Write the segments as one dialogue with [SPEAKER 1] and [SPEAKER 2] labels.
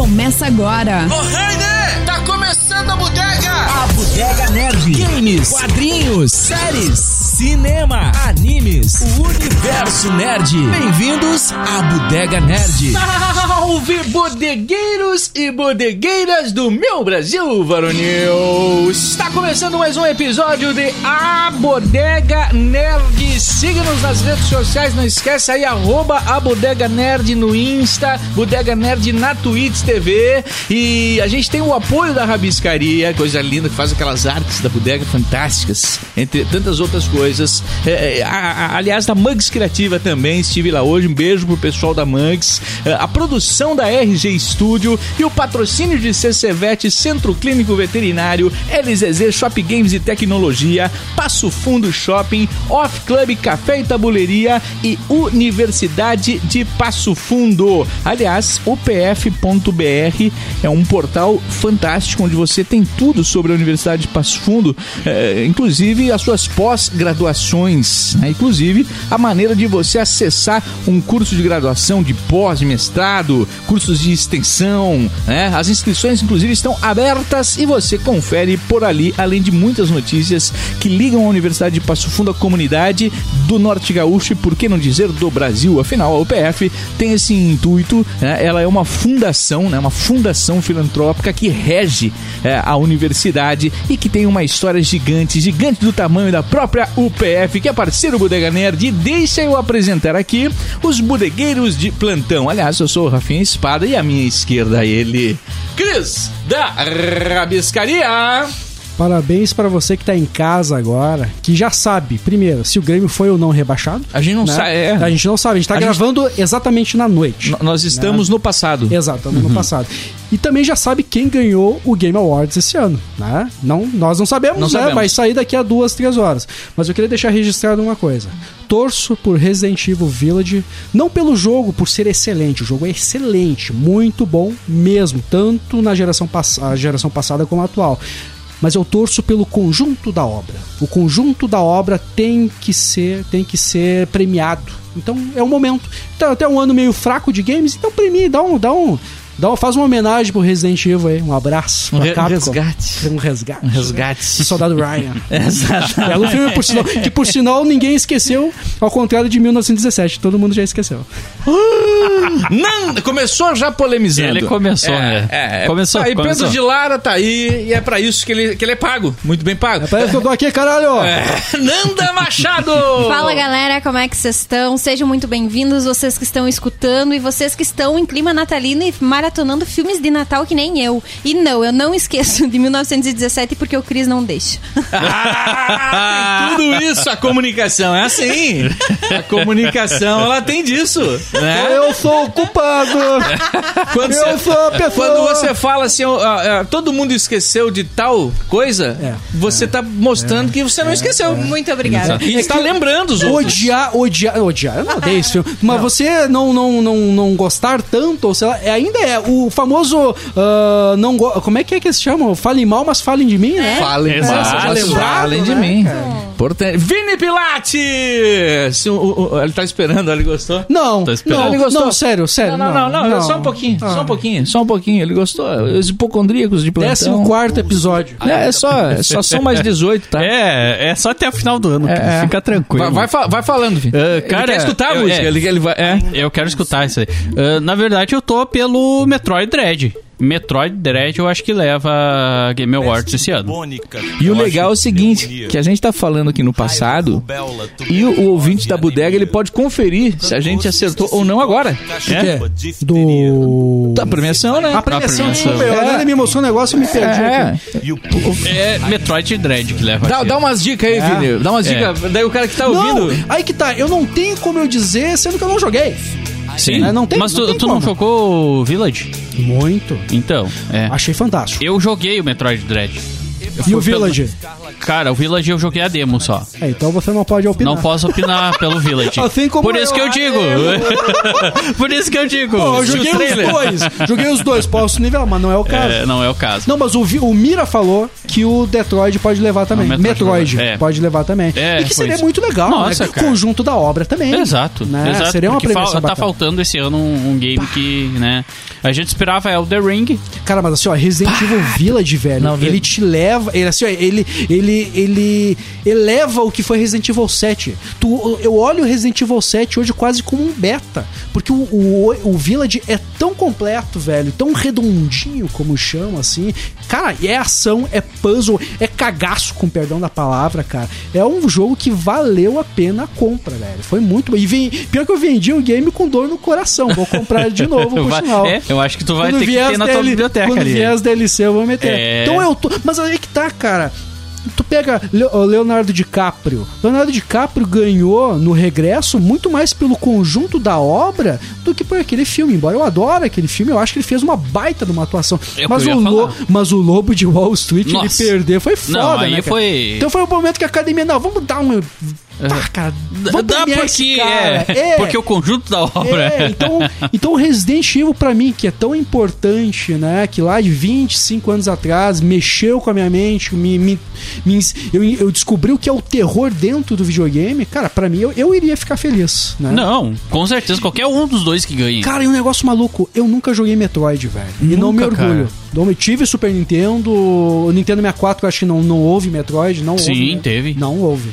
[SPEAKER 1] Começa agora.
[SPEAKER 2] Ô, Heine! Tá começando a bodega!
[SPEAKER 3] A Bodega Nerd. Games, quadrinhos, séries, cinema, animes, o universo nerd. Bem-vindos à Bodega Nerd.
[SPEAKER 2] Salve, bodegueiros e bodegueiras do meu Brasil, varonil! Está começando mais um episódio de A Bodega Nerd. Siga-nos nas redes sociais, não esquece aí, arroba a Bodega Nerd no Insta, Bodega Nerd na Twitch TV. E a gente tem o apoio da Rabiscaria, coisa linda, que faz aquelas artes da bodega fantásticas, entre tantas outras coisas. É, é, a- a- aliás, da Mugs Criativa também, estive lá hoje. Um beijo pro pessoal da Mugs. É, a produção da RG Studio e o patrocínio de CCVET, Centro Clínico Veterinário, LZZ Shop Games e Tecnologia, Passo Fundo Shopping, Off Club Café e Tabuleiria e Universidade de Passo Fundo. Aliás, upf.br é um portal fantástico onde você tem tudo sobre a Universidade de Passo Fundo, eh, inclusive as suas pós-graduações, né? inclusive a maneira de você acessar um curso de graduação, de pós, de mestrado, cursos de extensão. Né? As inscrições, inclusive, estão abertas e você confere por ali, além de muitas notícias que ligam a Universidade de Passo Fundo à comunidade do Norte Gaúcho e, por que não dizer, do Brasil. Afinal, a UPF tem esse intuito, né? ela é uma fundação, né? uma fundação filantrópica que rege eh, a universidade e que tem uma história gigante, gigante do tamanho da própria UPF, que é parceiro Bodega Nerd. E deixa eu apresentar aqui os bodegueiros de plantão. Aliás, eu sou o Rafinha Espada e à minha esquerda ele, Cris da Rabiscaria.
[SPEAKER 4] Parabéns pra você que tá em casa agora, que já sabe, primeiro, se o Grêmio foi ou não rebaixado.
[SPEAKER 2] A gente não
[SPEAKER 4] né?
[SPEAKER 2] sabe. é.
[SPEAKER 4] A gente não sabe, a gente tá
[SPEAKER 2] A gente-
[SPEAKER 4] gravando exatamente na noite.
[SPEAKER 2] N- Nós estamos no Uhum. passado.
[SPEAKER 4] Exato, ano passado. E também já sabe quem ganhou o Game Awards esse ano, né? Não, nós não sabemos,
[SPEAKER 2] Não
[SPEAKER 4] né?
[SPEAKER 2] sabemos.
[SPEAKER 4] Vai sair daqui a duas, três horas. Mas eu queria deixar registrado uma coisa. Torço por Resident Evil Village, não pelo jogo, por ser excelente. O jogo é excelente, muito bom mesmo, tanto na geração, pass a geração passada como a atual. Mas eu torço pelo conjunto da obra. O conjunto da obra tem que ser, tem que ser premiado. Então é o momento. Então, até um ano meio fraco de games, então premie, dá um, dá um, dá um, faz uma homenagem pro Resident Evil aí, um abraço,
[SPEAKER 2] Um
[SPEAKER 4] pra
[SPEAKER 2] re-
[SPEAKER 4] Capcom.
[SPEAKER 2] resgate.
[SPEAKER 4] um resgate,
[SPEAKER 2] Um resgate.
[SPEAKER 4] Do soldado Ryan.
[SPEAKER 2] Exato.
[SPEAKER 4] Belo filme, por sinal, que por sinal ninguém esqueceu, ao contrário de 1917, todo mundo já esqueceu.
[SPEAKER 2] Não, começou já polemizando.
[SPEAKER 5] Ele começou,
[SPEAKER 2] é,
[SPEAKER 5] né?
[SPEAKER 2] É,
[SPEAKER 5] Começou,
[SPEAKER 2] Tá aí,
[SPEAKER 5] começou.
[SPEAKER 2] Pedro de Lara tá aí e é pra isso que ele, que ele é pago. Muito bem pago.
[SPEAKER 4] Parece que eu tô aqui, caralho!
[SPEAKER 2] É, Nanda Machado!
[SPEAKER 6] Fala galera, como é que vocês estão? Sejam muito bem-vindos, vocês que estão escutando e vocês que estão em clima natalino e maratonando filmes de Natal que nem eu. E não, eu não esqueço de 1917 porque o Cris não deixa.
[SPEAKER 2] Ah, tem tudo isso, a comunicação é assim. A comunicação, ela tem disso, né?
[SPEAKER 4] Eu sou o culpado!
[SPEAKER 2] Quando
[SPEAKER 4] Eu
[SPEAKER 2] você,
[SPEAKER 4] sou a pessoa!
[SPEAKER 2] É. quando você fala assim, ó, ó, ó, todo mundo esqueceu de tal coisa,
[SPEAKER 4] É,
[SPEAKER 2] você tá mostrando que você não esqueceu.
[SPEAKER 6] Muito obrigada.
[SPEAKER 2] E está lembrando os é outros.
[SPEAKER 4] Odiar, odiar, odiar, eu não odeio esse filme. Mas você não, não, não, não gostar tanto, ou sei lá, é- ainda é o famoso. ah, não go- Como é que é que eles chamam? Falem mal, mas falem de mim, né?
[SPEAKER 2] Falem,
[SPEAKER 5] Exato,
[SPEAKER 2] mal,
[SPEAKER 5] já
[SPEAKER 2] É? falem,
[SPEAKER 5] lembrado,
[SPEAKER 2] falem de
[SPEAKER 4] né,
[SPEAKER 2] mim.
[SPEAKER 4] cara?
[SPEAKER 2] Importante. Vini Pilates! O- o- o- Ele tá esperando, ele gostou?
[SPEAKER 4] Não,
[SPEAKER 5] Tô esperando.
[SPEAKER 4] não,
[SPEAKER 2] Ele gostou?
[SPEAKER 4] não, sério, sério.
[SPEAKER 2] Não, não, não, não, só um pouquinho,
[SPEAKER 5] Ah.
[SPEAKER 2] só um pouquinho, só um pouquinho. Ele gostou. Os hipocondríacos de plantão.
[SPEAKER 4] Décimo quarto episódio.
[SPEAKER 2] É, é só, é só são mais 18, tá? é.
[SPEAKER 5] É, é só até o final do ano, cara. Fica tranquilo.
[SPEAKER 2] Vai, vai, fa- vai falando, Vini.
[SPEAKER 5] Ah,
[SPEAKER 2] ele quer escutar a
[SPEAKER 5] eu-
[SPEAKER 2] música.
[SPEAKER 5] é,
[SPEAKER 2] Ele, ele vai, é.
[SPEAKER 5] Eu quero escutar isso aí. Ah, na verdade, eu tô pelo Metroid Dread. Metroid Dread eu acho que leva Game Awards esse ano.
[SPEAKER 2] E o legal é o seguinte, que a gente tá falando aqui no passado, e o, o ouvinte da bodega, ele pode conferir se a gente acertou ou não agora.
[SPEAKER 4] É? Do.
[SPEAKER 2] Da premiação, né?
[SPEAKER 4] A premiação,
[SPEAKER 5] A
[SPEAKER 4] desculpa, eu,
[SPEAKER 2] É.
[SPEAKER 4] ainda me mostrou um negócio e me perdi
[SPEAKER 2] É,
[SPEAKER 4] aqui.
[SPEAKER 5] É Metroid Dread que leva.
[SPEAKER 2] Dá,
[SPEAKER 5] aqui.
[SPEAKER 2] dá umas dicas aí, Vini. Dá umas
[SPEAKER 5] É.
[SPEAKER 2] dicas. Daí o cara que tá
[SPEAKER 4] Não,
[SPEAKER 2] ouvindo.
[SPEAKER 4] aí que tá, eu não tenho como eu dizer, sendo que eu não joguei.
[SPEAKER 5] Sim.
[SPEAKER 4] né? Não tem-
[SPEAKER 5] Mas tu
[SPEAKER 4] não
[SPEAKER 5] não,
[SPEAKER 4] tem
[SPEAKER 5] tu não
[SPEAKER 4] como.
[SPEAKER 5] jogou o Village?
[SPEAKER 4] Muito.
[SPEAKER 5] Então, é.
[SPEAKER 4] Achei fantástico.
[SPEAKER 5] Eu joguei o Metroid Dread. Eu
[SPEAKER 4] E
[SPEAKER 5] fui
[SPEAKER 4] o Village?
[SPEAKER 5] pelo- Cara, o Village eu joguei a demo só.
[SPEAKER 4] É, então você não pode opinar.
[SPEAKER 5] Não posso opinar pelo Village.
[SPEAKER 4] Assim como
[SPEAKER 5] Por isso que eu digo. Por isso que eu digo. É,
[SPEAKER 4] Pô, eu
[SPEAKER 5] Se o
[SPEAKER 4] joguei
[SPEAKER 5] trailer-
[SPEAKER 4] os dois. Joguei os dois, posso nivelar, mas não é o caso.
[SPEAKER 5] É, não é o caso.
[SPEAKER 4] Não, mas o, Vi- o Mira falou que o Detroit pode levar também.
[SPEAKER 5] Não,
[SPEAKER 4] Metroid,
[SPEAKER 5] Metroid pode levar. É.
[SPEAKER 4] pode levar também.
[SPEAKER 5] É,
[SPEAKER 4] e que seria
[SPEAKER 5] foi isso.
[SPEAKER 4] muito legal,
[SPEAKER 5] Nossa,
[SPEAKER 4] né? O
[SPEAKER 5] cara.
[SPEAKER 4] conjunto da obra também.
[SPEAKER 5] Exato,
[SPEAKER 4] Né?
[SPEAKER 5] exato.
[SPEAKER 4] Seria uma
[SPEAKER 5] porque
[SPEAKER 4] premissa
[SPEAKER 5] fal- tá
[SPEAKER 4] bacana.
[SPEAKER 5] faltando esse ano um, um game que, né? A gente esperava Elder Ring.
[SPEAKER 4] Cara, mas assim, ó, Resident Evil Village, velho,
[SPEAKER 5] Não,
[SPEAKER 4] ele
[SPEAKER 5] velho.
[SPEAKER 4] te leva, ele assim, ó, ele ele ele eleva o que foi Resident Evil 7. Tu, eu olho o Resident Evil 7 hoje quase como um beta, porque o, o, o Village é tão completo, velho, tão redondinho como chama assim. Cara, e é ação, é puzzle, é cagaço com perdão da palavra, cara. É um jogo que valeu a pena a compra, velho. Foi muito bom. E vem, pior que eu vendi o game com dor no coração. Vou comprar de novo, por
[SPEAKER 5] Vai-
[SPEAKER 4] sinal.
[SPEAKER 5] é, eu acho que tu vai
[SPEAKER 4] Quando
[SPEAKER 5] ter que
[SPEAKER 4] vier
[SPEAKER 5] ter
[SPEAKER 4] as
[SPEAKER 5] na tua
[SPEAKER 4] DL
[SPEAKER 5] biblioteca
[SPEAKER 4] quando
[SPEAKER 5] ali. né?
[SPEAKER 4] vier as DLC, eu vou meter.
[SPEAKER 5] É.
[SPEAKER 4] Então eu tô. Mas aí que tá, cara. Tu pega Le- o Leonardo DiCaprio. Leonardo DiCaprio ganhou no regresso muito mais pelo conjunto da obra do que por aquele filme. Embora eu adore aquele filme, eu acho que ele fez uma baita de uma atuação.
[SPEAKER 5] É o
[SPEAKER 4] Mas
[SPEAKER 5] que
[SPEAKER 4] o,
[SPEAKER 5] eu ia
[SPEAKER 4] lo-
[SPEAKER 5] falar.
[SPEAKER 4] mas o Lobo de Wall Street, ele
[SPEAKER 5] Nossa.
[SPEAKER 4] perder, foi foda,
[SPEAKER 5] Não, aí
[SPEAKER 4] né, cara?
[SPEAKER 5] foi-
[SPEAKER 4] Então foi o momento que a academia. Não, vamos dar um. Tá, cara. Vamos
[SPEAKER 5] Dá
[SPEAKER 4] premiar
[SPEAKER 5] porque,
[SPEAKER 4] esse cara.
[SPEAKER 5] é, porque o conjunto da obra.
[SPEAKER 4] É, então, então o Resident Evil pra mim, que é tão importante, né, que lá de 25 anos atrás mexeu com a minha mente, me, me- me ens- eu, eu descobri o que é o terror dentro do videogame, cara, pra mim eu, eu iria ficar feliz, né?
[SPEAKER 5] Não, com certeza, qualquer um dos dois que ganhe.
[SPEAKER 4] Cara, e um negócio maluco, eu nunca joguei Metroid, velho. E não me
[SPEAKER 5] Nunca,
[SPEAKER 4] orgulho. Não, eu tive Super Nintendo, o Nintendo 64, eu acho que não, não houve Metroid, não
[SPEAKER 5] Sim,
[SPEAKER 4] houve. né?
[SPEAKER 5] teve.
[SPEAKER 4] Não houve.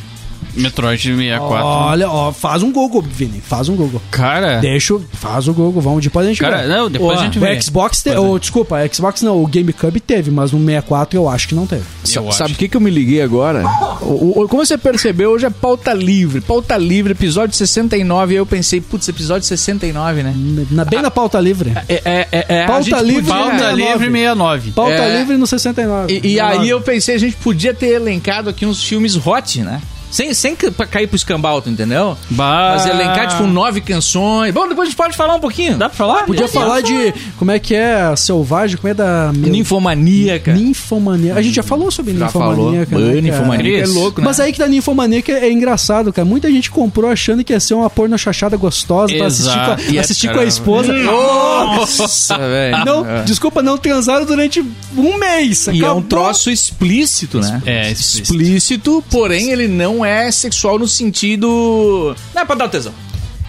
[SPEAKER 5] Metroid 64.
[SPEAKER 4] Olha, ó, faz um Google, Vini, faz um Google.
[SPEAKER 5] Cara,
[SPEAKER 4] Deixa, o- faz o Google, vamos, depois a gente
[SPEAKER 5] Cara,
[SPEAKER 4] vê.
[SPEAKER 5] não, depois
[SPEAKER 4] o,
[SPEAKER 5] a gente
[SPEAKER 4] o
[SPEAKER 5] vê.
[SPEAKER 4] Xbox, te, ou, desculpa, o Xbox não, o GameCube teve, mas no 64 eu acho que não teve.
[SPEAKER 5] eu acho.
[SPEAKER 2] Sabe o que, que eu me liguei agora? O- o- como você percebeu, hoje é pauta livre. Pauta livre, episódio 69. E eu pensei, putz, episódio 69, né?
[SPEAKER 4] Na- na- bem na pauta livre.
[SPEAKER 2] É, é, é, é, a
[SPEAKER 4] Pauta
[SPEAKER 2] gente
[SPEAKER 4] livre,
[SPEAKER 2] podia-
[SPEAKER 5] Pauta
[SPEAKER 4] 69.
[SPEAKER 5] Livre 69.
[SPEAKER 4] Pauta
[SPEAKER 2] É.
[SPEAKER 4] livre no 69.
[SPEAKER 2] E, e aí eu pensei, a gente podia ter elencado aqui uns filmes hot, né? Sem, sem ca- pra cair pro escambau, tu entendeu?
[SPEAKER 5] Bah.
[SPEAKER 2] Mas elencar, tipo, nove canções. Bom, depois a gente pode falar um pouquinho.
[SPEAKER 5] Dá pra falar?
[SPEAKER 4] Podia falar de como é que é selvagem, como é da meu,
[SPEAKER 2] Ninfomaníaca.
[SPEAKER 4] ninfomania. A gente já falou sobre
[SPEAKER 2] Já falou.
[SPEAKER 4] ninfomania, cara.
[SPEAKER 2] Bah,
[SPEAKER 4] né, cara?
[SPEAKER 2] Ninfomaníaca é
[SPEAKER 5] Cris.
[SPEAKER 2] louco, né?
[SPEAKER 4] Mas aí que da ninfomaníaca é engraçado, cara. Muita gente comprou achando que ia ser uma porno chachada gostosa pra assistir com
[SPEAKER 5] Exato.
[SPEAKER 4] a,
[SPEAKER 5] E é,
[SPEAKER 4] assistir com a
[SPEAKER 5] cara. é.
[SPEAKER 4] esposa.
[SPEAKER 2] Nossa, velho.
[SPEAKER 4] Não, desculpa, não transaram durante um mês.
[SPEAKER 2] E é um
[SPEAKER 4] Acabou.
[SPEAKER 2] troço explícito, né?
[SPEAKER 5] É,
[SPEAKER 2] explícito.
[SPEAKER 5] explícito.
[SPEAKER 2] porém ele não é sexual no sentido. Não é pra dar o tesão.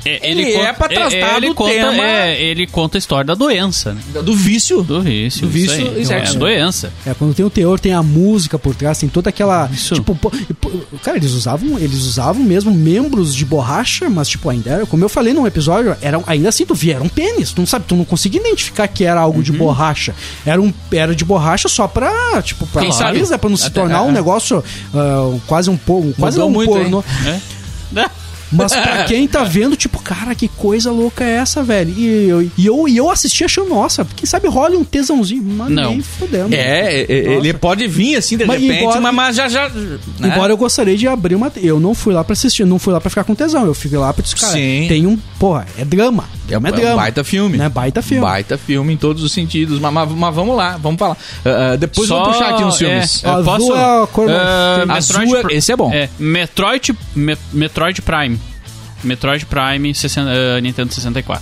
[SPEAKER 5] É,
[SPEAKER 2] Ele é pra tratar
[SPEAKER 5] ele
[SPEAKER 2] do
[SPEAKER 5] conta,
[SPEAKER 2] tema-
[SPEAKER 5] é, ele conta a história da doença, né?
[SPEAKER 2] Do vício.
[SPEAKER 5] Do vício.
[SPEAKER 2] Do vício
[SPEAKER 5] isso aí.
[SPEAKER 2] e sexo.
[SPEAKER 5] É, doença.
[SPEAKER 4] É, quando tem o teor, tem a música por trás, tem toda aquela.
[SPEAKER 5] Isso.
[SPEAKER 4] Tipo, pô, pô, cara, eles usavam, eles usavam mesmo membros de borracha, mas, tipo, ainda era, como eu falei num episódio, era, ainda assim, tu via, era um pênis. Tu não sabe, tu não conseguia identificar que era algo
[SPEAKER 2] Uhum.
[SPEAKER 4] de borracha. Era, um, era de borracha só pra, tipo, pra
[SPEAKER 2] Quem sabe?
[SPEAKER 4] né, pra não se
[SPEAKER 2] Até-
[SPEAKER 4] tornar um
[SPEAKER 2] é.
[SPEAKER 4] negócio ah, quase um pouco. Quase não, um
[SPEAKER 2] muito,
[SPEAKER 4] pornô.
[SPEAKER 2] hein? É.
[SPEAKER 4] Mas pra quem tá vendo, tipo, cara, que coisa louca é essa, velho? E eu, e eu, e eu assisti achando, nossa, quem sabe rola um tesãozinho. Mas
[SPEAKER 5] Não.
[SPEAKER 4] nem fudendo.
[SPEAKER 2] É, é, é, ele pode vir assim de
[SPEAKER 4] Mas
[SPEAKER 2] repente,
[SPEAKER 4] embora-
[SPEAKER 2] mas, mas já já. né?
[SPEAKER 4] Embora eu gostaria de abrir uma. Eu não fui lá pra assistir, não fui lá pra ficar com tesão. Eu fui lá pra dizer, cara,
[SPEAKER 2] Sim.
[SPEAKER 4] tem um. Porra, é drama.
[SPEAKER 2] É um,
[SPEAKER 4] é
[SPEAKER 2] é um
[SPEAKER 4] drama.
[SPEAKER 2] baita filme.
[SPEAKER 4] Né? Baita filme.
[SPEAKER 2] Baita filme em todos os sentidos. Mas, mas- mas vamos lá, vamos falar. Ah, ah, depois vamos puxar aqui nos filmes.
[SPEAKER 5] É, eu
[SPEAKER 4] Azul
[SPEAKER 5] posso?
[SPEAKER 4] é a cor mais-
[SPEAKER 5] Ah,
[SPEAKER 2] Azul
[SPEAKER 5] Metroid
[SPEAKER 2] é-
[SPEAKER 5] Pri-
[SPEAKER 2] esse é bom.
[SPEAKER 5] Metroid, Me- Metroid Prime. Metroid Prime 60, ah, Nintendo 64.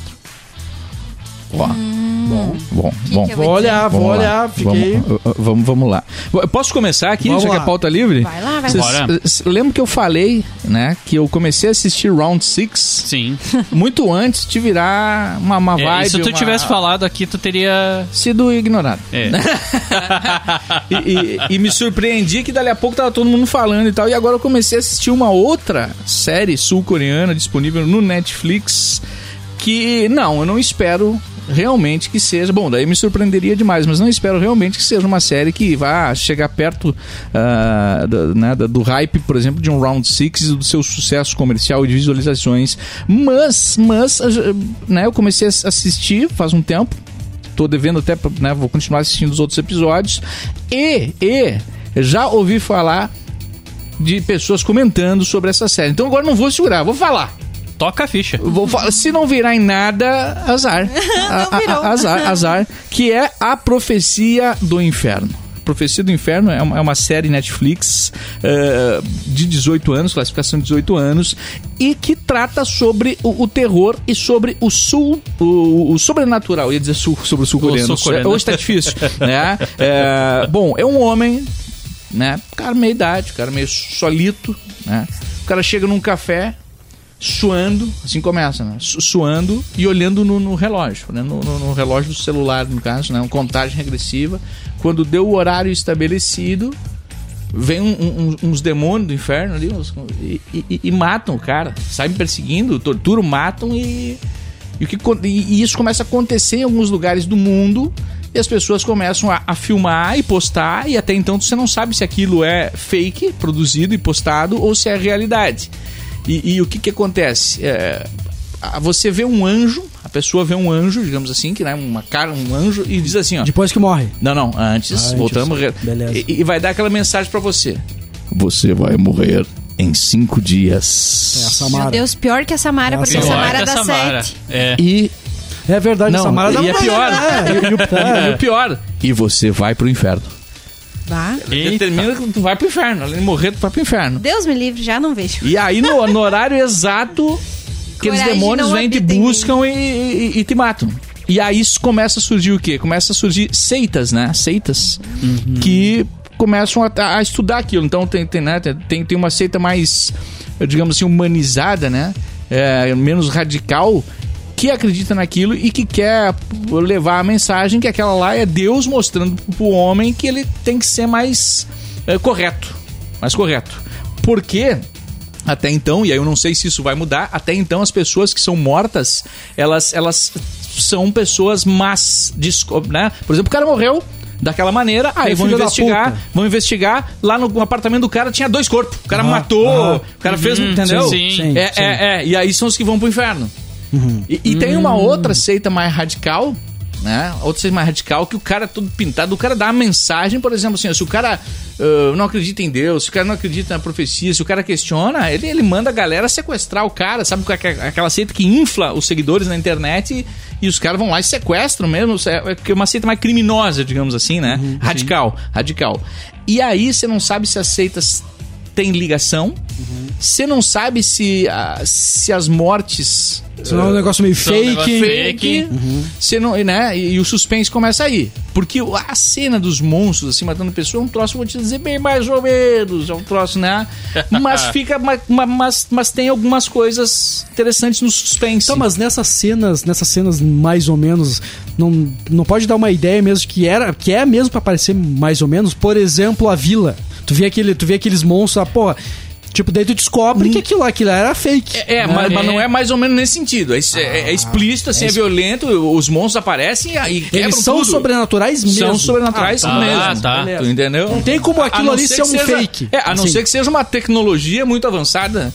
[SPEAKER 2] Ó. Bom, bom, bom.
[SPEAKER 6] que eu
[SPEAKER 4] Vou olhar, vou
[SPEAKER 2] Vamos
[SPEAKER 4] olhar,
[SPEAKER 2] lá.
[SPEAKER 4] fiquei.
[SPEAKER 2] Vamos, ah, ah, vamos, vamos lá. Eu Posso começar aqui?
[SPEAKER 4] Vamos
[SPEAKER 2] já que
[SPEAKER 4] lá.
[SPEAKER 2] a pauta é livre?
[SPEAKER 6] Vai lá, vai
[SPEAKER 2] Vocês-
[SPEAKER 6] lá.
[SPEAKER 5] Bora.
[SPEAKER 2] s- Lembro que eu falei, né, que eu comecei a assistir Round Six
[SPEAKER 5] Sim.
[SPEAKER 2] muito antes de virar uma, uma
[SPEAKER 5] É,
[SPEAKER 2] vibe.
[SPEAKER 5] e se tu
[SPEAKER 2] uma-
[SPEAKER 5] tivesse falado aqui, tu teria.
[SPEAKER 2] Sido ignorado.
[SPEAKER 5] É.
[SPEAKER 2] E, e- e me surpreendi que dali a pouco tava todo mundo falando e tal. E agora eu comecei a assistir uma outra série sul-coreana disponível no Netflix. Que não, eu não espero realmente que seja. Bom, daí me surpreenderia demais, mas não espero realmente que seja uma série que vá chegar perto ah, do, né, da- do hype, por exemplo, de um Round Six e do seu sucesso comercial e de visualizações. Mas, mas, ah, já, né, eu comecei a assistir faz um tempo tô devendo até, pra- né, vou continuar assistindo os outros episódios. E, e já ouvi falar de pessoas comentando sobre essa série. Então agora não vou segurar, vou falar.
[SPEAKER 5] Toca a ficha.
[SPEAKER 2] Eu Vou falar. Se não virar em nada, azar. A- a-
[SPEAKER 6] virou.
[SPEAKER 2] azar, azar, que é a profecia do inferno. Profecia do Inferno é uma, é uma série Netflix eh, de 18 anos, classificação de 18 anos, e que trata sobre o, o terror e sobre o sul, o, o sobrenatural. Eu ia dizer sul, sobre o sul-coreano.
[SPEAKER 5] sul-coreano.
[SPEAKER 2] Hoje tá difícil, né? Eh, bom, é um homem, né? Cara meia idade, cara meio solito, né? O cara chega num café, suando, assim começa, né? Su- Suando e olhando no, no relógio, né? No, no- no relógio do celular, no caso, né? Uma contagem regressiva. Quando deu o horário estabelecido, vem um- um- um- uns demônios do inferno ali uns- e, e- e matam o cara. Saem perseguindo, torturam, matam e. E, o que, con- e- e isso começa a acontecer em alguns lugares do mundo. E as pessoas começam a, a filmar e postar, e até então você não sabe se aquilo é fake, produzido e postado, ou se é realidade. E, e o que, que acontece? É, a- você vê um anjo, a pessoa vê um anjo, digamos assim, que é uma cara, um anjo, e diz assim: ó,
[SPEAKER 4] Depois que morre.
[SPEAKER 2] não, não, antes,
[SPEAKER 4] Antes.
[SPEAKER 2] voltamos. re-
[SPEAKER 4] Ah, Beleza.
[SPEAKER 2] E, e vai dar aquela mensagem pra você. Você vai morrer em cinco
[SPEAKER 4] É a
[SPEAKER 2] dias.
[SPEAKER 6] Meu
[SPEAKER 4] Samara.
[SPEAKER 6] Deus, pior que a Samara,
[SPEAKER 4] É a
[SPEAKER 6] porque
[SPEAKER 5] Pior
[SPEAKER 6] a Samara
[SPEAKER 5] que a
[SPEAKER 6] dá
[SPEAKER 5] Samara.
[SPEAKER 6] 7.
[SPEAKER 5] É.
[SPEAKER 2] E.
[SPEAKER 4] É verdade,
[SPEAKER 2] Não,
[SPEAKER 4] Samara dá
[SPEAKER 2] e é
[SPEAKER 4] uma-
[SPEAKER 2] pior. E,
[SPEAKER 4] É.
[SPEAKER 2] o- e o pior. E você vai pro inferno.
[SPEAKER 5] Eita.
[SPEAKER 2] Termina que tu vai pro inferno. Além de morrer, tu vai pro inferno.
[SPEAKER 6] Deus me livre, já não vejo.
[SPEAKER 2] E aí, no, no horário exato, aqueles
[SPEAKER 6] Coragem
[SPEAKER 2] demônios
[SPEAKER 6] não
[SPEAKER 2] vêm, te
[SPEAKER 6] habita em mim.
[SPEAKER 2] buscam e, e- e te matam. E aí isso começa a surgir o quê? Começa a surgir seitas, né? Seitas que começam a, a estudar aquilo. Então tem, tem, né? tem, tem uma seita mais, digamos assim, humanizada, né? É, menos radical, que acredita naquilo e que quer levar a mensagem que aquela lá é Deus mostrando pro homem que ele tem que ser mais é, correto. Mais correto. Porque até então, e aí eu não sei se isso vai mudar, até então as pessoas que são mortas, elas, elas são pessoas más, desco- né? Por exemplo, o cara morreu daquela maneira, aí
[SPEAKER 4] É
[SPEAKER 2] vão
[SPEAKER 4] filho da
[SPEAKER 2] investigar,
[SPEAKER 4] puta.
[SPEAKER 2] vão investigar, lá no apartamento do cara tinha dois corpos, o cara
[SPEAKER 4] Aham,
[SPEAKER 2] matou,
[SPEAKER 4] aham. Uhum.
[SPEAKER 2] o cara fez, entendeu?
[SPEAKER 5] sim,
[SPEAKER 4] sim,
[SPEAKER 2] é,
[SPEAKER 4] sim.
[SPEAKER 2] é, é, e aí são os que vão pro inferno. E, e tem uma outra seita mais radical, né? Outra seita mais radical que o cara é todo pintado, o cara dá uma mensagem, por exemplo, assim, ó, se o cara ah, não acredita em Deus, se o cara não acredita na profecia, se o cara questiona, ele, ele manda a galera sequestrar o cara, sabe? com aqua- Aquela seita que infla os seguidores na internet e, e os caras vão lá e sequestram mesmo, é é uma seita mais criminosa, digamos assim, né? radical, radical. E aí você não sabe se as seitas tem ligação. Você não sabe se, ah, se as mortes.
[SPEAKER 4] Senão é um negócio meio
[SPEAKER 5] São um
[SPEAKER 4] fake.
[SPEAKER 5] negócio fake.
[SPEAKER 2] Você não, né? E, e o suspense começa aí. Porque o- a cena dos monstros, assim, matando pessoas, é um troço, vou te dizer, bem mais ou menos. É um troço, né? Mas fica. ma- ma- Mas, mas tem algumas coisas interessantes no suspense.
[SPEAKER 4] Então, mas nessas cenas, nessas cenas mais ou menos, não, não pode dar uma ideia mesmo de que era, que é mesmo pra parecer mais ou menos, por exemplo, a vila. Tu vê aquele, tu vê aqueles monstros, ah, porra, tipo, daí tu descobre que aquilo lá, aquilo lá era fake.
[SPEAKER 2] Hum. É,
[SPEAKER 5] Né?
[SPEAKER 2] mas,
[SPEAKER 5] É.
[SPEAKER 2] mas não é mais ou menos nesse sentido. É, é- é explícito, assim, é, violento, os monstros aparecem e e quebram
[SPEAKER 4] Ah, Eles são
[SPEAKER 2] tudo.
[SPEAKER 4] sobrenaturais mesmo.
[SPEAKER 2] São sobrenaturais
[SPEAKER 5] Ah, tá.
[SPEAKER 2] mesmo.
[SPEAKER 5] Ah, tá.
[SPEAKER 2] Tu entendeu?
[SPEAKER 4] Não tem como aquilo
[SPEAKER 2] não
[SPEAKER 4] ali ser
[SPEAKER 2] que
[SPEAKER 4] um
[SPEAKER 2] seja-
[SPEAKER 4] fake.
[SPEAKER 2] É, a não
[SPEAKER 4] Assim.
[SPEAKER 2] ser que seja uma tecnologia muito avançada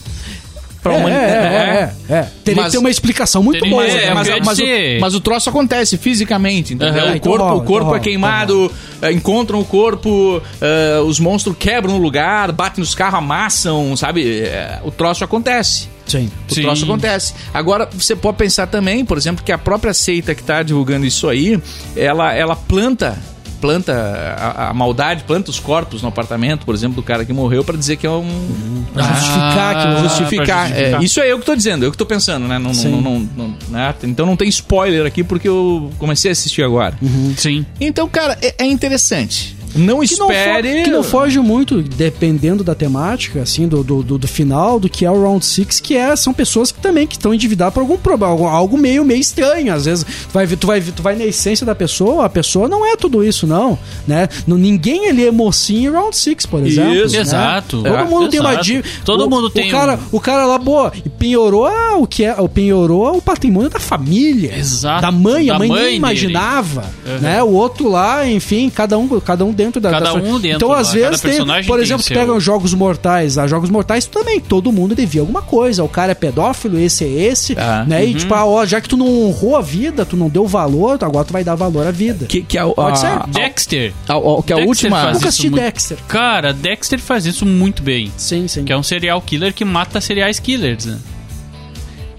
[SPEAKER 2] pra
[SPEAKER 4] É,
[SPEAKER 2] humanidade.
[SPEAKER 4] é, é, é, é. Teria
[SPEAKER 2] Mas-
[SPEAKER 4] que ter uma explicação muito
[SPEAKER 5] Teria-
[SPEAKER 4] boa.
[SPEAKER 5] é,
[SPEAKER 4] né?
[SPEAKER 2] mas,
[SPEAKER 5] eu ia
[SPEAKER 2] mas o,
[SPEAKER 5] dizer-
[SPEAKER 2] mas o troço acontece fisicamente, entendeu?
[SPEAKER 5] Aham,
[SPEAKER 2] o
[SPEAKER 4] então
[SPEAKER 2] corpo,
[SPEAKER 4] rola,
[SPEAKER 2] o corpo
[SPEAKER 4] então rola,
[SPEAKER 2] é queimado, eh, encontram o corpo, eh, os monstros quebram o lugar, batem nos carros, amassam, sabe? Eh, o troço acontece.
[SPEAKER 4] Sim.
[SPEAKER 2] O
[SPEAKER 5] Sim.
[SPEAKER 2] troço acontece. Agora, você pode pensar também, por exemplo, que a própria seita que está divulgando isso aí, ela, ela planta planta a, a maldade, planta os corpos no apartamento, por exemplo, do cara que morreu, para dizer que é um...
[SPEAKER 4] Uhum. Pra justificar aquilo.
[SPEAKER 5] Ah,
[SPEAKER 4] né?
[SPEAKER 2] Justificar.
[SPEAKER 5] pra justificar.
[SPEAKER 2] É, isso é eu que tô dizendo, eu que tô pensando, né? Não, não-
[SPEAKER 4] Sim.
[SPEAKER 2] não- não- não- né? Então não tem spoiler aqui porque eu comecei a assistir agora.
[SPEAKER 5] Sim.
[SPEAKER 2] Então, cara, é, é interessante. Não
[SPEAKER 4] Uhum. que não, fo-
[SPEAKER 2] espere.
[SPEAKER 4] que não foge muito, dependendo da temática, assim, do, do, do- do final, do que é o Round six que é, são pessoas que também que estão endividadas por algum problema, algo, algo meio, meio estranho. Às vezes, tu vai, ver- tu, vai, ver- tu vai na essência da pessoa, a pessoa não é tudo isso, não, né? Não, ninguém ali é mocinho em Round six por exemplo.
[SPEAKER 2] Isso.
[SPEAKER 4] né?
[SPEAKER 5] Exato.
[SPEAKER 4] Todo
[SPEAKER 5] É,
[SPEAKER 4] mundo tem uma
[SPEAKER 5] exato.
[SPEAKER 4] dívida.
[SPEAKER 5] Todo
[SPEAKER 4] o,
[SPEAKER 5] mundo
[SPEAKER 4] o
[SPEAKER 5] tem um
[SPEAKER 4] Cara, O cara lá, boa, e penhorou ah, o que é, o penhorou o patrimônio da família.
[SPEAKER 5] Exato.
[SPEAKER 4] Da mãe, a
[SPEAKER 5] Da
[SPEAKER 4] mãe,
[SPEAKER 5] mãe
[SPEAKER 4] nem
[SPEAKER 5] dele.
[SPEAKER 4] imaginava, né? O outro lá, enfim, cada um, cada um dentro da
[SPEAKER 5] Cada
[SPEAKER 4] da-
[SPEAKER 5] um dentro
[SPEAKER 4] Então,
[SPEAKER 5] lá,
[SPEAKER 4] às
[SPEAKER 5] cada
[SPEAKER 4] vezes, tem,
[SPEAKER 5] personagem
[SPEAKER 4] por
[SPEAKER 5] tem
[SPEAKER 4] exemplo,
[SPEAKER 5] o
[SPEAKER 4] tu
[SPEAKER 5] seu.
[SPEAKER 4] pega os Jogos Mortais. A Jogos Mortais também, todo mundo devia alguma coisa. O cara é pedófilo, esse é esse,
[SPEAKER 2] Ah,
[SPEAKER 4] né?
[SPEAKER 5] Uhum.
[SPEAKER 4] E tipo, ah, ó, já que tu não honrou a vida, tu não deu valor, tu- agora tu vai dar valor à vida.
[SPEAKER 2] Que, que a,
[SPEAKER 4] Pode
[SPEAKER 2] a-
[SPEAKER 4] ser.
[SPEAKER 2] a-
[SPEAKER 5] Dexter.
[SPEAKER 2] a- a- que a
[SPEAKER 5] Dexter
[SPEAKER 2] última.
[SPEAKER 5] faz
[SPEAKER 4] Nunca
[SPEAKER 5] isso
[SPEAKER 4] assisti
[SPEAKER 5] muito-
[SPEAKER 4] Dexter.
[SPEAKER 5] Cara, Dexter faz isso muito bem.
[SPEAKER 4] Sim, sim.
[SPEAKER 5] Que é um serial killer que mata seriais killers, né?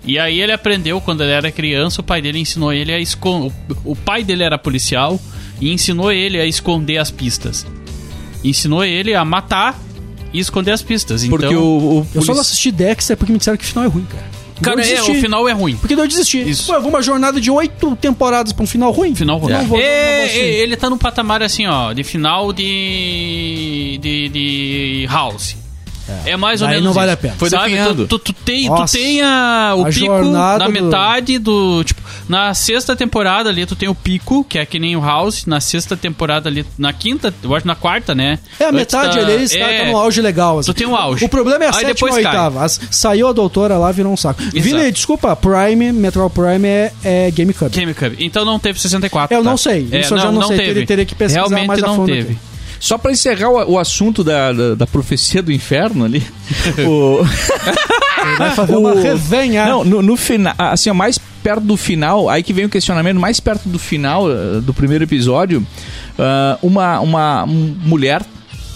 [SPEAKER 5] E aí ele aprendeu quando ele era criança, o pai dele ensinou ele a esconder. O pai dele era policial e ensinou ele a esconder as pistas. ensinou ele a matar e esconder as pistas.
[SPEAKER 2] Porque
[SPEAKER 5] então,
[SPEAKER 2] o, o
[SPEAKER 4] Eu só
[SPEAKER 2] polici-
[SPEAKER 4] não assisti Dexter porque me disseram que o final é ruim, cara.
[SPEAKER 5] cara,
[SPEAKER 4] eu
[SPEAKER 5] é,
[SPEAKER 4] desisti.
[SPEAKER 5] o final é ruim.
[SPEAKER 4] Porque daí eu desisti.
[SPEAKER 5] Isso.
[SPEAKER 4] Pô, eu vou uma jornada de oito temporadas pra um final ruim?
[SPEAKER 5] Final ruim.
[SPEAKER 4] Não vou, não vou
[SPEAKER 5] É,
[SPEAKER 4] assistir.
[SPEAKER 5] é, ele tá num patamar assim, ó, de final de. de, de House. É. mais ou
[SPEAKER 4] Aí
[SPEAKER 5] menos
[SPEAKER 4] não vale
[SPEAKER 5] isso.
[SPEAKER 4] a pena.
[SPEAKER 2] Foi
[SPEAKER 5] Sabe?
[SPEAKER 2] definhando.
[SPEAKER 5] Tu, tu, tu tem, tu
[SPEAKER 4] Nossa.
[SPEAKER 5] tem a- o
[SPEAKER 4] A
[SPEAKER 5] pico
[SPEAKER 4] jornada
[SPEAKER 5] na
[SPEAKER 4] do-
[SPEAKER 5] metade do... Tipo, na sexta temporada ali tu tem o pico, que é que nem o House. Na sexta temporada ali, na quinta, eu acho na quarta, né?
[SPEAKER 4] É, a
[SPEAKER 5] Antes
[SPEAKER 4] metade
[SPEAKER 5] da-
[SPEAKER 4] ali, eles tá-
[SPEAKER 5] é,
[SPEAKER 4] tá no auge legal. assim.
[SPEAKER 5] Tu tem um auge.
[SPEAKER 4] O problema é a
[SPEAKER 5] Aí
[SPEAKER 4] sétima
[SPEAKER 5] depois
[SPEAKER 4] e a
[SPEAKER 5] cai.
[SPEAKER 4] oitava. As- saiu a doutora lá, virou um saco. Vini, desculpa, Prime, Metro Prime é, é GameCube.
[SPEAKER 5] GameCube. Então não teve 64.
[SPEAKER 4] Eu
[SPEAKER 5] tá?
[SPEAKER 4] não sei,
[SPEAKER 5] É,
[SPEAKER 4] isso eu já não sei, teria- teria que pesquisar
[SPEAKER 5] Realmente
[SPEAKER 4] mais a
[SPEAKER 5] não
[SPEAKER 4] fundo
[SPEAKER 5] teve.
[SPEAKER 4] aqui.
[SPEAKER 2] Só pra encerrar o, o assunto da, da, da profecia do inferno ali. o...
[SPEAKER 4] Vai fazer uma
[SPEAKER 2] O-
[SPEAKER 4] Ah, revenha.
[SPEAKER 2] Não, no, final, assim, ó, mais perto do final, aí que vem o questionamento, mais perto do final eh, do primeiro episódio, ah, uma, uma m- mulher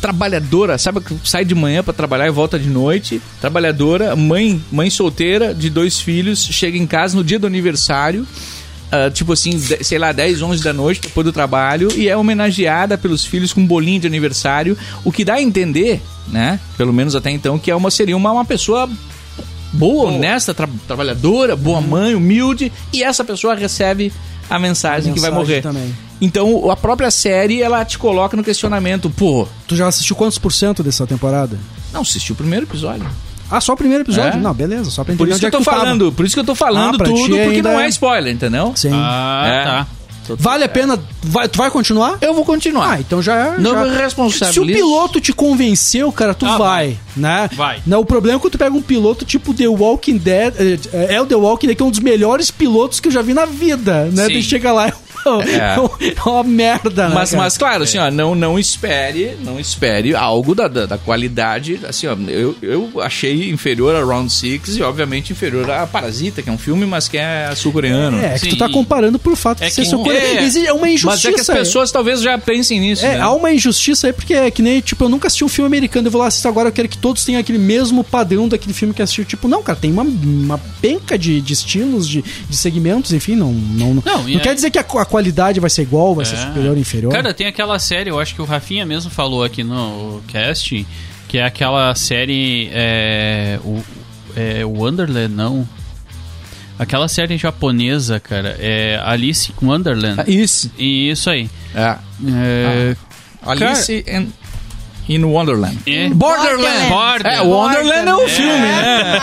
[SPEAKER 2] trabalhadora, sabe, que sai de manhã pra trabalhar e volta de noite, trabalhadora, mãe, mãe solteira de dois filhos, chega em casa no dia do aniversário, ah, tipo assim, de- sei lá, 10, 11 da noite, depois do trabalho, e é homenageada pelos filhos com um bolinho de aniversário, o que dá a entender, né, pelo menos até então, que é uma, seria uma, uma pessoa boa, honesta, tra- trabalhadora,
[SPEAKER 4] Uhum.
[SPEAKER 2] boa mãe, humilde, e essa pessoa recebe a mensagem,
[SPEAKER 4] A
[SPEAKER 2] que vai
[SPEAKER 4] mensagem
[SPEAKER 2] morrer.
[SPEAKER 4] também.
[SPEAKER 2] Então, o- a própria série, ela te coloca no questionamento, pô,
[SPEAKER 4] Tu já assistiu quantos por cento dessa temporada?
[SPEAKER 2] não assisti o primeiro episódio.
[SPEAKER 4] Ah, só o primeiro episódio?
[SPEAKER 2] É?
[SPEAKER 4] Não, beleza, só pra entender
[SPEAKER 2] Por isso
[SPEAKER 4] onde
[SPEAKER 2] que
[SPEAKER 4] é
[SPEAKER 2] eu tô
[SPEAKER 4] tu tava.
[SPEAKER 2] falando, por isso que eu tô falando
[SPEAKER 4] Ah, pra ti
[SPEAKER 2] tudo, porque
[SPEAKER 4] ainda
[SPEAKER 2] não
[SPEAKER 4] é-
[SPEAKER 2] é spoiler, entendeu?
[SPEAKER 4] Sim.
[SPEAKER 5] Ah,
[SPEAKER 2] É.
[SPEAKER 5] tá.
[SPEAKER 4] vale a pena... Vai, tu vai continuar?
[SPEAKER 2] Eu vou continuar.
[SPEAKER 4] Ah, então já é...
[SPEAKER 2] Não
[SPEAKER 4] já...
[SPEAKER 2] me responsabilizo.
[SPEAKER 4] Se o piloto te convenceu, cara, tu
[SPEAKER 5] Ah,
[SPEAKER 4] vai, né?
[SPEAKER 5] Vai.
[SPEAKER 4] Não, o problema é quando tu pega um piloto tipo The Walking Dead, é, é o The Walking Dead, que é um dos melhores pilotos que eu já vi na vida, né?
[SPEAKER 5] Sim.
[SPEAKER 4] Tu chega lá, é uma,
[SPEAKER 2] É.
[SPEAKER 4] é uma- é uma merda, né?
[SPEAKER 2] Mas,
[SPEAKER 4] cara?
[SPEAKER 2] mas claro, assim, ó, não, não espere, não espere algo da, da, da qualidade, assim, ó, eu, eu achei inferior a Round Six e, obviamente, inferior a Parasita, que é um filme, mas que é sul-coreano.
[SPEAKER 4] É, é que tu
[SPEAKER 5] Sim.
[SPEAKER 4] tá comparando por fato
[SPEAKER 5] É
[SPEAKER 4] de ser
[SPEAKER 5] que-
[SPEAKER 4] socorro.
[SPEAKER 5] é.
[SPEAKER 4] Existe- É uma
[SPEAKER 2] um Mas
[SPEAKER 4] injustiça.
[SPEAKER 2] é que as pessoas talvez já pensem nisso,
[SPEAKER 4] É,
[SPEAKER 2] né?
[SPEAKER 4] há uma injustiça aí, porque é que nem, tipo, eu nunca assisti um filme americano, eu vou lá assistir agora, eu quero que todos tenham aquele mesmo padrão daquele filme que assistiu. Tipo, não, cara, tem uma, uma penca de, de estilos, de, de segmentos, enfim, não. Não, não,
[SPEAKER 5] Não, e é-
[SPEAKER 4] quer dizer que a, qu- a qualidade vai ser igual, vai ser
[SPEAKER 5] É.
[SPEAKER 4] superior ou inferior.
[SPEAKER 5] Cara, tem aquela série, eu acho que o Rafinha mesmo falou aqui no cast, que é aquela série. É, o, é, Wonderland, não. Aquela série japonesa, cara, é Alice in Wonderland.
[SPEAKER 2] Ah, Isso.
[SPEAKER 5] E isso aí.
[SPEAKER 2] É.
[SPEAKER 5] É,
[SPEAKER 2] Alice and- in Wonderland.
[SPEAKER 5] é-
[SPEAKER 6] Borderland.
[SPEAKER 2] É,
[SPEAKER 5] Borderland.
[SPEAKER 2] Wonderland é um filme,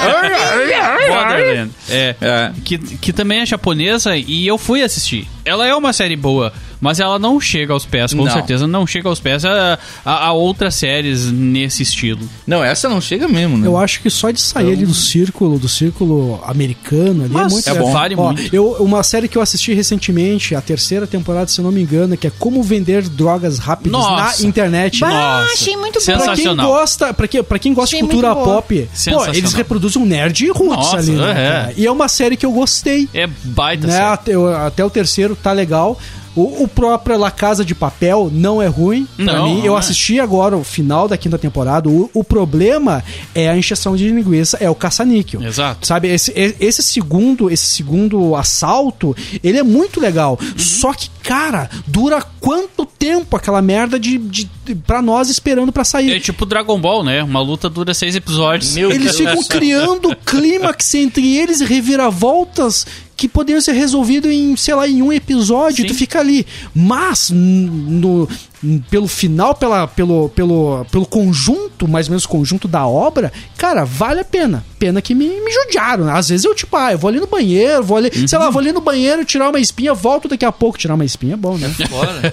[SPEAKER 2] né?
[SPEAKER 5] Borderland. É.
[SPEAKER 2] É.
[SPEAKER 5] Que, que também é japonesa e eu fui assistir. Ela é uma série boa, mas ela não chega aos pés, com
[SPEAKER 2] Não.
[SPEAKER 5] certeza não chega aos pés a, a- a outras séries nesse estilo.
[SPEAKER 2] Não, essa não chega mesmo, né?
[SPEAKER 4] Eu acho que só de sair ali do círculo, do círculo americano ali,
[SPEAKER 5] Mas
[SPEAKER 4] é muito
[SPEAKER 5] é bom.
[SPEAKER 4] Ó,
[SPEAKER 5] Vale muito.
[SPEAKER 4] Eu, uma série que eu assisti recentemente, a terceira temporada, se eu não me engano, que é Como Vender Drogas Rápidas
[SPEAKER 5] Nossa.
[SPEAKER 4] na Internet.
[SPEAKER 6] Bah,
[SPEAKER 5] Nossa.
[SPEAKER 6] achei muito bom.
[SPEAKER 5] Sensa-
[SPEAKER 4] Pra quem
[SPEAKER 5] Sensacional.
[SPEAKER 4] gosta, pra quem, pra quem gosta de
[SPEAKER 6] Achei
[SPEAKER 4] cultura
[SPEAKER 6] muito boa.
[SPEAKER 4] pop, pô,
[SPEAKER 5] Sensacional.
[SPEAKER 4] eles reproduzem um nerd roots
[SPEAKER 5] Nossa,
[SPEAKER 4] ali, né?
[SPEAKER 5] é.
[SPEAKER 4] cara? E é uma série que eu gostei.
[SPEAKER 5] É baita
[SPEAKER 4] Né?
[SPEAKER 5] série.
[SPEAKER 4] Até, o- até o terceiro tá legal. O, o próprio La Casa de Papel não é ruim pra
[SPEAKER 5] Não,
[SPEAKER 4] mim.
[SPEAKER 5] não
[SPEAKER 4] eu
[SPEAKER 5] é.
[SPEAKER 4] assisti agora o final da quinta temporada. O, o problema é a injeção de linguiça, é o caça-níquel.
[SPEAKER 5] Exato.
[SPEAKER 4] Sabe, esse, e- esse segundo, esse segundo assalto, ele é muito legal.
[SPEAKER 5] Uhum.
[SPEAKER 4] Só que, cara, dura quanto tempo aquela merda de, de, de- pra nós esperando pra sair?
[SPEAKER 5] É tipo Dragon Ball, né? Uma luta dura seis episódios.
[SPEAKER 2] Meu
[SPEAKER 4] Eles ficam criando clímax entre eles e reviravoltas que poderiam ser resolvido em, sei lá, em um episódio,
[SPEAKER 5] Sim.
[SPEAKER 4] tu fica ali. Mas n- no- n- pelo final, pela, pelo, pelo, pelo conjunto, mais ou menos conjunto da obra, cara, vale a pena. Pena que me, me judiaram. né? Às vezes eu, tipo, ah, eu vou ali no banheiro, vou ali, sei lá, vou ali no banheiro tirar uma espinha, volto daqui a pouco. Tirar uma espinha é bom, né?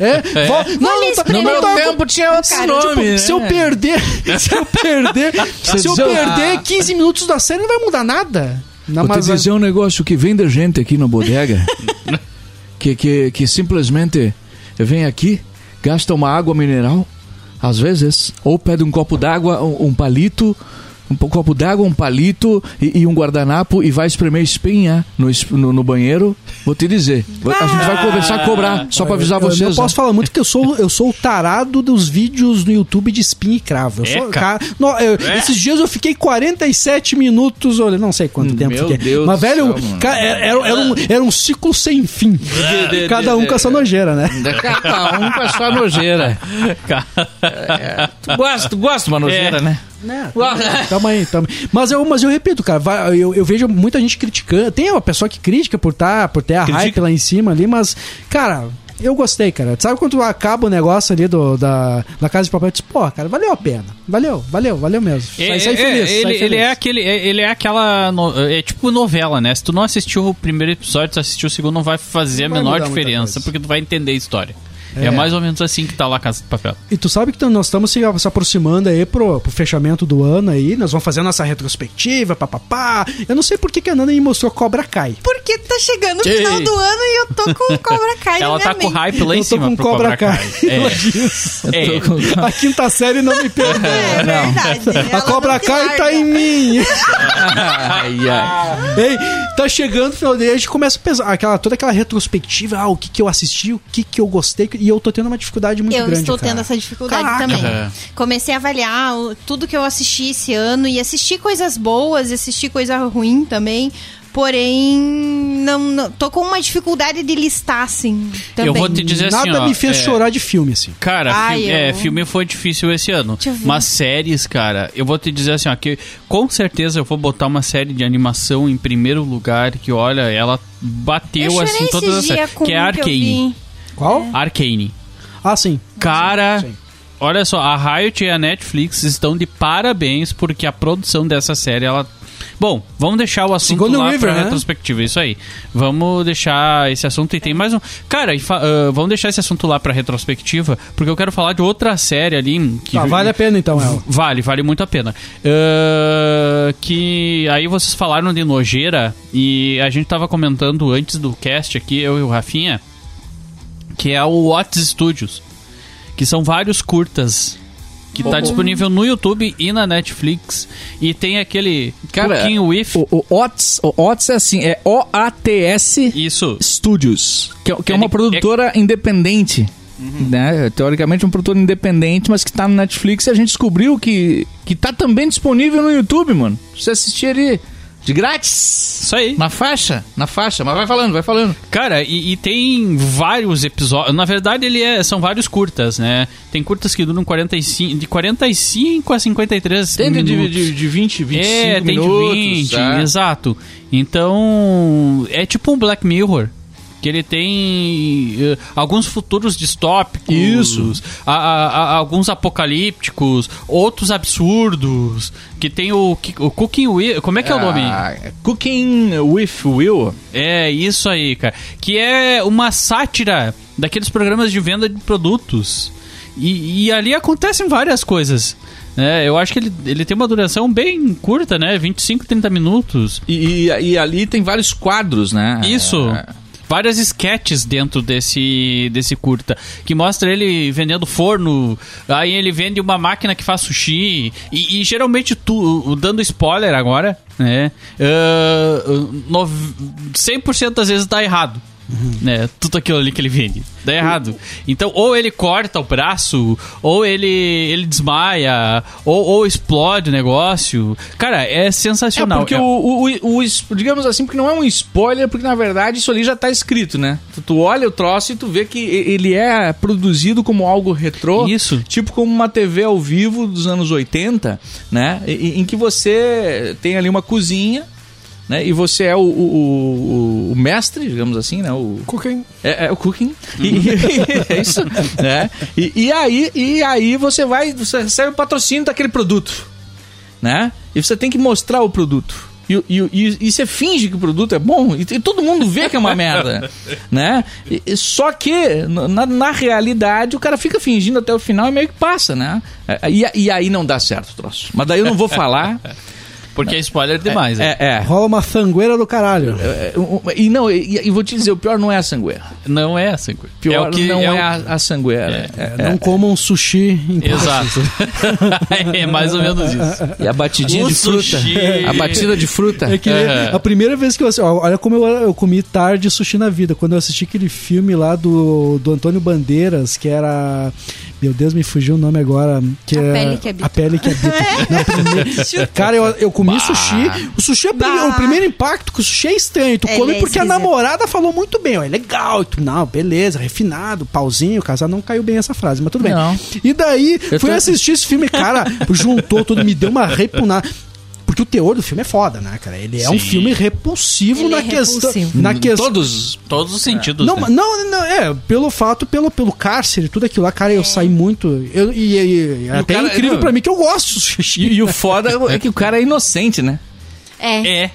[SPEAKER 4] É, vol- Não, não, tá,
[SPEAKER 6] espremer
[SPEAKER 4] não
[SPEAKER 6] um
[SPEAKER 4] tá-
[SPEAKER 2] tempo tinha outro
[SPEAKER 4] Cara,
[SPEAKER 2] nome,
[SPEAKER 4] tipo,
[SPEAKER 2] né?
[SPEAKER 4] se eu perder, se eu perder, Tá, se eu
[SPEAKER 2] dizer-
[SPEAKER 4] perder 15 minutos da série não vai mudar nada. Na
[SPEAKER 1] Vou te
[SPEAKER 2] é-
[SPEAKER 4] Amazônia.
[SPEAKER 1] dizer um negócio que vem da gente aqui na bodega, que, que, que simplesmente vem aqui, gasta uma água mineral, às vezes, ou pede um copo d'água, um, um palito,
[SPEAKER 2] um po- copo d'água, um palito e, e um guardanapo e vai espremer espinha no, es- no, no banheiro, vou te dizer. A gente vai começar a cobrar, só pra avisar
[SPEAKER 4] eu
[SPEAKER 2] vocês.
[SPEAKER 4] não
[SPEAKER 2] né?
[SPEAKER 4] posso falar muito que eu sou, eu sou o tarado dos vídeos no YouTube de espinha e cravo. Eu sou,
[SPEAKER 5] Eca.
[SPEAKER 4] cara, no- eu-
[SPEAKER 2] É?
[SPEAKER 4] Esses dias eu fiquei 47 minutos olhando. Não sei quanto tempo
[SPEAKER 2] Hum, Meu
[SPEAKER 4] fiquei.
[SPEAKER 2] Deus
[SPEAKER 4] Mas,
[SPEAKER 2] do
[SPEAKER 4] velho,
[SPEAKER 2] céu, mano. É,
[SPEAKER 4] ca- era, era, um, era um ciclo sem fim. Cada um com a sua nojeira, né?
[SPEAKER 2] Cada um com a sua nojeira. Gosto, gosto de uma nojeira, né?
[SPEAKER 4] Tamo aí, tamo aí. Mas eu, mas eu repito, cara, vai- eu, eu vejo muita gente criticando. Tem uma pessoa que critica por, tá, por ter a hype lá em cima ali, mas, cara. Eu gostei, cara. Sabe quando acaba o negócio ali do, da, da casa de papel? Eu disse, pô, cara, valeu a pena. Valeu, valeu, valeu mesmo.
[SPEAKER 5] É,
[SPEAKER 4] sai, sai
[SPEAKER 5] é,
[SPEAKER 4] feliz,
[SPEAKER 5] é,
[SPEAKER 4] sai
[SPEAKER 5] ele,
[SPEAKER 4] feliz.
[SPEAKER 5] ele é aquele. é- Ele é aquela. no- é tipo novela, né? Se tu não assistiu o primeiro episódio, tu assistiu o segundo, não vai
[SPEAKER 4] Não
[SPEAKER 5] fazer a
[SPEAKER 4] vai
[SPEAKER 5] menor
[SPEAKER 4] mudar muita
[SPEAKER 5] diferença,
[SPEAKER 4] coisa.
[SPEAKER 5] porque tu vai entender a história. É. mais ou menos assim que tá lá a Casa de Papel.
[SPEAKER 4] E tu sabe que t- nós estamos se, se aproximando aí pro, pro fechamento do ano aí, nós vamos fazer a nossa retrospectiva, papapá. Eu não sei por que, que a Nana me mostrou Cobra Kai.
[SPEAKER 6] Porque tá chegando o
[SPEAKER 5] Ei.
[SPEAKER 6] final do ano e eu tô com Cobra Kai na
[SPEAKER 5] Ela
[SPEAKER 6] minha
[SPEAKER 5] tá com
[SPEAKER 6] mente.
[SPEAKER 5] hype lá em
[SPEAKER 4] eu tô
[SPEAKER 5] cima
[SPEAKER 4] com
[SPEAKER 5] pro Cobra,
[SPEAKER 4] Cobra Kai. Ela
[SPEAKER 5] É.
[SPEAKER 4] disse.
[SPEAKER 5] É.
[SPEAKER 4] A quinta série não me perdoa.
[SPEAKER 6] É verdade.
[SPEAKER 4] A
[SPEAKER 6] Ela
[SPEAKER 4] Cobra
[SPEAKER 6] não se
[SPEAKER 4] Kai tá
[SPEAKER 6] larga.
[SPEAKER 4] em mim.
[SPEAKER 2] Ai, ai.
[SPEAKER 4] Ei, tá chegando o final dele, a gente começa a pesar aquela, toda aquela retrospectiva, ah, o que que eu assisti, o que que eu gostei, e eu tô tendo uma dificuldade muito
[SPEAKER 6] eu
[SPEAKER 4] grande,
[SPEAKER 6] estou
[SPEAKER 4] cara.
[SPEAKER 6] tendo essa dificuldade
[SPEAKER 4] Caraca.
[SPEAKER 6] também.
[SPEAKER 5] É.
[SPEAKER 6] Comecei a avaliar o- tudo que eu assisti esse ano e assisti coisas boas e assisti coisa ruim também. Porém, não, não- tô com uma dificuldade de listar, assim. Também.
[SPEAKER 5] Eu vou te dizer assim,
[SPEAKER 4] Nada
[SPEAKER 5] ó,
[SPEAKER 4] me fez
[SPEAKER 5] é,
[SPEAKER 4] chorar de filme, assim.
[SPEAKER 5] Cara,
[SPEAKER 6] Ai,
[SPEAKER 5] filme,
[SPEAKER 6] Ah, eu-
[SPEAKER 5] é, filme foi difícil esse ano.
[SPEAKER 6] Deixa eu ver.
[SPEAKER 5] Mas séries, cara, eu vou te dizer assim, ó, que com certeza eu vou botar uma série de animação em primeiro lugar, que olha, ela
[SPEAKER 6] Eu
[SPEAKER 5] bateu
[SPEAKER 6] chorei
[SPEAKER 5] assim todas
[SPEAKER 6] esses
[SPEAKER 5] as
[SPEAKER 6] dias
[SPEAKER 5] séries.
[SPEAKER 6] com
[SPEAKER 5] Que é
[SPEAKER 6] um eu
[SPEAKER 5] Arcane.
[SPEAKER 6] vi.
[SPEAKER 4] Qual?
[SPEAKER 6] É.
[SPEAKER 5] Arcane.
[SPEAKER 4] Ah, sim.
[SPEAKER 5] Cara,
[SPEAKER 4] Sim, sim.
[SPEAKER 5] olha só, a Riot e a Netflix estão de parabéns porque a produção dessa série, ela... Bom, vamos deixar o assunto
[SPEAKER 4] Sigourney
[SPEAKER 5] lá
[SPEAKER 4] Weaver,
[SPEAKER 5] pra
[SPEAKER 4] né?
[SPEAKER 5] retrospectiva, isso aí. Vamos deixar esse assunto e tem mais um... Cara, e fa- ah, vamos deixar esse assunto lá pra retrospectiva, porque eu quero falar de outra série ali... Que
[SPEAKER 4] Tá, vale a pena então, ela.
[SPEAKER 5] Vale, vale muito a pena. Ah, que aí vocês falaram de nojeira e a gente tava comentando antes do cast aqui, eu e o Rafinha, que é o Watts Studios, que são vários curtas que tá disponível no YouTube e na Netflix e tem aquele
[SPEAKER 2] Cara,
[SPEAKER 5] Cooking with
[SPEAKER 2] O, o, Ots, o Ots é assim, é O-A-T-S
[SPEAKER 5] isso.
[SPEAKER 2] Studios, que, é- que é
[SPEAKER 5] Ele-
[SPEAKER 2] uma produtora independente. Né? Teoricamente, uma produtora independente, mas que tá no Netflix e a gente descobriu que, que tá também disponível no YouTube, mano. Você assistir ali de grátis.
[SPEAKER 5] Isso aí.
[SPEAKER 2] Na faixa, na faixa, mas vai falando, vai falando.
[SPEAKER 5] Cara, e, e tem vários episódios. Na verdade, ele é, são vários curtas, né? Tem curtas que duram 45, de 45 a 53
[SPEAKER 2] Tem de,
[SPEAKER 5] minutos.
[SPEAKER 2] de, de, de 20, 25
[SPEAKER 5] é, tem
[SPEAKER 2] minutos.
[SPEAKER 5] de 20,
[SPEAKER 2] tá?
[SPEAKER 5] exato. Então, é tipo um Black Mirror. Que ele tem eh, alguns futuros distópicos,
[SPEAKER 2] Isso.
[SPEAKER 5] a- a- a- alguns apocalípticos, outros absurdos. Que tem o, que- o Cooking Wheel. Como é que é o nome?
[SPEAKER 2] Ah, é Cooking with Will.
[SPEAKER 5] É, isso aí, cara. Que é uma sátira daqueles programas de venda de produtos. E, e ali acontecem várias coisas. né? eu acho que ele, ele tem uma duração bem curta, né? 25, 30 minutos.
[SPEAKER 2] E, e, e ali tem vários quadros, né?
[SPEAKER 5] Isso. Várias sketches dentro desse, desse curta. Que mostra ele vendendo forno. Aí ele vende uma máquina que faz sushi. E, e geralmente, tu, o- dando spoiler agora, né? ah, nov- 100% das vezes dá errado. Né, tudo aquilo ali que ele vende dá errado. Então, ou ele corta o braço, ou ele, ele desmaia, ou, ou explode o negócio. Cara, é
[SPEAKER 2] É
[SPEAKER 5] sensacional.
[SPEAKER 2] porque
[SPEAKER 5] É-
[SPEAKER 2] o, o, o- o es- digamos assim, porque não é um spoiler, porque na verdade isso ali já tá escrito, né? Tu, tu olha o troço e tu vê que e- ele é produzido como algo retrô.
[SPEAKER 5] Isso.
[SPEAKER 2] Tipo como uma TV ao vivo dos anos 80, né? E- e- Em, que você tem ali uma cozinha, né? E você é o, o- o- o- o mestre, digamos assim, né? O,
[SPEAKER 4] Cooking.
[SPEAKER 2] É, é o cooking. E, é isso, né? E, e aí, e aí você vai, você recebe o patrocínio daquele produto, né? E você tem que mostrar o produto. E, e, e, e você finge que o produto é bom e, t- e todo mundo vê que é uma merda, né? E- e só que no- na, na realidade o cara fica fingindo até o É, final e meio que passa, né? E, e aí não dá certo o troço. Mas daí eu não vou falar.
[SPEAKER 5] Porque é spoiler demais. né?
[SPEAKER 2] É, é.
[SPEAKER 4] Rola uma sangueira do caralho.
[SPEAKER 2] É, um- um- E não, e, e vou te dizer, o pior não é a sangueira.
[SPEAKER 5] Não é essa coisa.
[SPEAKER 2] Pior
[SPEAKER 5] é o que
[SPEAKER 2] não é,
[SPEAKER 5] o-
[SPEAKER 2] a, a sangueira. É,
[SPEAKER 4] Não comam sushi em
[SPEAKER 5] Exato. é mais ou menos isso.
[SPEAKER 2] é. E a batidinha
[SPEAKER 5] O
[SPEAKER 2] de fruta.
[SPEAKER 5] sushi.
[SPEAKER 2] A batida de fruta.
[SPEAKER 4] É que
[SPEAKER 5] Aham.
[SPEAKER 4] a primeira vez que eu assisti, ó, olha como eu, eu comi tarde sushi na vida, quando eu assisti aquele filme lá do, do Antônio Bandeiras, que era meu Deus, me fugiu o nome agora, que
[SPEAKER 6] A
[SPEAKER 4] é
[SPEAKER 6] Pele que Habita. É.
[SPEAKER 4] A pele que habita. Na primeira- Cara, eu, eu comi sushi, o sushi é o primeiro-
[SPEAKER 6] Bah.
[SPEAKER 4] o primeiro impacto, que o sushi é estranho, tu
[SPEAKER 6] Ele
[SPEAKER 4] come
[SPEAKER 6] é
[SPEAKER 4] porque a
[SPEAKER 6] esquisito.
[SPEAKER 4] namorada falou muito bem, ó, é legal, e tu, não, beleza, refinado, pauzinho, casar não caiu bem essa frase, mas tudo bem.
[SPEAKER 2] Não.
[SPEAKER 4] E daí
[SPEAKER 2] Eu
[SPEAKER 4] fui
[SPEAKER 2] tô-
[SPEAKER 4] assistir esse filme, cara, juntou tudo, me deu uma repunada. Porque o teor do filme é foda, né, cara? Ele é um
[SPEAKER 5] Sim.
[SPEAKER 4] filme repulsivo
[SPEAKER 6] Ele
[SPEAKER 4] na
[SPEAKER 6] é
[SPEAKER 4] questão.
[SPEAKER 6] repulsivo.
[SPEAKER 4] Na questão.
[SPEAKER 5] Todos, todos os
[SPEAKER 4] é
[SPEAKER 5] sentidos.
[SPEAKER 4] Não,
[SPEAKER 5] né?
[SPEAKER 4] mas- não, não, é, pelo fato, pelo, pelo cárcere, tudo aquilo lá, cara,
[SPEAKER 6] É.
[SPEAKER 4] eu saí muito. Eu, e, e- e- é até
[SPEAKER 2] cara-
[SPEAKER 4] incrível
[SPEAKER 2] não.
[SPEAKER 4] pra mim que eu gosto de sushi.
[SPEAKER 2] E, e o foda é que o cara é inocente, né?
[SPEAKER 6] É,
[SPEAKER 5] É.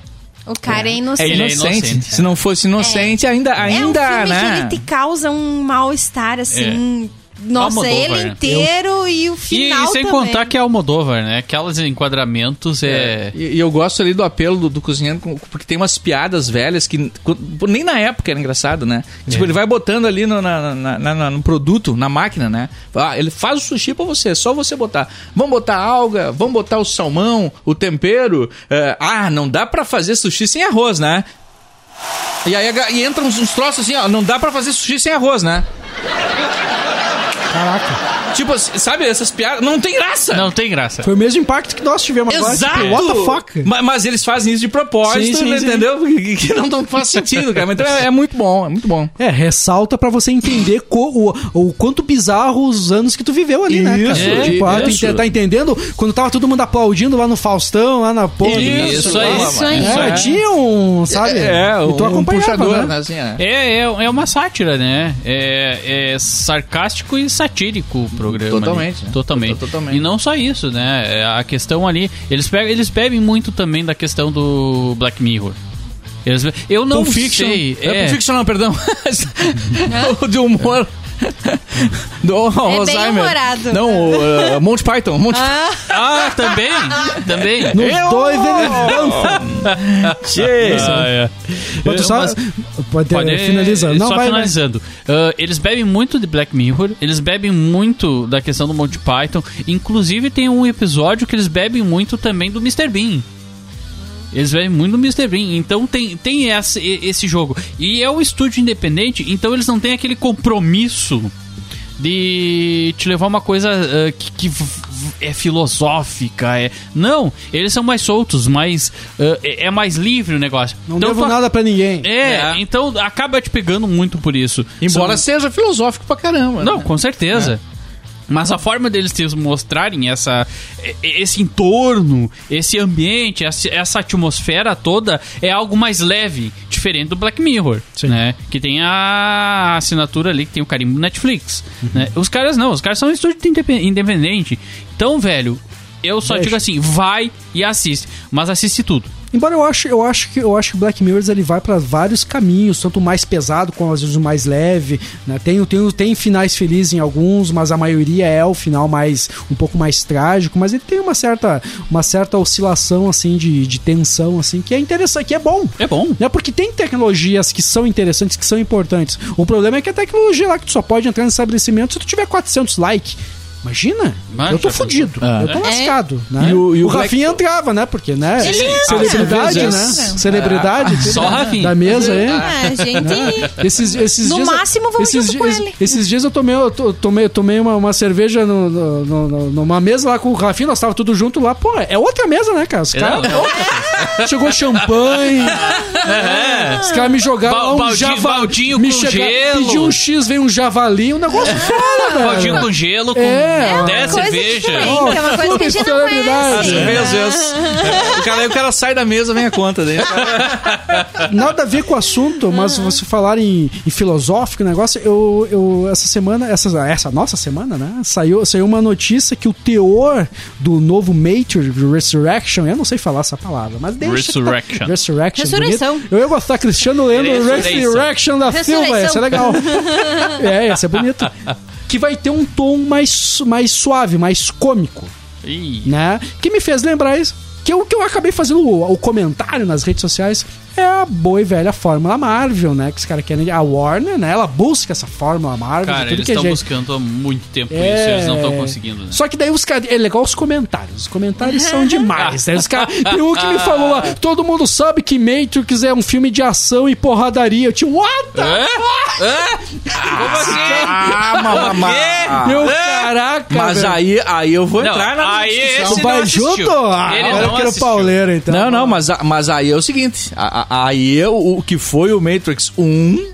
[SPEAKER 6] o cara é,
[SPEAKER 2] É
[SPEAKER 6] inocente.
[SPEAKER 5] Ele é
[SPEAKER 2] inocente.
[SPEAKER 5] inocente.
[SPEAKER 2] Se não fosse inocente, ainda,
[SPEAKER 6] É um
[SPEAKER 2] ainda
[SPEAKER 6] filme que
[SPEAKER 2] né?
[SPEAKER 6] ele te causa um mal-estar, assim.
[SPEAKER 5] É.
[SPEAKER 6] Nossa,
[SPEAKER 5] Almodóvar,
[SPEAKER 6] ele
[SPEAKER 5] né?
[SPEAKER 6] inteiro e o
[SPEAKER 5] E,
[SPEAKER 6] final
[SPEAKER 5] sem
[SPEAKER 6] também.
[SPEAKER 5] contar que é Almodóvar, né? Aqueles enquadramentos é.
[SPEAKER 2] E, e eu gosto ali do apelo do, do cozinheiro, com- porque tem umas piadas velhas que cu- nem na época era engraçado, né?
[SPEAKER 5] É.
[SPEAKER 2] Tipo, ele vai botando ali no, na- na- na- na- no produto, na máquina, né? Ah, ele faz o sushi pra você, é só você botar. Vamos botar alga, vamos botar o salmão, o tempero. é, ah, não dá pra fazer sushi sem arroz, né? E aí a ga- e entra uns, uns troços assim, ó, não dá pra fazer sushi sem arroz, né?
[SPEAKER 4] Caraca.
[SPEAKER 2] Tipo, assim, sabe, essas piadas não tem graça.
[SPEAKER 5] Não tem graça.
[SPEAKER 4] Foi o mesmo impacto que nós tivemos
[SPEAKER 2] Exato!
[SPEAKER 4] agora. Tipo, what the fuck?
[SPEAKER 2] Ma- Mas, eles fazem isso de propósito,
[SPEAKER 4] Sim, sim,
[SPEAKER 2] né,
[SPEAKER 4] sim.
[SPEAKER 2] entendeu? Que- Que não, não faz sentido, cara. Mas Então é, é muito bom, é muito bom.
[SPEAKER 4] É, ressalta pra você entender co- o, o quanto bizarro os anos que tu viveu ali, né, cara?
[SPEAKER 2] Isso,
[SPEAKER 4] tipo, ah, tu
[SPEAKER 2] isso.
[SPEAKER 4] ente- tá entendendo? Quando tava todo mundo aplaudindo lá no Faustão, lá na porra. do-
[SPEAKER 5] Isso aí.
[SPEAKER 6] Isso aí.
[SPEAKER 5] Isso
[SPEAKER 4] né? É,
[SPEAKER 5] aí.
[SPEAKER 4] tinha um, sabe?
[SPEAKER 2] É,
[SPEAKER 4] e tu
[SPEAKER 2] um, um
[SPEAKER 4] acompanhava,
[SPEAKER 2] puxador,
[SPEAKER 4] né?
[SPEAKER 2] né, assim, é.
[SPEAKER 5] É, é, é uma sátira, né? É, é sarcástico e satírico o programa. ali.
[SPEAKER 2] Totalmente, né?
[SPEAKER 5] Totalmente.
[SPEAKER 2] To- totalmente.
[SPEAKER 5] E não só isso, né? É, A questão ali. Eles, pe- eles bebem muito também da questão do Black Mirror. Eles be- eu não
[SPEAKER 2] Pulp Fiction.
[SPEAKER 5] sei.
[SPEAKER 2] É, Pulp Fiction não, perdão. o de humor. Do
[SPEAKER 6] bem
[SPEAKER 2] Alzheimer.
[SPEAKER 6] humorado.
[SPEAKER 2] Não, o, uh, Monty Python. Monty...
[SPEAKER 5] Ah, também! também!
[SPEAKER 4] Nos dois eles dançam.
[SPEAKER 5] Ah, é.
[SPEAKER 4] Mas tu
[SPEAKER 5] Eu-
[SPEAKER 4] só...
[SPEAKER 5] mas-
[SPEAKER 4] Pode,
[SPEAKER 5] Pode,
[SPEAKER 4] é, finalizando. Não,
[SPEAKER 5] só
[SPEAKER 4] vai, vai.
[SPEAKER 5] finalizando. Ah, eles bebem muito de Black Mirror, eles bebem muito da questão do Monty Python. Inclusive, tem um episódio que eles bebem muito também do Mr. Bean. Eles bebem muito do Mr. Bean. Então tem, tem essa- e- esse jogo. E é um estúdio independente, então eles não têm aquele compromisso de te levar uma coisa ah, que, que v- v- é filosófica. É... Não, eles são mais soltos, mais. ah, é é mais livre o negócio.
[SPEAKER 4] Não
[SPEAKER 5] então,
[SPEAKER 4] devo
[SPEAKER 5] tu-
[SPEAKER 4] nada pra ninguém.
[SPEAKER 5] é, então acaba te pegando muito por isso.
[SPEAKER 2] Embora
[SPEAKER 5] São-
[SPEAKER 2] seja filosófico pra caramba.
[SPEAKER 5] Não,
[SPEAKER 2] né?
[SPEAKER 5] com certeza. Mas a forma deles te mostrarem essa, e- esse entorno, esse ambiente, essa, essa atmosfera toda é algo mais leve, diferente do Black Mirror, né? Que tem a assinatura ali, que tem o carimbo Netflix. né? Os caras não, os caras são um estúdio indepe- independente. Então, velho, eu só
[SPEAKER 4] Deixa.
[SPEAKER 5] digo assim, vai e assiste. Mas assiste tudo.
[SPEAKER 4] Embora eu acho, eu acho que eu acho que Black Mirror ele vai pra vários caminhos, tanto o mais pesado como às vezes o mais leve, né? Tem, o- tem, o- tem finais felizes em alguns, mas a maioria é o final mais um pouco mais trágico, mas ele tem uma certa uma certa oscilação assim de, de tensão assim, que é interessante, que é bom.
[SPEAKER 5] É bom.
[SPEAKER 4] Né? Porque tem tecnologias que são interessantes, que são importantes. O problema é que a tecnologia lá que tu só pode entrar no estabelecimento se tu tiver 400 likes. Imagina,
[SPEAKER 5] Mas
[SPEAKER 4] eu tô
[SPEAKER 5] já
[SPEAKER 4] fudido,
[SPEAKER 5] pensou?
[SPEAKER 4] eu tô
[SPEAKER 5] É.
[SPEAKER 4] lascado, né?
[SPEAKER 2] E o- e o Black-
[SPEAKER 4] Rafinha entrava, né? Porque, né?
[SPEAKER 6] Ele entra.
[SPEAKER 4] celebridade, né?
[SPEAKER 2] Às
[SPEAKER 6] vezes.
[SPEAKER 4] Celebridade. tudo,
[SPEAKER 5] Ah, Só
[SPEAKER 4] né?
[SPEAKER 5] Rafinha.
[SPEAKER 4] Da mesa, é.
[SPEAKER 6] Ah, gente.
[SPEAKER 4] Esses, esses
[SPEAKER 6] No
[SPEAKER 4] dias,
[SPEAKER 6] máximo, vamos
[SPEAKER 4] esses
[SPEAKER 6] junto com
[SPEAKER 4] dias-
[SPEAKER 6] ele.
[SPEAKER 4] Esses dias eu tomei, eu to- tomei, eu tomei uma, uma cerveja no, no- no- numa mesa lá com o Rafinha, nós tava tudo junto lá. Pô, é outra mesa, né, cara? Os caras.
[SPEAKER 5] é
[SPEAKER 4] Chegou champanhe. Os caras me jogaram
[SPEAKER 5] É, Ba-
[SPEAKER 4] lá um
[SPEAKER 5] baldinho-
[SPEAKER 4] javali.
[SPEAKER 5] baldinho
[SPEAKER 4] me
[SPEAKER 5] com
[SPEAKER 4] chegaram-
[SPEAKER 5] gelo.
[SPEAKER 4] Pediu um X, veio um javali, um negócio fora, velho.
[SPEAKER 5] Baldinho com gelo, com
[SPEAKER 4] É, é uma
[SPEAKER 5] 10
[SPEAKER 6] coisa
[SPEAKER 5] cervejas.
[SPEAKER 6] diferente. É uma coisa que a gente não
[SPEAKER 4] Celebridade.
[SPEAKER 6] conhece.
[SPEAKER 2] vezes. o, cara, aí o cara sai da mesa, vem a conta dele.
[SPEAKER 4] nada a ver com o assunto, mas se você falar em, em filosófico, negócio, eu, eu essa semana, essa, essa nossa semana, né? Saiu, saiu uma notícia que o teor do novo Matrix Resurrection, eu não sei falar essa palavra, mas deixa que tá-
[SPEAKER 5] Resurrection.
[SPEAKER 4] Resurrection.
[SPEAKER 6] Ressurreição.
[SPEAKER 4] bonito. Eu ia gostar Cristiano lendo
[SPEAKER 5] Ressurreição.
[SPEAKER 4] Resurrection da
[SPEAKER 6] Ressurreição.
[SPEAKER 4] Silva, ia ser legal. é, ia ser bonito. Que vai ter um tom mais, mais suave, mais cômico
[SPEAKER 5] Ih.
[SPEAKER 4] né? Que me fez lembrar isso. Que eu, que eu acabei fazendo o, o comentário nas redes sociais é a boa e velha fórmula Marvel, né? Que os caras querem. A Warner, né? Ela busca essa fórmula Marvel. de
[SPEAKER 5] Cara,
[SPEAKER 4] tudo
[SPEAKER 5] eles
[SPEAKER 4] que é
[SPEAKER 5] estão
[SPEAKER 4] jeito.
[SPEAKER 5] buscando há muito tempo isso,
[SPEAKER 4] É.
[SPEAKER 5] eles não estão conseguindo, né?
[SPEAKER 4] Só que daí os caras. É legal os comentários. Os comentários são demais. Né? Os cara, tem um que me falou lá: todo mundo sabe que Matrix é um filme de ação e porradaria. Eu te. What the
[SPEAKER 2] Ah, mamamá.
[SPEAKER 4] Meu caraca,
[SPEAKER 1] Mas
[SPEAKER 4] velho.
[SPEAKER 1] aí, aí eu vou
[SPEAKER 5] Não,
[SPEAKER 1] entrar na
[SPEAKER 5] aí
[SPEAKER 1] discussão.
[SPEAKER 5] esse
[SPEAKER 4] Tu vai
[SPEAKER 5] não assistiu.
[SPEAKER 4] junto? Ah,
[SPEAKER 5] Ele
[SPEAKER 4] agora
[SPEAKER 5] não
[SPEAKER 4] eu quero
[SPEAKER 5] assistiu.
[SPEAKER 4] pauleira, então.
[SPEAKER 1] Não, não, mas, a- mas aí é o seguinte: a- a- aí eu- o que foi o Matrix 1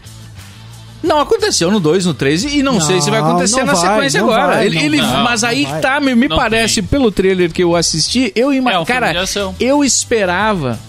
[SPEAKER 1] não aconteceu no 2, no 3 e não,
[SPEAKER 4] Não,
[SPEAKER 1] sei se vai acontecer
[SPEAKER 4] não
[SPEAKER 1] na
[SPEAKER 4] vai,
[SPEAKER 1] sequência
[SPEAKER 4] não
[SPEAKER 1] agora.
[SPEAKER 4] vai,
[SPEAKER 1] Ele-
[SPEAKER 4] não
[SPEAKER 1] ele-
[SPEAKER 5] vai,
[SPEAKER 1] mas
[SPEAKER 4] não
[SPEAKER 1] aí
[SPEAKER 4] vai.
[SPEAKER 1] tá, me, me
[SPEAKER 5] Não
[SPEAKER 1] parece,
[SPEAKER 5] tem.
[SPEAKER 1] pelo trailer que eu assisti, eu
[SPEAKER 5] É
[SPEAKER 1] imagino.
[SPEAKER 5] um filme de
[SPEAKER 1] cara,
[SPEAKER 5] ação.
[SPEAKER 1] eu esperava.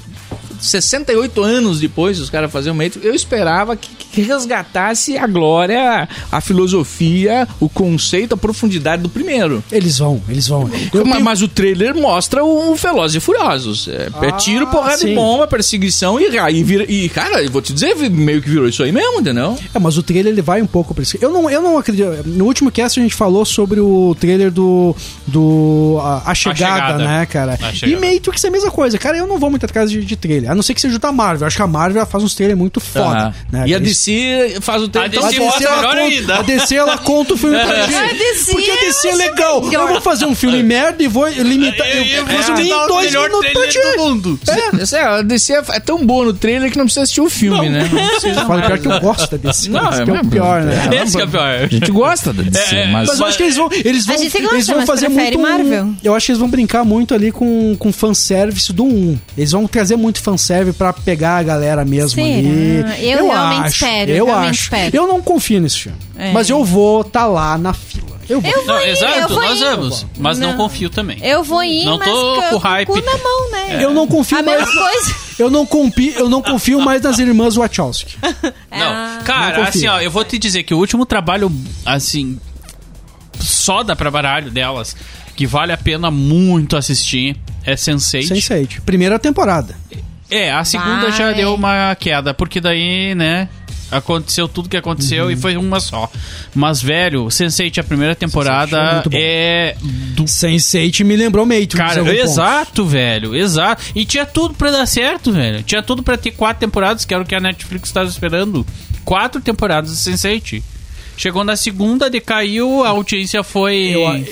[SPEAKER 1] 68 anos depois os caras fazerem o Matrix, eu esperava que, que resgatasse a glória, a filosofia, o conceito, a profundidade do primeiro.
[SPEAKER 4] Eles vão, eles vão. Eu
[SPEAKER 1] Ma- mas,
[SPEAKER 4] tenho-
[SPEAKER 1] o trailer mostra o, o Velozes e Furiosos. É,
[SPEAKER 2] Ah,
[SPEAKER 1] é tiro, porrada
[SPEAKER 4] sim.
[SPEAKER 1] e bomba, perseguição e aí vira. E, cara, eu vou te dizer, vi- meio que virou isso aí mesmo, entendeu?
[SPEAKER 4] É, mas o trailer ele vai um pouco pra isso. Eu não, eu não acredito. No último cast a gente falou sobre o trailer do. do a, A chegada,
[SPEAKER 5] Chegada.
[SPEAKER 4] né, cara?
[SPEAKER 5] A Chegada.
[SPEAKER 4] E Matrix é a mesma coisa. Cara, eu não vou muito atrás de, de trailer. A não ser que seja da Marvel. Acho que a Marvel ela faz uns trailers muito foda.
[SPEAKER 1] Aham.
[SPEAKER 4] Né?
[SPEAKER 1] E a
[SPEAKER 4] Eles-
[SPEAKER 1] DC faz o trailer.
[SPEAKER 5] A
[SPEAKER 2] é
[SPEAKER 1] tão
[SPEAKER 4] a
[SPEAKER 5] DC
[SPEAKER 1] foda.
[SPEAKER 4] DC,
[SPEAKER 5] mostra
[SPEAKER 4] ela
[SPEAKER 5] melhor
[SPEAKER 4] conta,
[SPEAKER 5] ainda.
[SPEAKER 4] a DC ela conta o filme pra gente.
[SPEAKER 6] A DC
[SPEAKER 4] porque a DC é
[SPEAKER 6] é
[SPEAKER 4] legal.
[SPEAKER 6] melhor.
[SPEAKER 4] Eu vou fazer um filme merda e vou limitar. Eu,
[SPEAKER 5] Eu- eu
[SPEAKER 4] vou
[SPEAKER 5] vou
[SPEAKER 4] resumir
[SPEAKER 5] dar
[SPEAKER 4] em
[SPEAKER 5] É. o
[SPEAKER 4] dois
[SPEAKER 5] melhor
[SPEAKER 4] minutos pra ti.
[SPEAKER 5] trailer do mundo.
[SPEAKER 1] É, isso é, a DC é, é tão boa no trailer que não precisa assistir o filme, né? Não precisa.
[SPEAKER 4] Fala pior que eu gosto da DC.
[SPEAKER 1] Não,
[SPEAKER 4] esse
[SPEAKER 1] é
[SPEAKER 4] que é o
[SPEAKER 1] mesmo.
[SPEAKER 4] pior, né?
[SPEAKER 5] Esse que é o pior.
[SPEAKER 1] A gente gosta da DC,
[SPEAKER 5] É,
[SPEAKER 1] mas.
[SPEAKER 4] Mas eu acho que eles vão. Eles vão,
[SPEAKER 6] A gente gosta,
[SPEAKER 4] eles vão
[SPEAKER 6] mas
[SPEAKER 4] fazer
[SPEAKER 6] prefere
[SPEAKER 4] muito. um-
[SPEAKER 6] Marvel.
[SPEAKER 4] eu acho que eles vão brincar muito ali com, com fanservice do 1. Eles vão trazer muito fanservice pra pegar a galera mesmo
[SPEAKER 6] Será?
[SPEAKER 4] ali.
[SPEAKER 6] Eu realmente espero, eu
[SPEAKER 4] Eu
[SPEAKER 6] realmente
[SPEAKER 4] acho.
[SPEAKER 6] espero.
[SPEAKER 4] Eu não confio nesse filme.
[SPEAKER 6] É.
[SPEAKER 4] Mas eu vou tá lá na fila. Eu vou.
[SPEAKER 6] Eu vou
[SPEAKER 5] Não,
[SPEAKER 6] ir, eu
[SPEAKER 5] exato,
[SPEAKER 6] vou
[SPEAKER 5] nós
[SPEAKER 6] ir.
[SPEAKER 5] vamos. Mas não,
[SPEAKER 6] Não.
[SPEAKER 5] confio também.
[SPEAKER 6] Eu vou ir,
[SPEAKER 5] Não
[SPEAKER 6] mas
[SPEAKER 5] tô
[SPEAKER 6] ca-
[SPEAKER 5] com hype.
[SPEAKER 6] o cu na mão, né?
[SPEAKER 4] É. Eu não confio
[SPEAKER 6] A
[SPEAKER 4] mais.
[SPEAKER 6] mesma coisa.
[SPEAKER 4] Eu não, compi, eu não confio mais nas irmãs Wachowski.
[SPEAKER 5] Não, cara,
[SPEAKER 4] Ah. não confio.
[SPEAKER 5] assim, ó, eu vou te dizer que o último trabalho, assim, soda pra baralho delas, que vale a pena muito assistir, é Sense8.
[SPEAKER 4] Sense8. Primeira temporada.
[SPEAKER 5] É, a segunda
[SPEAKER 6] Vai.
[SPEAKER 5] já deu uma queda, porque daí, né, aconteceu tudo que
[SPEAKER 4] Uhum.
[SPEAKER 5] aconteceu e foi uma só. Mas, velho, Sense8, a primeira
[SPEAKER 4] é
[SPEAKER 5] temporada
[SPEAKER 4] muito bom.
[SPEAKER 5] é do
[SPEAKER 4] Sense8 me lembrou Matrix. em
[SPEAKER 5] Cara,
[SPEAKER 4] algum ponto.
[SPEAKER 5] exato, velho, exato. E tinha tudo pra dar certo, velho. Tinha tudo pra ter quatro temporadas, que era o que a Netflix estava esperando. Quatro temporadas de Sense8. Chegou na segunda, decaiu, a audiência foi...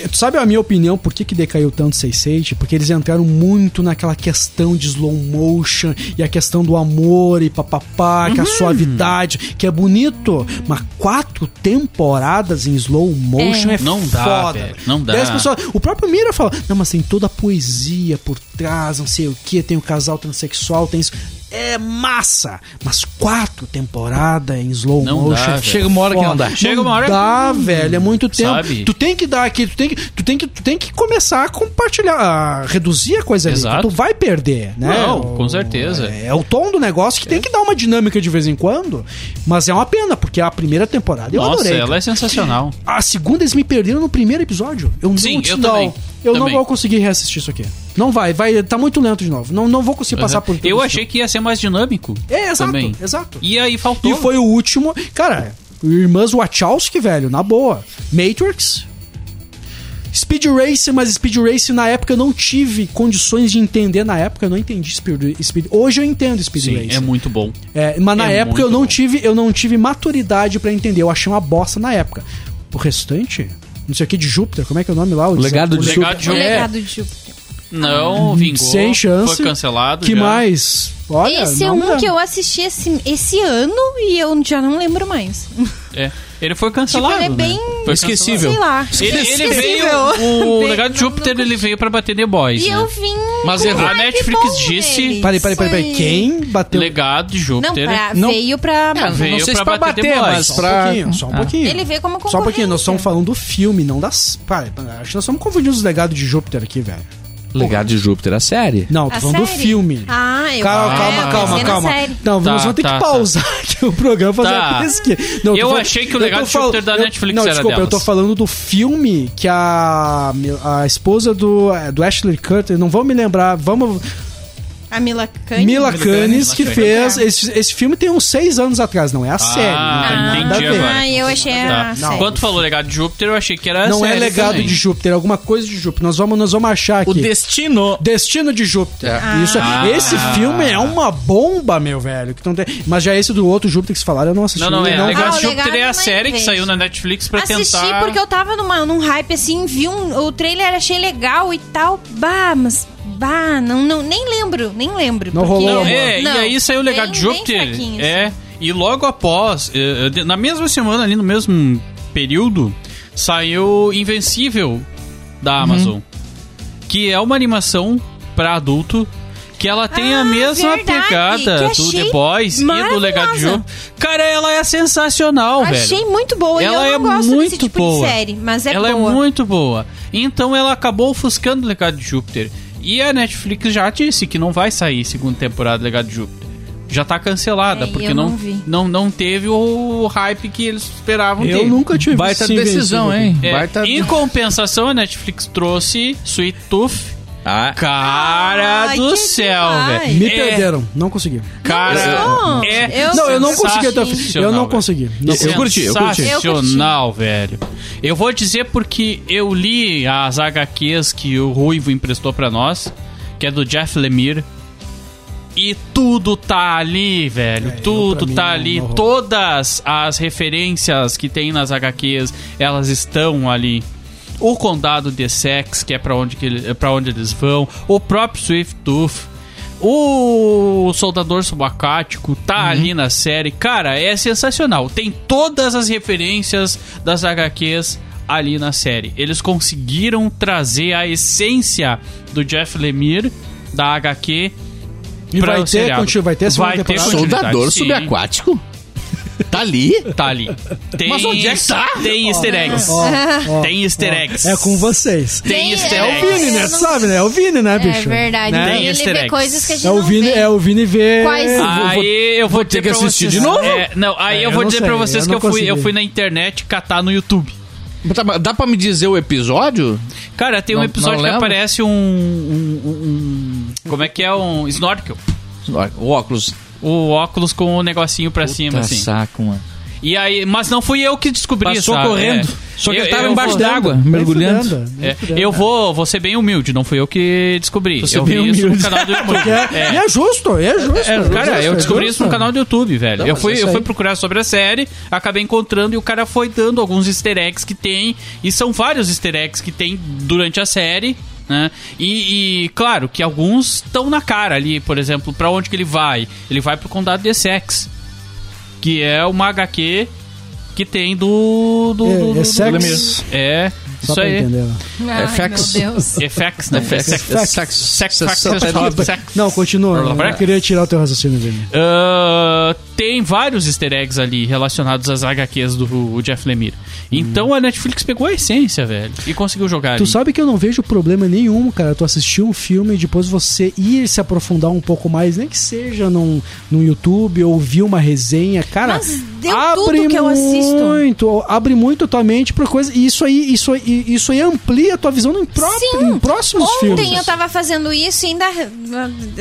[SPEAKER 4] Eu- tu sabe a minha opinião por que, que decaiu tanto 6 Porque eles entraram muito naquela questão de slow motion e a questão do amor e papapá, que a suavidade, que é bonito. Mas quatro temporadas em slow motion é,
[SPEAKER 5] Não dá,
[SPEAKER 4] foda.
[SPEAKER 5] velho, não dá.
[SPEAKER 4] Daí as pessoas- o próprio Mira fala, não, mas tem toda a poesia por trás, não sei o que, tem o casal transexual, tem isso. É massa! Mas quatro temporadas em slow
[SPEAKER 5] Não
[SPEAKER 4] motion.
[SPEAKER 5] dá,
[SPEAKER 4] é
[SPEAKER 5] velho.
[SPEAKER 1] Chega uma hora que não dá.
[SPEAKER 5] Chega uma hora que-
[SPEAKER 4] dá, velho. É muito tempo.
[SPEAKER 5] Sabe?
[SPEAKER 4] Tu tem que dar aqui, tu tem que, tu tem que, tu tem que começar a compartilhar, a reduzir a coisa ali.
[SPEAKER 5] Exato.
[SPEAKER 4] Tu vai perder, né?
[SPEAKER 5] Não,
[SPEAKER 4] O-
[SPEAKER 5] com certeza.
[SPEAKER 4] É, é o tom do negócio que tem que dar uma dinâmica de vez em quando, mas é uma pena, porque a primeira temporada eu
[SPEAKER 5] Nossa,
[SPEAKER 4] adorei.
[SPEAKER 5] ela
[SPEAKER 4] cara.
[SPEAKER 5] é sensacional.
[SPEAKER 4] A segunda eles me perderam no primeiro episódio. Eu
[SPEAKER 5] Sim,
[SPEAKER 4] não
[SPEAKER 5] eu
[SPEAKER 4] não,
[SPEAKER 5] também.
[SPEAKER 4] eu
[SPEAKER 5] Também.
[SPEAKER 4] não vou conseguir reassistir isso aqui. Não vai, vai, tá muito lento de novo. Não, não vou conseguir passar por tudo
[SPEAKER 5] Uhum. Eu
[SPEAKER 4] isso.
[SPEAKER 5] achei que ia ser mais dinâmico.
[SPEAKER 4] É, exato,
[SPEAKER 5] também.
[SPEAKER 4] exato.
[SPEAKER 5] E aí faltou.
[SPEAKER 4] E foi o último. Cara, Irmãs Wachowski, velho, na boa. Matrix. Speed Race, mas Speed Race na época eu não tive condições de entender. Na época eu não entendi Speed, Speed Hoje eu entendo Speed
[SPEAKER 5] Sim,
[SPEAKER 4] Race.
[SPEAKER 5] é muito bom.
[SPEAKER 4] É, mas na
[SPEAKER 5] é
[SPEAKER 4] época eu
[SPEAKER 5] muito
[SPEAKER 4] não
[SPEAKER 5] bom.
[SPEAKER 4] tive, eu não tive maturidade pra entender. Eu achei uma bosta na época. O restante, não sei o que de Júpiter, como é que é o nome lá? O é
[SPEAKER 1] Legado de
[SPEAKER 5] Legado de
[SPEAKER 6] O
[SPEAKER 5] jogo
[SPEAKER 6] legado de
[SPEAKER 4] tipo,
[SPEAKER 6] Júpiter.
[SPEAKER 5] não vingou.
[SPEAKER 4] Hum, Sem chance.
[SPEAKER 5] Foi cancelado
[SPEAKER 4] Que
[SPEAKER 5] já.
[SPEAKER 4] mais? Olha,
[SPEAKER 6] Esse é
[SPEAKER 4] não
[SPEAKER 6] um
[SPEAKER 4] lembro.
[SPEAKER 6] que eu assisti esse, esse ano e eu já não lembro mais.
[SPEAKER 5] É. Ele foi
[SPEAKER 6] Tipo,
[SPEAKER 5] cancelado.
[SPEAKER 6] ele é
[SPEAKER 5] né?
[SPEAKER 6] bem.
[SPEAKER 5] Foi
[SPEAKER 1] Esquecível.
[SPEAKER 6] Sei lá.
[SPEAKER 5] Ele, ele veio.
[SPEAKER 6] Esquecível.
[SPEAKER 5] O
[SPEAKER 6] Bem,
[SPEAKER 5] legado de
[SPEAKER 6] não-
[SPEAKER 5] Júpiter ele veio pra bater The Boys.
[SPEAKER 6] E
[SPEAKER 5] né?
[SPEAKER 4] um
[SPEAKER 6] eu vim.
[SPEAKER 5] Mas
[SPEAKER 6] com
[SPEAKER 4] é,
[SPEAKER 5] errou.
[SPEAKER 6] hype
[SPEAKER 5] A Netflix
[SPEAKER 6] bom
[SPEAKER 5] disse-
[SPEAKER 6] deles.
[SPEAKER 4] Peraí, peraí, peraí, peraí. Quem bateu?
[SPEAKER 5] Legado de
[SPEAKER 6] Não,
[SPEAKER 5] Júpiter. né? Tá.
[SPEAKER 6] pra-
[SPEAKER 1] Não.
[SPEAKER 6] É, veio pra.
[SPEAKER 5] veio
[SPEAKER 1] não sei
[SPEAKER 5] pra
[SPEAKER 1] se pra bater,
[SPEAKER 5] bater The Boys.
[SPEAKER 1] mas
[SPEAKER 4] Só um
[SPEAKER 1] pra-
[SPEAKER 4] pouquinho,
[SPEAKER 5] Ah.
[SPEAKER 4] só um pouquinho.
[SPEAKER 6] Ele veio como
[SPEAKER 4] Só um pouquinho, nós estamos
[SPEAKER 6] concorrente.
[SPEAKER 4] falando do filme, não das. Para, para, acho que nós estamos confundindo os legados de Júpiter aqui, velho.
[SPEAKER 1] Legado de Júpiter, a série.
[SPEAKER 4] Não, tô
[SPEAKER 6] A
[SPEAKER 4] falando do
[SPEAKER 6] série?
[SPEAKER 4] filme.
[SPEAKER 6] Ah, eu
[SPEAKER 4] Calma,
[SPEAKER 6] ah,
[SPEAKER 4] calma,
[SPEAKER 6] eu
[SPEAKER 4] calma,
[SPEAKER 6] pensei na
[SPEAKER 4] calma.
[SPEAKER 6] série.
[SPEAKER 4] Não,
[SPEAKER 5] Tá,
[SPEAKER 4] nós vamos ter
[SPEAKER 5] tá,
[SPEAKER 4] que
[SPEAKER 5] tá.
[SPEAKER 4] pausar aqui o programa fazer
[SPEAKER 5] Tá.
[SPEAKER 4] uma pesquisa. Não, tô
[SPEAKER 5] Eu
[SPEAKER 4] falando-
[SPEAKER 5] achei que o
[SPEAKER 4] eu tô
[SPEAKER 5] legado de
[SPEAKER 4] fal-
[SPEAKER 5] Júpiter da
[SPEAKER 4] eu-
[SPEAKER 5] Netflix
[SPEAKER 4] não,
[SPEAKER 5] era
[SPEAKER 4] desculpa, eu tô
[SPEAKER 5] delas.
[SPEAKER 4] falando do filme que é, a, a esposa do, do Ashley Curtis, não vamos me lembrar, vamos.
[SPEAKER 6] A Mila Kunis.
[SPEAKER 4] Mila Kunis, que
[SPEAKER 5] Kunis.
[SPEAKER 4] fez. Esse, esse filme tem uns seis anos atrás, não é a série.
[SPEAKER 5] Ah,
[SPEAKER 4] não tem nada a
[SPEAKER 5] entendi
[SPEAKER 4] ver.
[SPEAKER 5] agora.
[SPEAKER 6] Ah, eu achei
[SPEAKER 5] Tá.
[SPEAKER 6] a série.
[SPEAKER 5] Quando tu falou legado de Júpiter, eu achei que era
[SPEAKER 4] Não é
[SPEAKER 5] série
[SPEAKER 4] legado
[SPEAKER 5] também.
[SPEAKER 4] de Júpiter, é alguma coisa de Júpiter. Nós vamos, nós vamos achar aqui.
[SPEAKER 1] O destino.
[SPEAKER 4] Destino de Júpiter. Isso, é-
[SPEAKER 5] Ah.
[SPEAKER 4] Esse filme é uma bomba, meu velho. Que não tem, mas já é esse do outro Júpiter que vocês falaram, eu não assisti.
[SPEAKER 5] Não, não, é.
[SPEAKER 4] não-
[SPEAKER 5] Legado
[SPEAKER 6] Ah,
[SPEAKER 5] de
[SPEAKER 6] o
[SPEAKER 5] Júpiter
[SPEAKER 6] Legado
[SPEAKER 5] é
[SPEAKER 6] eu
[SPEAKER 5] a
[SPEAKER 6] não
[SPEAKER 5] série que
[SPEAKER 6] vejo.
[SPEAKER 5] saiu na Netflix pra
[SPEAKER 6] Assisti
[SPEAKER 5] tentar.
[SPEAKER 6] porque eu tava numa, num hype assim, vi um, o trailer, achei legal e tal. Bah, mas. Bah, não, não, nem lembro, nem lembro.
[SPEAKER 4] Não
[SPEAKER 6] porque-
[SPEAKER 4] rolou,
[SPEAKER 5] Não, é,
[SPEAKER 6] Não,
[SPEAKER 5] e aí saiu o legado
[SPEAKER 6] bem-
[SPEAKER 5] de
[SPEAKER 6] bem
[SPEAKER 5] Júpiter.
[SPEAKER 6] fraquinho, assim.
[SPEAKER 5] É, e logo após, eh, eh, de- na mesma semana, ali no mesmo período, saiu Invencível da
[SPEAKER 6] Uhum.
[SPEAKER 5] Amazon. Que é uma animação pra adulto. Que ela tem
[SPEAKER 6] Ah,
[SPEAKER 5] a mesma
[SPEAKER 6] verdade,
[SPEAKER 5] pegada
[SPEAKER 6] que
[SPEAKER 5] do
[SPEAKER 6] achei
[SPEAKER 5] The Boys e do Legado de
[SPEAKER 6] maravilhosa.
[SPEAKER 5] Júpiter. Cara, ela é sensacional, velho.
[SPEAKER 6] Achei muito boa.
[SPEAKER 5] Ela
[SPEAKER 6] e eu não
[SPEAKER 5] é
[SPEAKER 6] gosto
[SPEAKER 5] muito
[SPEAKER 6] desse tipo
[SPEAKER 5] boa.
[SPEAKER 6] de série, mas é
[SPEAKER 5] ela
[SPEAKER 6] boa.
[SPEAKER 5] é muito boa. Então ela acabou ofuscando o Legado de Júpiter. E a Netflix já disse que não vai sair segunda temporada do Legado de Júpiter. Já tá cancelada,
[SPEAKER 6] É, e
[SPEAKER 5] porque
[SPEAKER 6] eu
[SPEAKER 5] não,
[SPEAKER 6] não vi.
[SPEAKER 5] não, não teve o hype que eles esperavam
[SPEAKER 4] Eu
[SPEAKER 5] ter.
[SPEAKER 4] nunca tive
[SPEAKER 1] Baita
[SPEAKER 4] esse
[SPEAKER 1] decisão, hein?
[SPEAKER 5] É,
[SPEAKER 1] Baita.
[SPEAKER 5] Em compensação, a Netflix trouxe Sweet Tooth.
[SPEAKER 1] Ah,
[SPEAKER 5] Cara
[SPEAKER 6] Ai,
[SPEAKER 5] do
[SPEAKER 6] que
[SPEAKER 5] céu,
[SPEAKER 6] demais.
[SPEAKER 5] velho.
[SPEAKER 4] Me
[SPEAKER 5] É,
[SPEAKER 4] perderam, não consegui.
[SPEAKER 5] Cara,
[SPEAKER 6] Não,
[SPEAKER 5] é
[SPEAKER 6] eu-
[SPEAKER 4] Não, eu não consegui até o
[SPEAKER 5] sensacional,
[SPEAKER 4] fim. Eu não
[SPEAKER 5] velho.
[SPEAKER 4] consegui. Não consegui.
[SPEAKER 1] Eu curti, eu curti.
[SPEAKER 5] Sensacional, velho. Eu vou dizer porque eu li as HQs que o Ruivo emprestou pra nós, que é do Jeff Lemire. E tudo tá ali, velho.
[SPEAKER 4] É, pra
[SPEAKER 5] tudo
[SPEAKER 4] mim é um
[SPEAKER 5] tá
[SPEAKER 4] não-
[SPEAKER 5] ali.
[SPEAKER 4] não rolou.
[SPEAKER 5] Todas as referências que tem nas HQs, elas estão ali. O Condado de Sex, que é pra onde, que ele, pra onde eles vão. O próprio Swift Tooth. O Soldador Subacático
[SPEAKER 4] Uhum.
[SPEAKER 5] tá ali na série. Cara, é sensacional. Tem todas as referências das HQs ali na série. Eles conseguiram trazer a essência do Jeff Lemire, da HQ,
[SPEAKER 4] E
[SPEAKER 5] pra
[SPEAKER 4] vai
[SPEAKER 5] o
[SPEAKER 4] ter,
[SPEAKER 5] seriado.
[SPEAKER 4] continu- vai ter segunda
[SPEAKER 5] Vai ter
[SPEAKER 4] temporada?
[SPEAKER 5] continu-
[SPEAKER 2] Soldador
[SPEAKER 5] Sim.
[SPEAKER 2] subaquático? Tá ali?
[SPEAKER 5] tá ali. Tem,
[SPEAKER 2] Mas onde é que tá?
[SPEAKER 5] Tem easter eggs.
[SPEAKER 4] Ó, ó,
[SPEAKER 5] Tem easter
[SPEAKER 4] ó.
[SPEAKER 5] eggs.
[SPEAKER 4] É com vocês.
[SPEAKER 5] Tem
[SPEAKER 6] Tem-
[SPEAKER 5] easter
[SPEAKER 6] é o
[SPEAKER 4] É o
[SPEAKER 5] eggs.
[SPEAKER 4] Vini, né?
[SPEAKER 6] Eu
[SPEAKER 4] Tu
[SPEAKER 6] não-
[SPEAKER 4] sabe, né? É o Vini, né, bicho?
[SPEAKER 6] É verdade.
[SPEAKER 5] Né?
[SPEAKER 6] Né?
[SPEAKER 5] Tem
[SPEAKER 6] Ele
[SPEAKER 5] easter
[SPEAKER 6] vê
[SPEAKER 5] eggs.
[SPEAKER 6] coisas que a gente
[SPEAKER 4] É o
[SPEAKER 6] não
[SPEAKER 4] Vini,
[SPEAKER 6] vê.
[SPEAKER 4] é o Vini ver.
[SPEAKER 6] Quais-
[SPEAKER 4] Ah,
[SPEAKER 5] Aí eu vou dizer
[SPEAKER 1] que
[SPEAKER 5] pra
[SPEAKER 1] assistir
[SPEAKER 5] vocês-
[SPEAKER 1] de novo?
[SPEAKER 5] É, não, aí
[SPEAKER 4] É,
[SPEAKER 5] eu
[SPEAKER 4] eu
[SPEAKER 5] vou
[SPEAKER 4] não
[SPEAKER 5] dizer
[SPEAKER 4] sei,
[SPEAKER 5] pra vocês
[SPEAKER 4] eu
[SPEAKER 5] que
[SPEAKER 4] não
[SPEAKER 5] eu fui, eu
[SPEAKER 4] consegui.
[SPEAKER 5] fui na internet catar no YouTube.
[SPEAKER 2] Tá, mas Dá pra me dizer o episódio?
[SPEAKER 5] Cara, tem um
[SPEAKER 2] Não-
[SPEAKER 5] episódio
[SPEAKER 2] não
[SPEAKER 5] que
[SPEAKER 2] lembra?
[SPEAKER 5] aparece um, um- um- um- Como é que é? Um snorkel.
[SPEAKER 2] O óculos.
[SPEAKER 5] O óculos com o negocinho pra
[SPEAKER 2] Tá
[SPEAKER 5] cima, assim.
[SPEAKER 2] saco, mano.
[SPEAKER 5] E aí, mas não fui eu que descobri é. isso.
[SPEAKER 1] Passou correndo. Só que ele tava embaixo d'água,
[SPEAKER 4] Nem
[SPEAKER 1] mergulhando.
[SPEAKER 4] fudendo, Tá, nem
[SPEAKER 5] É,
[SPEAKER 4] fudendo.
[SPEAKER 5] eu vou, vou ser bem humilde, não fui eu que descobri.
[SPEAKER 1] Você
[SPEAKER 5] eu
[SPEAKER 1] bem
[SPEAKER 5] vi isso no
[SPEAKER 1] humilde.
[SPEAKER 5] canal do YouTube.
[SPEAKER 4] Porque é, e é justo, é justo.
[SPEAKER 5] É, cara,
[SPEAKER 4] justo,
[SPEAKER 5] eu
[SPEAKER 4] é
[SPEAKER 5] descobri isso
[SPEAKER 4] justo.
[SPEAKER 5] no canal do YouTube, velho.
[SPEAKER 2] Não,
[SPEAKER 5] eu,
[SPEAKER 2] mas é
[SPEAKER 5] fui,
[SPEAKER 2] isso
[SPEAKER 5] eu fui
[SPEAKER 2] aí.
[SPEAKER 5] procurar sobre a série, acabei encontrando e o cara foi dando alguns easter eggs que tem. E são vários easter eggs que tem durante a série. Né? E, e, claro que alguns estão na cara ali, por exemplo, pra onde que ele vai? Ele vai pro Condado de Essex, que é uma HQ que tem do. do,
[SPEAKER 4] É,
[SPEAKER 5] do- do-
[SPEAKER 4] é
[SPEAKER 5] do-
[SPEAKER 4] sexo.
[SPEAKER 5] É,
[SPEAKER 4] Só
[SPEAKER 5] isso
[SPEAKER 4] pra
[SPEAKER 5] aí.
[SPEAKER 4] entender. né?
[SPEAKER 6] Ai,
[SPEAKER 2] FX.
[SPEAKER 6] meu Deus.
[SPEAKER 5] Effects, né? Effects.
[SPEAKER 2] É saco.
[SPEAKER 5] Sexo,
[SPEAKER 2] Sexo-
[SPEAKER 5] sexo, sexo, sexo.
[SPEAKER 4] Não, continua. né?
[SPEAKER 5] Orla
[SPEAKER 4] Eu
[SPEAKER 5] Branca?
[SPEAKER 4] queria tirar o teu raciocínio, Vini.
[SPEAKER 5] Ah, tem vários easter eggs ali relacionados às HQs do Jeff Lemire. Então a Netflix pegou a essência, velho, e conseguiu jogar
[SPEAKER 4] Hum. Tu
[SPEAKER 5] ali.
[SPEAKER 4] sabe que eu não vejo problema nenhum, cara. Tu assistir um filme e depois você ir se aprofundar um pouco mais, nem que seja num, num YouTube ou ouvir uma resenha, cara.
[SPEAKER 6] Mas deu tudo que eu assisto.
[SPEAKER 4] muito, abre muito a tua mente pra coisa. E isso aí, isso aí, isso aí amplia a tua visão em, pró-
[SPEAKER 6] Sim.
[SPEAKER 4] em próximos
[SPEAKER 6] Ontem
[SPEAKER 4] filmes.
[SPEAKER 6] eu tava fazendo isso e ainda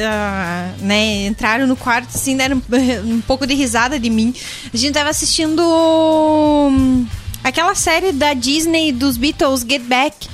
[SPEAKER 6] ah, né, entraram no quarto assim, deram um pouco de risada de mim. A gente tava assistindo hum, aquela série da Disney dos Beatles, Get Back.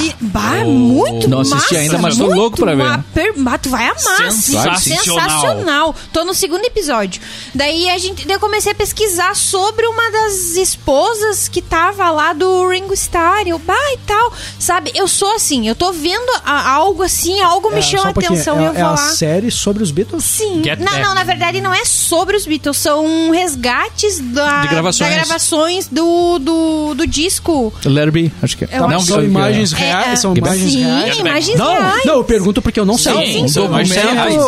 [SPEAKER 6] E, bah, muito
[SPEAKER 1] Não assisti
[SPEAKER 6] massa,
[SPEAKER 1] ainda, mas tô
[SPEAKER 6] muito
[SPEAKER 1] louco pra ver.
[SPEAKER 6] ma- per- bah, tu vai amar, assim,
[SPEAKER 5] Sensacional.
[SPEAKER 6] sensacional. Tô no segundo episódio. Daí a gente, daí eu comecei a pesquisar sobre uma das esposas que tava lá do Ringo Starr, eu, bah, e tal. Sabe, eu sou assim, eu tô vendo a- algo assim, algo me
[SPEAKER 4] É, só
[SPEAKER 6] chama
[SPEAKER 4] um pouquinho,
[SPEAKER 6] atenção e
[SPEAKER 4] é,
[SPEAKER 6] eu
[SPEAKER 4] é
[SPEAKER 6] vou
[SPEAKER 4] a
[SPEAKER 6] lá.
[SPEAKER 4] série sobre os Beatles.
[SPEAKER 6] Sim.
[SPEAKER 5] Get
[SPEAKER 6] Não,
[SPEAKER 5] Back.
[SPEAKER 6] não, na verdade não é sobre os Beatles, são resgates da,
[SPEAKER 1] De gravações.
[SPEAKER 6] da gravações do, do, do disco.
[SPEAKER 1] Let it be, acho que é.
[SPEAKER 6] Eu acho
[SPEAKER 4] são
[SPEAKER 1] que-
[SPEAKER 4] imagens reais.
[SPEAKER 6] é,
[SPEAKER 4] são imagens
[SPEAKER 6] Sim,
[SPEAKER 4] reais.
[SPEAKER 6] imagens
[SPEAKER 1] Não,
[SPEAKER 6] reais.
[SPEAKER 4] Não, eu pergunto porque eu não sei.
[SPEAKER 5] Sim, é
[SPEAKER 4] Um
[SPEAKER 5] são imagens
[SPEAKER 4] documento-
[SPEAKER 5] reais,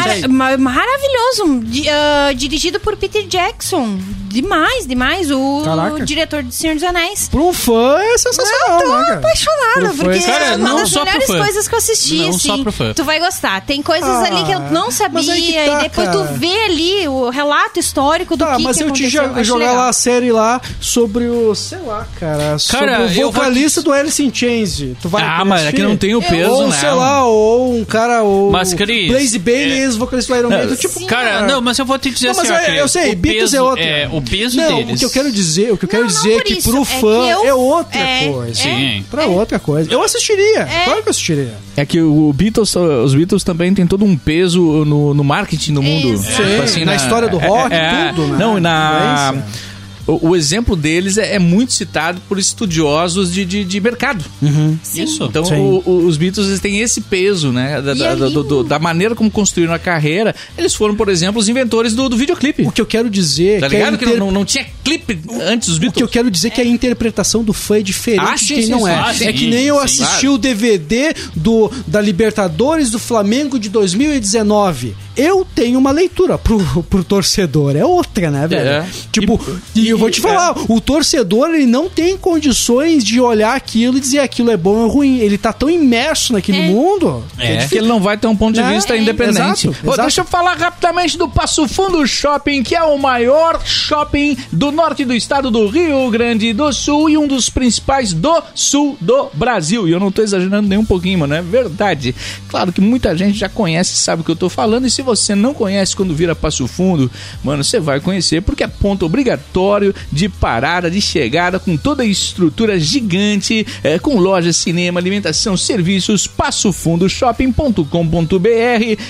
[SPEAKER 5] reais.
[SPEAKER 6] Mara- ma- maravilhoso. Di- ah, dirigido por Peter Jackson. Demais, demais. O,
[SPEAKER 4] Caraca.
[SPEAKER 6] diretor de Senhor dos Anéis.
[SPEAKER 4] Pra um fã é sensacional,
[SPEAKER 6] tá
[SPEAKER 4] né, cara? Pro
[SPEAKER 6] Apaixonada,
[SPEAKER 4] fã,
[SPEAKER 6] porque
[SPEAKER 4] cara,
[SPEAKER 6] é uma
[SPEAKER 5] não
[SPEAKER 6] das
[SPEAKER 5] só pro
[SPEAKER 6] melhores
[SPEAKER 5] fã.
[SPEAKER 6] coisas que eu assisti.
[SPEAKER 5] Não
[SPEAKER 6] assim.
[SPEAKER 5] só pro fã.
[SPEAKER 6] Tu vai gostar. Tem coisas
[SPEAKER 4] Ah,
[SPEAKER 6] ali que eu não
[SPEAKER 4] mas
[SPEAKER 6] sabia.
[SPEAKER 4] aí que tá,
[SPEAKER 6] e depois
[SPEAKER 4] cara.
[SPEAKER 6] tu vê ali o relato histórico do
[SPEAKER 4] Tá,
[SPEAKER 6] que,
[SPEAKER 4] mas
[SPEAKER 6] que
[SPEAKER 4] eu te
[SPEAKER 6] aconteceu.
[SPEAKER 4] jo-
[SPEAKER 6] Acho
[SPEAKER 4] jogar
[SPEAKER 6] legal.
[SPEAKER 4] lá a série lá sobre o o, sei lá, cara,
[SPEAKER 5] Cara,
[SPEAKER 4] sobre o
[SPEAKER 5] eu vou
[SPEAKER 4] vocalista do Alice in Chains. Tu vai
[SPEAKER 1] Ah, mas é que
[SPEAKER 4] assistir?
[SPEAKER 1] não tem o peso,
[SPEAKER 4] ou,
[SPEAKER 1] né?
[SPEAKER 4] sei lá, ou um cara, ou
[SPEAKER 5] Mas, Cris,
[SPEAKER 4] Blaze Bailey,
[SPEAKER 5] é-
[SPEAKER 4] ex-vocalista do Iron Maiden, tipo,
[SPEAKER 5] Cara, não, mas eu vou te dizer
[SPEAKER 4] Não, mas
[SPEAKER 5] assim, ó,
[SPEAKER 4] eu-
[SPEAKER 5] Cris,
[SPEAKER 4] eu sei,
[SPEAKER 5] o
[SPEAKER 4] Beatles
[SPEAKER 5] peso,
[SPEAKER 4] é outro.
[SPEAKER 5] o peso
[SPEAKER 4] não,
[SPEAKER 5] deles.
[SPEAKER 4] o que eu quero dizer, o que eu quero
[SPEAKER 6] Não, não
[SPEAKER 4] dizer é
[SPEAKER 6] por
[SPEAKER 4] que
[SPEAKER 6] isso,
[SPEAKER 4] pro
[SPEAKER 6] é
[SPEAKER 4] fã
[SPEAKER 6] que eu-
[SPEAKER 4] é outra
[SPEAKER 6] é,
[SPEAKER 4] coisa.
[SPEAKER 5] Sim.
[SPEAKER 4] Pra outra coisa. Eu assistiria, claro que eu assistiria.
[SPEAKER 1] É que o Beatles, os Beatles também tem todo um peso no, no marketing no mundo.
[SPEAKER 6] Exato.
[SPEAKER 1] Tipo
[SPEAKER 4] Sim, na história do rock, tudo, né?
[SPEAKER 1] é, Não, e na...
[SPEAKER 4] Influência.
[SPEAKER 1] O, o exemplo deles é, é muito citado por estudiosos de, de, de mercado.
[SPEAKER 5] Uhum. Isso.
[SPEAKER 1] Então,
[SPEAKER 4] Sim.
[SPEAKER 1] o- o- os Beatles eles têm esse peso, né? Da,
[SPEAKER 6] E
[SPEAKER 1] da-
[SPEAKER 6] é
[SPEAKER 1] do-
[SPEAKER 6] lindo.
[SPEAKER 1] do- da maneira como construíram a carreira. Eles foram, por exemplo, os inventores do, do videoclipe.
[SPEAKER 4] O que eu quero dizer
[SPEAKER 1] Tá
[SPEAKER 4] é que a
[SPEAKER 1] ligado? Que
[SPEAKER 4] inter-
[SPEAKER 1] não, não tinha clipe antes dos
[SPEAKER 4] O que eu
[SPEAKER 1] Beatles.
[SPEAKER 4] quero dizer é que a interpretação do fã é diferente
[SPEAKER 1] Ah,
[SPEAKER 4] de
[SPEAKER 1] sim,
[SPEAKER 4] quem
[SPEAKER 1] sim,
[SPEAKER 4] não
[SPEAKER 1] sim.
[SPEAKER 4] é.
[SPEAKER 5] Ah, sim,
[SPEAKER 4] é que nem eu
[SPEAKER 5] sim,
[SPEAKER 4] assisti
[SPEAKER 1] claro.
[SPEAKER 4] o DVD do, da Libertadores do Flamengo de 2019. Eu tenho uma leitura pro, pro torcedor. É outra, né, velho?
[SPEAKER 1] É.
[SPEAKER 4] Tipo, e, eu vou te falar, o torcedor ele não tem condições de olhar aquilo e dizer aquilo é bom ou ruim. Ele tá tão imerso naquele mundo.
[SPEAKER 1] É. que ele não vai ter um ponto de
[SPEAKER 4] Né?
[SPEAKER 1] vista
[SPEAKER 4] É.
[SPEAKER 1] independente.
[SPEAKER 4] Exato,
[SPEAKER 1] Ô,
[SPEAKER 4] exato.
[SPEAKER 1] deixa eu
[SPEAKER 2] falar rapidamente do Passo Fundo Shopping, que é o maior shopping do norte do estado do Rio Grande do Sul e um dos principais do sul do Brasil. E eu não tô exagerando nem um pouquinho, mano, é verdade. Claro que muita gente já conhece, sabe o que eu tô falando, e se você não conhece quando vira Passo Fundo, mano, você vai conhecer porque é ponto obrigatório de parada, de chegada, com toda a estrutura gigante, é, com lojas, cinema, alimentação, serviços, passofundoshopping.com.br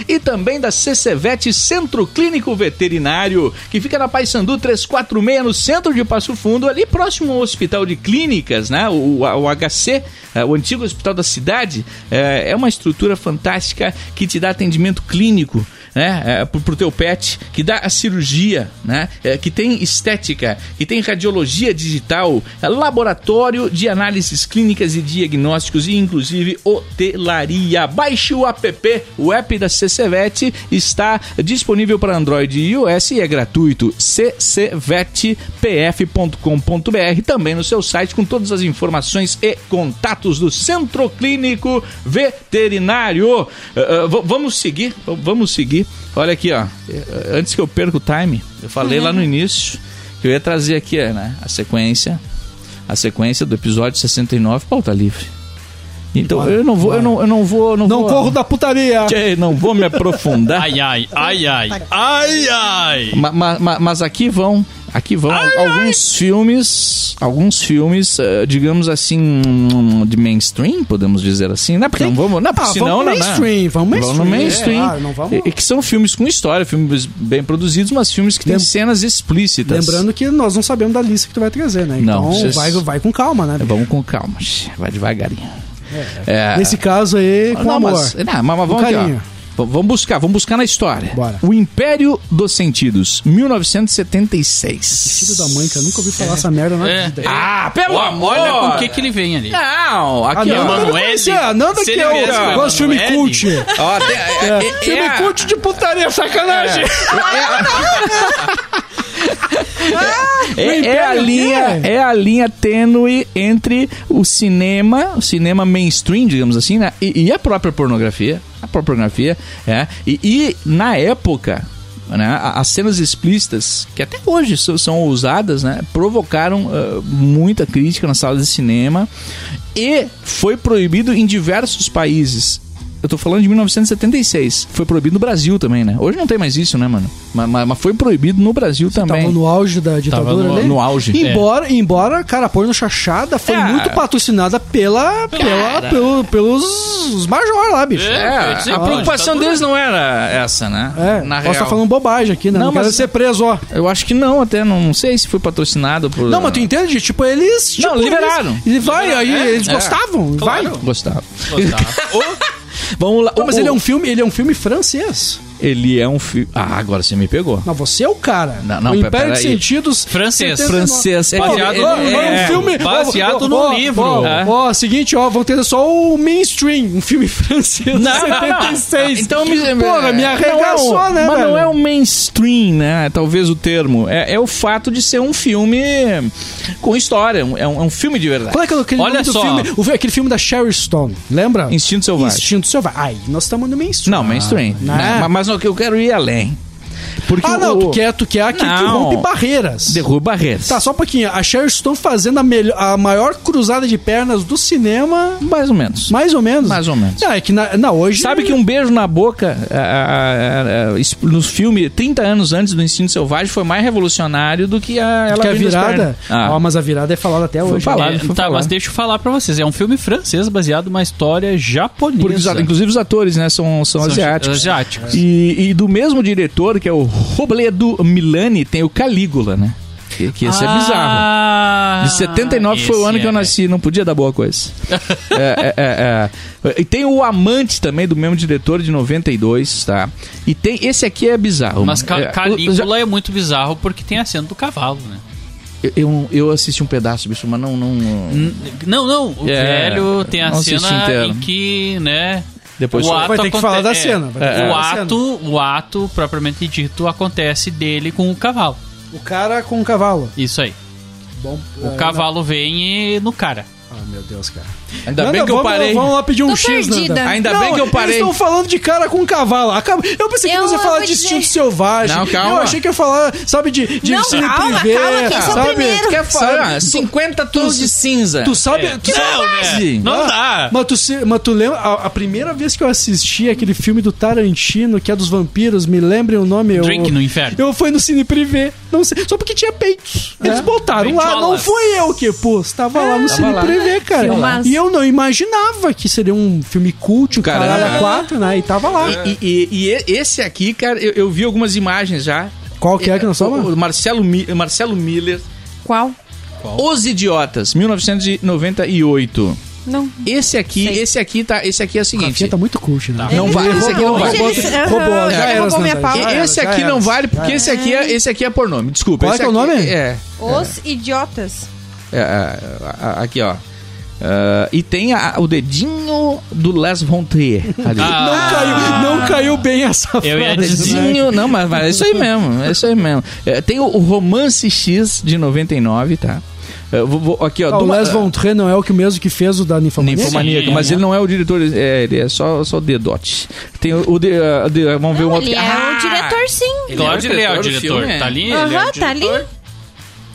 [SPEAKER 2] e também da CCVET Centro Clínico Veterinário, que fica na Paissandu 346, no centro de Passo Fundo, ali próximo ao Hospital de Clínicas, né? O, o- o HC, é, o antigo hospital da cidade, é, é uma estrutura fantástica que te dá atendimento clínico, né? É, pro, pro teu pet, que dá a cirurgia, né? É, que tem estética, que tem radiologia digital, é, laboratório de análises clínicas e diagnósticos e inclusive hotelaria. Baixe o app, o app da CCVET está disponível para Android e iOS e é gratuito. ccvetpf.com.br também no seu site com todas as informações e contatos do Centro Clínico Veterinário. Eh, eh, v- vamos seguir, v- vamos seguir. Olha aqui, ó. Eh, eh, Antes que eu perca o time, eu falei
[SPEAKER 4] Uhum.
[SPEAKER 2] lá no início que eu ia trazer aqui, eh, né, a sequência, a sequência do episódio 69 pauta livre. Então
[SPEAKER 4] Bora,
[SPEAKER 1] eu não vou, eu não, eu não vou, não,
[SPEAKER 4] Não
[SPEAKER 1] vou,
[SPEAKER 4] corro da putaria.
[SPEAKER 1] Tchê, não vou me aprofundar.
[SPEAKER 5] Ai, ai, ai, ai, ai, ai.
[SPEAKER 1] Ma- ma- ma- mas aqui vão, aqui vão alguns filmes, alguns filmes, eh, digamos assim, hum, de mainstream, podemos dizer assim, né? Porque
[SPEAKER 4] Tem-
[SPEAKER 1] não vamos, não, porque
[SPEAKER 4] Ah,
[SPEAKER 1] senão
[SPEAKER 4] vamos
[SPEAKER 1] não,
[SPEAKER 4] mainstream, vamos
[SPEAKER 1] não. Vamos no
[SPEAKER 4] mainstream, é,
[SPEAKER 1] mainstream.
[SPEAKER 4] claro, não vamos-
[SPEAKER 1] E- e que são filmes com história, filmes bem produzidos, mas filmes que têm
[SPEAKER 4] Lem-
[SPEAKER 1] cenas explícitas.
[SPEAKER 4] Lembrando que nós não sabemos da lista que tu vai trazer, né?
[SPEAKER 1] Não,
[SPEAKER 4] Então
[SPEAKER 1] vocês-
[SPEAKER 4] vai, vai com calma, né?
[SPEAKER 1] É, Vamos com calma, xi, vai devagarinho. É,
[SPEAKER 4] Nesse caso aí, com
[SPEAKER 1] não,
[SPEAKER 4] amor.
[SPEAKER 1] Mas, não, mas- mas vamos aqui, ó.
[SPEAKER 4] carinho.
[SPEAKER 1] V- Vamos buscar, vamos buscar na história.
[SPEAKER 4] Bora.
[SPEAKER 1] O Império dos Sentidos, 1976.
[SPEAKER 4] Filho da mãe, que eu nunca ouvi falar essa merda na
[SPEAKER 5] É.
[SPEAKER 4] vida.
[SPEAKER 1] Ah, pelo
[SPEAKER 5] Ó,
[SPEAKER 1] amor!
[SPEAKER 5] Olha com o que, que ele vem ali.
[SPEAKER 1] Não, aqui
[SPEAKER 4] Ah,
[SPEAKER 1] ó.
[SPEAKER 4] não,
[SPEAKER 5] Emanuele.
[SPEAKER 4] Ah, Nanda
[SPEAKER 5] Se
[SPEAKER 4] que
[SPEAKER 5] ele
[SPEAKER 4] é o
[SPEAKER 5] viesse com
[SPEAKER 4] eu gosto de filme
[SPEAKER 5] Emanuele.
[SPEAKER 4] cult.
[SPEAKER 1] Ó, tem- é- é-
[SPEAKER 4] Filme
[SPEAKER 1] é-
[SPEAKER 4] cult de putaria, sacanagem.
[SPEAKER 1] É, é a linha, é a linha tênue entre o cinema, o cinema mainstream, digamos assim, né? e, e a própria pornografia, a própria pornografia, é. E, e na época, né, a- as cenas explícitas que até hoje são, são usadas, né, provocaram ah, muita crítica nas salas de cinema e foi proibido em diversos países. Eu tô falando de 1976. Foi proibido no Brasil também, né? Hoje não tem mais isso, né, mano? Mas, mas- mas foi proibido no Brasil também.
[SPEAKER 4] Tava no auge da ditadura
[SPEAKER 5] no-
[SPEAKER 4] ali.
[SPEAKER 1] no auge.
[SPEAKER 4] Embora, embora cara, a porno chachada foi
[SPEAKER 1] Ah.
[SPEAKER 4] muito patrocinada pela, pela, pelo- pelos os major lá, bicho.
[SPEAKER 5] É,
[SPEAKER 1] É,
[SPEAKER 5] quer dizer,
[SPEAKER 1] a
[SPEAKER 5] pô,
[SPEAKER 1] preocupação
[SPEAKER 5] ditadura.
[SPEAKER 1] deles não era essa, né?
[SPEAKER 4] É,
[SPEAKER 1] na
[SPEAKER 4] posso
[SPEAKER 1] real.
[SPEAKER 4] estar falando bobagem aqui, né? Não,
[SPEAKER 1] Não,
[SPEAKER 4] quero
[SPEAKER 1] mas-
[SPEAKER 4] ser preso, ó.
[SPEAKER 1] Eu acho que não, até não, não sei se foi patrocinado por.
[SPEAKER 4] Não, mas tu entende? Tipo, eles.
[SPEAKER 1] Não,
[SPEAKER 4] Tipo,
[SPEAKER 1] liberaram. é.
[SPEAKER 4] Eles, e vai, aí eles gostavam. Vai.
[SPEAKER 1] Gostava.
[SPEAKER 5] Gostava.
[SPEAKER 1] Vamos lá.
[SPEAKER 4] Não, mas
[SPEAKER 1] O-
[SPEAKER 4] ele é um filme, ele é um filme francês.
[SPEAKER 1] Ele é um fi... Ah, agora você me pegou.
[SPEAKER 4] Não, você é o cara.
[SPEAKER 1] Não, não,
[SPEAKER 4] o
[SPEAKER 1] pera-
[SPEAKER 4] Império de
[SPEAKER 1] peraí.
[SPEAKER 4] Sentidos.
[SPEAKER 5] Francês.
[SPEAKER 4] 79.
[SPEAKER 1] Francês. É
[SPEAKER 4] Ó,
[SPEAKER 5] Baseado
[SPEAKER 4] ó,
[SPEAKER 5] no-
[SPEAKER 4] ó,
[SPEAKER 5] é,
[SPEAKER 4] um filme. ó,
[SPEAKER 5] baseado
[SPEAKER 4] ó,
[SPEAKER 5] num
[SPEAKER 4] ó,
[SPEAKER 5] livro.
[SPEAKER 4] Ó,
[SPEAKER 5] É.
[SPEAKER 4] ó, seguinte, ó, vão ter só o mainstream, um filme francês. de 76.
[SPEAKER 1] Ah, Então me
[SPEAKER 4] Porra, me
[SPEAKER 1] Não é um-
[SPEAKER 4] arregaçou, né,
[SPEAKER 1] Mas não
[SPEAKER 4] velho?
[SPEAKER 1] é um mainstream, né? Talvez o termo. É, é o fato de ser um filme com história. um- É um, é um filme de verdade.
[SPEAKER 4] Qual é que é aquele
[SPEAKER 5] Olha
[SPEAKER 4] nome do
[SPEAKER 5] só.
[SPEAKER 4] filme? O, aquele filme da Sherry Stone, lembra?
[SPEAKER 1] Instinto Selvagem.
[SPEAKER 4] Instinto Selvagem. Aí, nós estamos no mainstream. Ah.
[SPEAKER 1] Não, mainstream.
[SPEAKER 4] né?
[SPEAKER 1] Mas, mas eu quero ir além.
[SPEAKER 4] Porque
[SPEAKER 2] Ah,
[SPEAKER 4] o-
[SPEAKER 2] não,
[SPEAKER 4] o-
[SPEAKER 2] tu quer-
[SPEAKER 4] tu quer a que
[SPEAKER 2] Não.
[SPEAKER 4] rompe barreiras.
[SPEAKER 2] Derruba redes.
[SPEAKER 4] Tá, só um pouquinho. A Cher estão fazendo a, melhor, a maior cruzada de pernas do cinema,
[SPEAKER 2] Mais ou menos.
[SPEAKER 4] mais ou menos.
[SPEAKER 2] Mais ou menos.
[SPEAKER 4] Não, é que na, na hoje.
[SPEAKER 2] Sabe que um beijo na boca a- a- a- a- es- nos filmes 30 anos antes do Instinto Selvagem foi mais revolucionário do que a ela
[SPEAKER 4] que a
[SPEAKER 2] abrindo as
[SPEAKER 4] virada.
[SPEAKER 2] pernas. Ah,
[SPEAKER 4] Ó, mas a virada é falada até hoje.
[SPEAKER 2] falado,
[SPEAKER 5] É,
[SPEAKER 2] foi
[SPEAKER 5] tá,
[SPEAKER 2] falado.
[SPEAKER 5] mas deixa eu falar pra vocês. É um filme francês baseado numa história japonesa.
[SPEAKER 2] porque os a- inclusive os atores, né, são, são,
[SPEAKER 5] São
[SPEAKER 2] asiáticos.
[SPEAKER 5] asiáticos.
[SPEAKER 2] E, e do mesmo diretor, que é o Robledo Milani, tem o Calígula, né? Que, que esse
[SPEAKER 5] Ah,
[SPEAKER 2] é bizarro.
[SPEAKER 5] bizarro.
[SPEAKER 2] De 79 foi o ano
[SPEAKER 5] é.
[SPEAKER 2] que eu nasci, não podia dar boa coisa. É, é, é, é. E tem o Amante também, do mesmo diretor, de 92, tá? E tem. Esse aqui é bizarro.
[SPEAKER 5] Mas Ca
[SPEAKER 2] É, o- já-
[SPEAKER 5] Calígula é muito bizarro porque tem a cena do cavalo, né?
[SPEAKER 2] Eu- Eu, eu assisti um pedaço, bicho, mas não. não-
[SPEAKER 5] Não, não. O
[SPEAKER 2] Hum. É,
[SPEAKER 5] velho tem a
[SPEAKER 2] não assisti
[SPEAKER 5] cena
[SPEAKER 2] inteiro.
[SPEAKER 5] em que, né?
[SPEAKER 2] Depois
[SPEAKER 5] o
[SPEAKER 2] só-
[SPEAKER 5] ato
[SPEAKER 4] Vai ter que
[SPEAKER 5] aconte-
[SPEAKER 4] falar da
[SPEAKER 5] é,
[SPEAKER 4] cena, vai ter que
[SPEAKER 5] O,
[SPEAKER 4] falar da
[SPEAKER 5] ato, o ato, propriamente dito, acontece dele com o cavalo.
[SPEAKER 4] O cara com o cavalo.
[SPEAKER 5] Isso aí.
[SPEAKER 4] Bom, é, né?
[SPEAKER 5] O cavalo vem e no cara.
[SPEAKER 4] Ah, meu Deus, cara.
[SPEAKER 2] Ainda
[SPEAKER 4] Nanda,
[SPEAKER 2] bem que eu
[SPEAKER 4] vamos,
[SPEAKER 2] parei.
[SPEAKER 4] Vamos lá pedir um
[SPEAKER 6] Tô
[SPEAKER 4] X,
[SPEAKER 6] perdida.
[SPEAKER 4] Nanda.
[SPEAKER 2] Ainda
[SPEAKER 4] Não,
[SPEAKER 2] bem que eu parei.
[SPEAKER 4] Eles estão falando de cara com um cavalo. Acaba- Eu pensei que
[SPEAKER 6] Eu
[SPEAKER 4] você ia falar
[SPEAKER 6] vou
[SPEAKER 4] de
[SPEAKER 6] dizer-
[SPEAKER 4] instinto selvagem.
[SPEAKER 2] Não, calma.
[SPEAKER 4] Eu achei que ia falar, sabe, de, de
[SPEAKER 6] Não,
[SPEAKER 4] cine
[SPEAKER 6] calma,
[SPEAKER 4] privê.
[SPEAKER 6] calma, que esse é o
[SPEAKER 4] sabe?
[SPEAKER 6] primeiro.
[SPEAKER 2] Ah, Quer falar? Ah, é.
[SPEAKER 4] Sabe,
[SPEAKER 2] 50 tons de cinza.
[SPEAKER 4] Tu sabe... Tu sabe
[SPEAKER 2] Quase!
[SPEAKER 5] É. Não
[SPEAKER 4] Ah,
[SPEAKER 5] dá.
[SPEAKER 4] Mas tu, se- mas tu lembra? A, a primeira vez que eu assisti aquele filme do Tarantino, que é dos vampiros, me lembrem o nome. Eu,
[SPEAKER 2] né?
[SPEAKER 5] Drink no inferno.
[SPEAKER 4] Eu fui no Cine Privé. Não sei, só porque tinha peitos. Eles botaram lá. Não
[SPEAKER 5] Peitolas.
[SPEAKER 4] foi eu que pus. Tava lá no Cine
[SPEAKER 2] lá.
[SPEAKER 4] Privé, cara.
[SPEAKER 6] Filmaço.
[SPEAKER 4] E eu não imaginava que seria um filme cult, o
[SPEAKER 2] Caralho.
[SPEAKER 4] caralho, a quatro, né? E tava
[SPEAKER 5] É.
[SPEAKER 4] lá.
[SPEAKER 2] E, e- e- e esse aqui, cara, eu, eu vi algumas imagens já.
[SPEAKER 4] Qual que é que nós somos?
[SPEAKER 2] O Marcelo, Mi- Marcelo Miller.
[SPEAKER 6] Qual?
[SPEAKER 2] Os Idiotas, 1998.
[SPEAKER 6] Não.
[SPEAKER 2] Esse aqui,
[SPEAKER 6] Sei.
[SPEAKER 2] esse aqui tá. Esse aqui é o seguinte.
[SPEAKER 4] Rafinha tá muito cult, né?
[SPEAKER 2] Não
[SPEAKER 6] Ele
[SPEAKER 2] vai,
[SPEAKER 6] roubou,
[SPEAKER 2] esse aqui não vai.
[SPEAKER 6] ele- aham,
[SPEAKER 4] Roubou, já
[SPEAKER 6] ele
[SPEAKER 4] era,
[SPEAKER 6] roubou minha
[SPEAKER 4] Sandra,
[SPEAKER 6] pauta.
[SPEAKER 4] já
[SPEAKER 2] E-
[SPEAKER 4] era.
[SPEAKER 2] Esse aqui não vale, porque esse aqui, é, esse aqui é por nome. Desculpa.
[SPEAKER 4] Qual é
[SPEAKER 2] esse
[SPEAKER 4] que é o
[SPEAKER 2] aqui-
[SPEAKER 4] nome?
[SPEAKER 2] É.
[SPEAKER 6] Os idiotas.
[SPEAKER 2] É, é, é, aqui, ó. Ah, e tem a- o dedinho do Les Vontrier ali.
[SPEAKER 5] Ah,
[SPEAKER 4] Não caiu, não caiu bem essa frase. né?
[SPEAKER 5] Eu ia
[SPEAKER 2] O dedinho, não, mas, mas é isso aí mesmo, é isso aí mesmo. É, tem o, o Romance X de 99, tá? Eu vou- vou- aqui, ó.
[SPEAKER 4] Ah,
[SPEAKER 2] do
[SPEAKER 4] o
[SPEAKER 2] ma-
[SPEAKER 4] Les Von Trier não é o que mesmo que fez o da Ninfomania?
[SPEAKER 2] Ninfomaníaco,
[SPEAKER 5] Sim,
[SPEAKER 2] mas ele não é o diretor, ele é, ele é só, só o dedote. Tem o, o de- ah, de- vamos ver um
[SPEAKER 6] Não,
[SPEAKER 2] outro.
[SPEAKER 6] ele é
[SPEAKER 2] Ah!
[SPEAKER 6] o diretor, sim.
[SPEAKER 2] Ele
[SPEAKER 5] Claro que ele é o
[SPEAKER 2] do
[SPEAKER 5] diretor.
[SPEAKER 2] filme,
[SPEAKER 5] Tá
[SPEAKER 2] é.
[SPEAKER 5] ali? ele é o
[SPEAKER 6] Aham, tá ali?
[SPEAKER 2] diretor.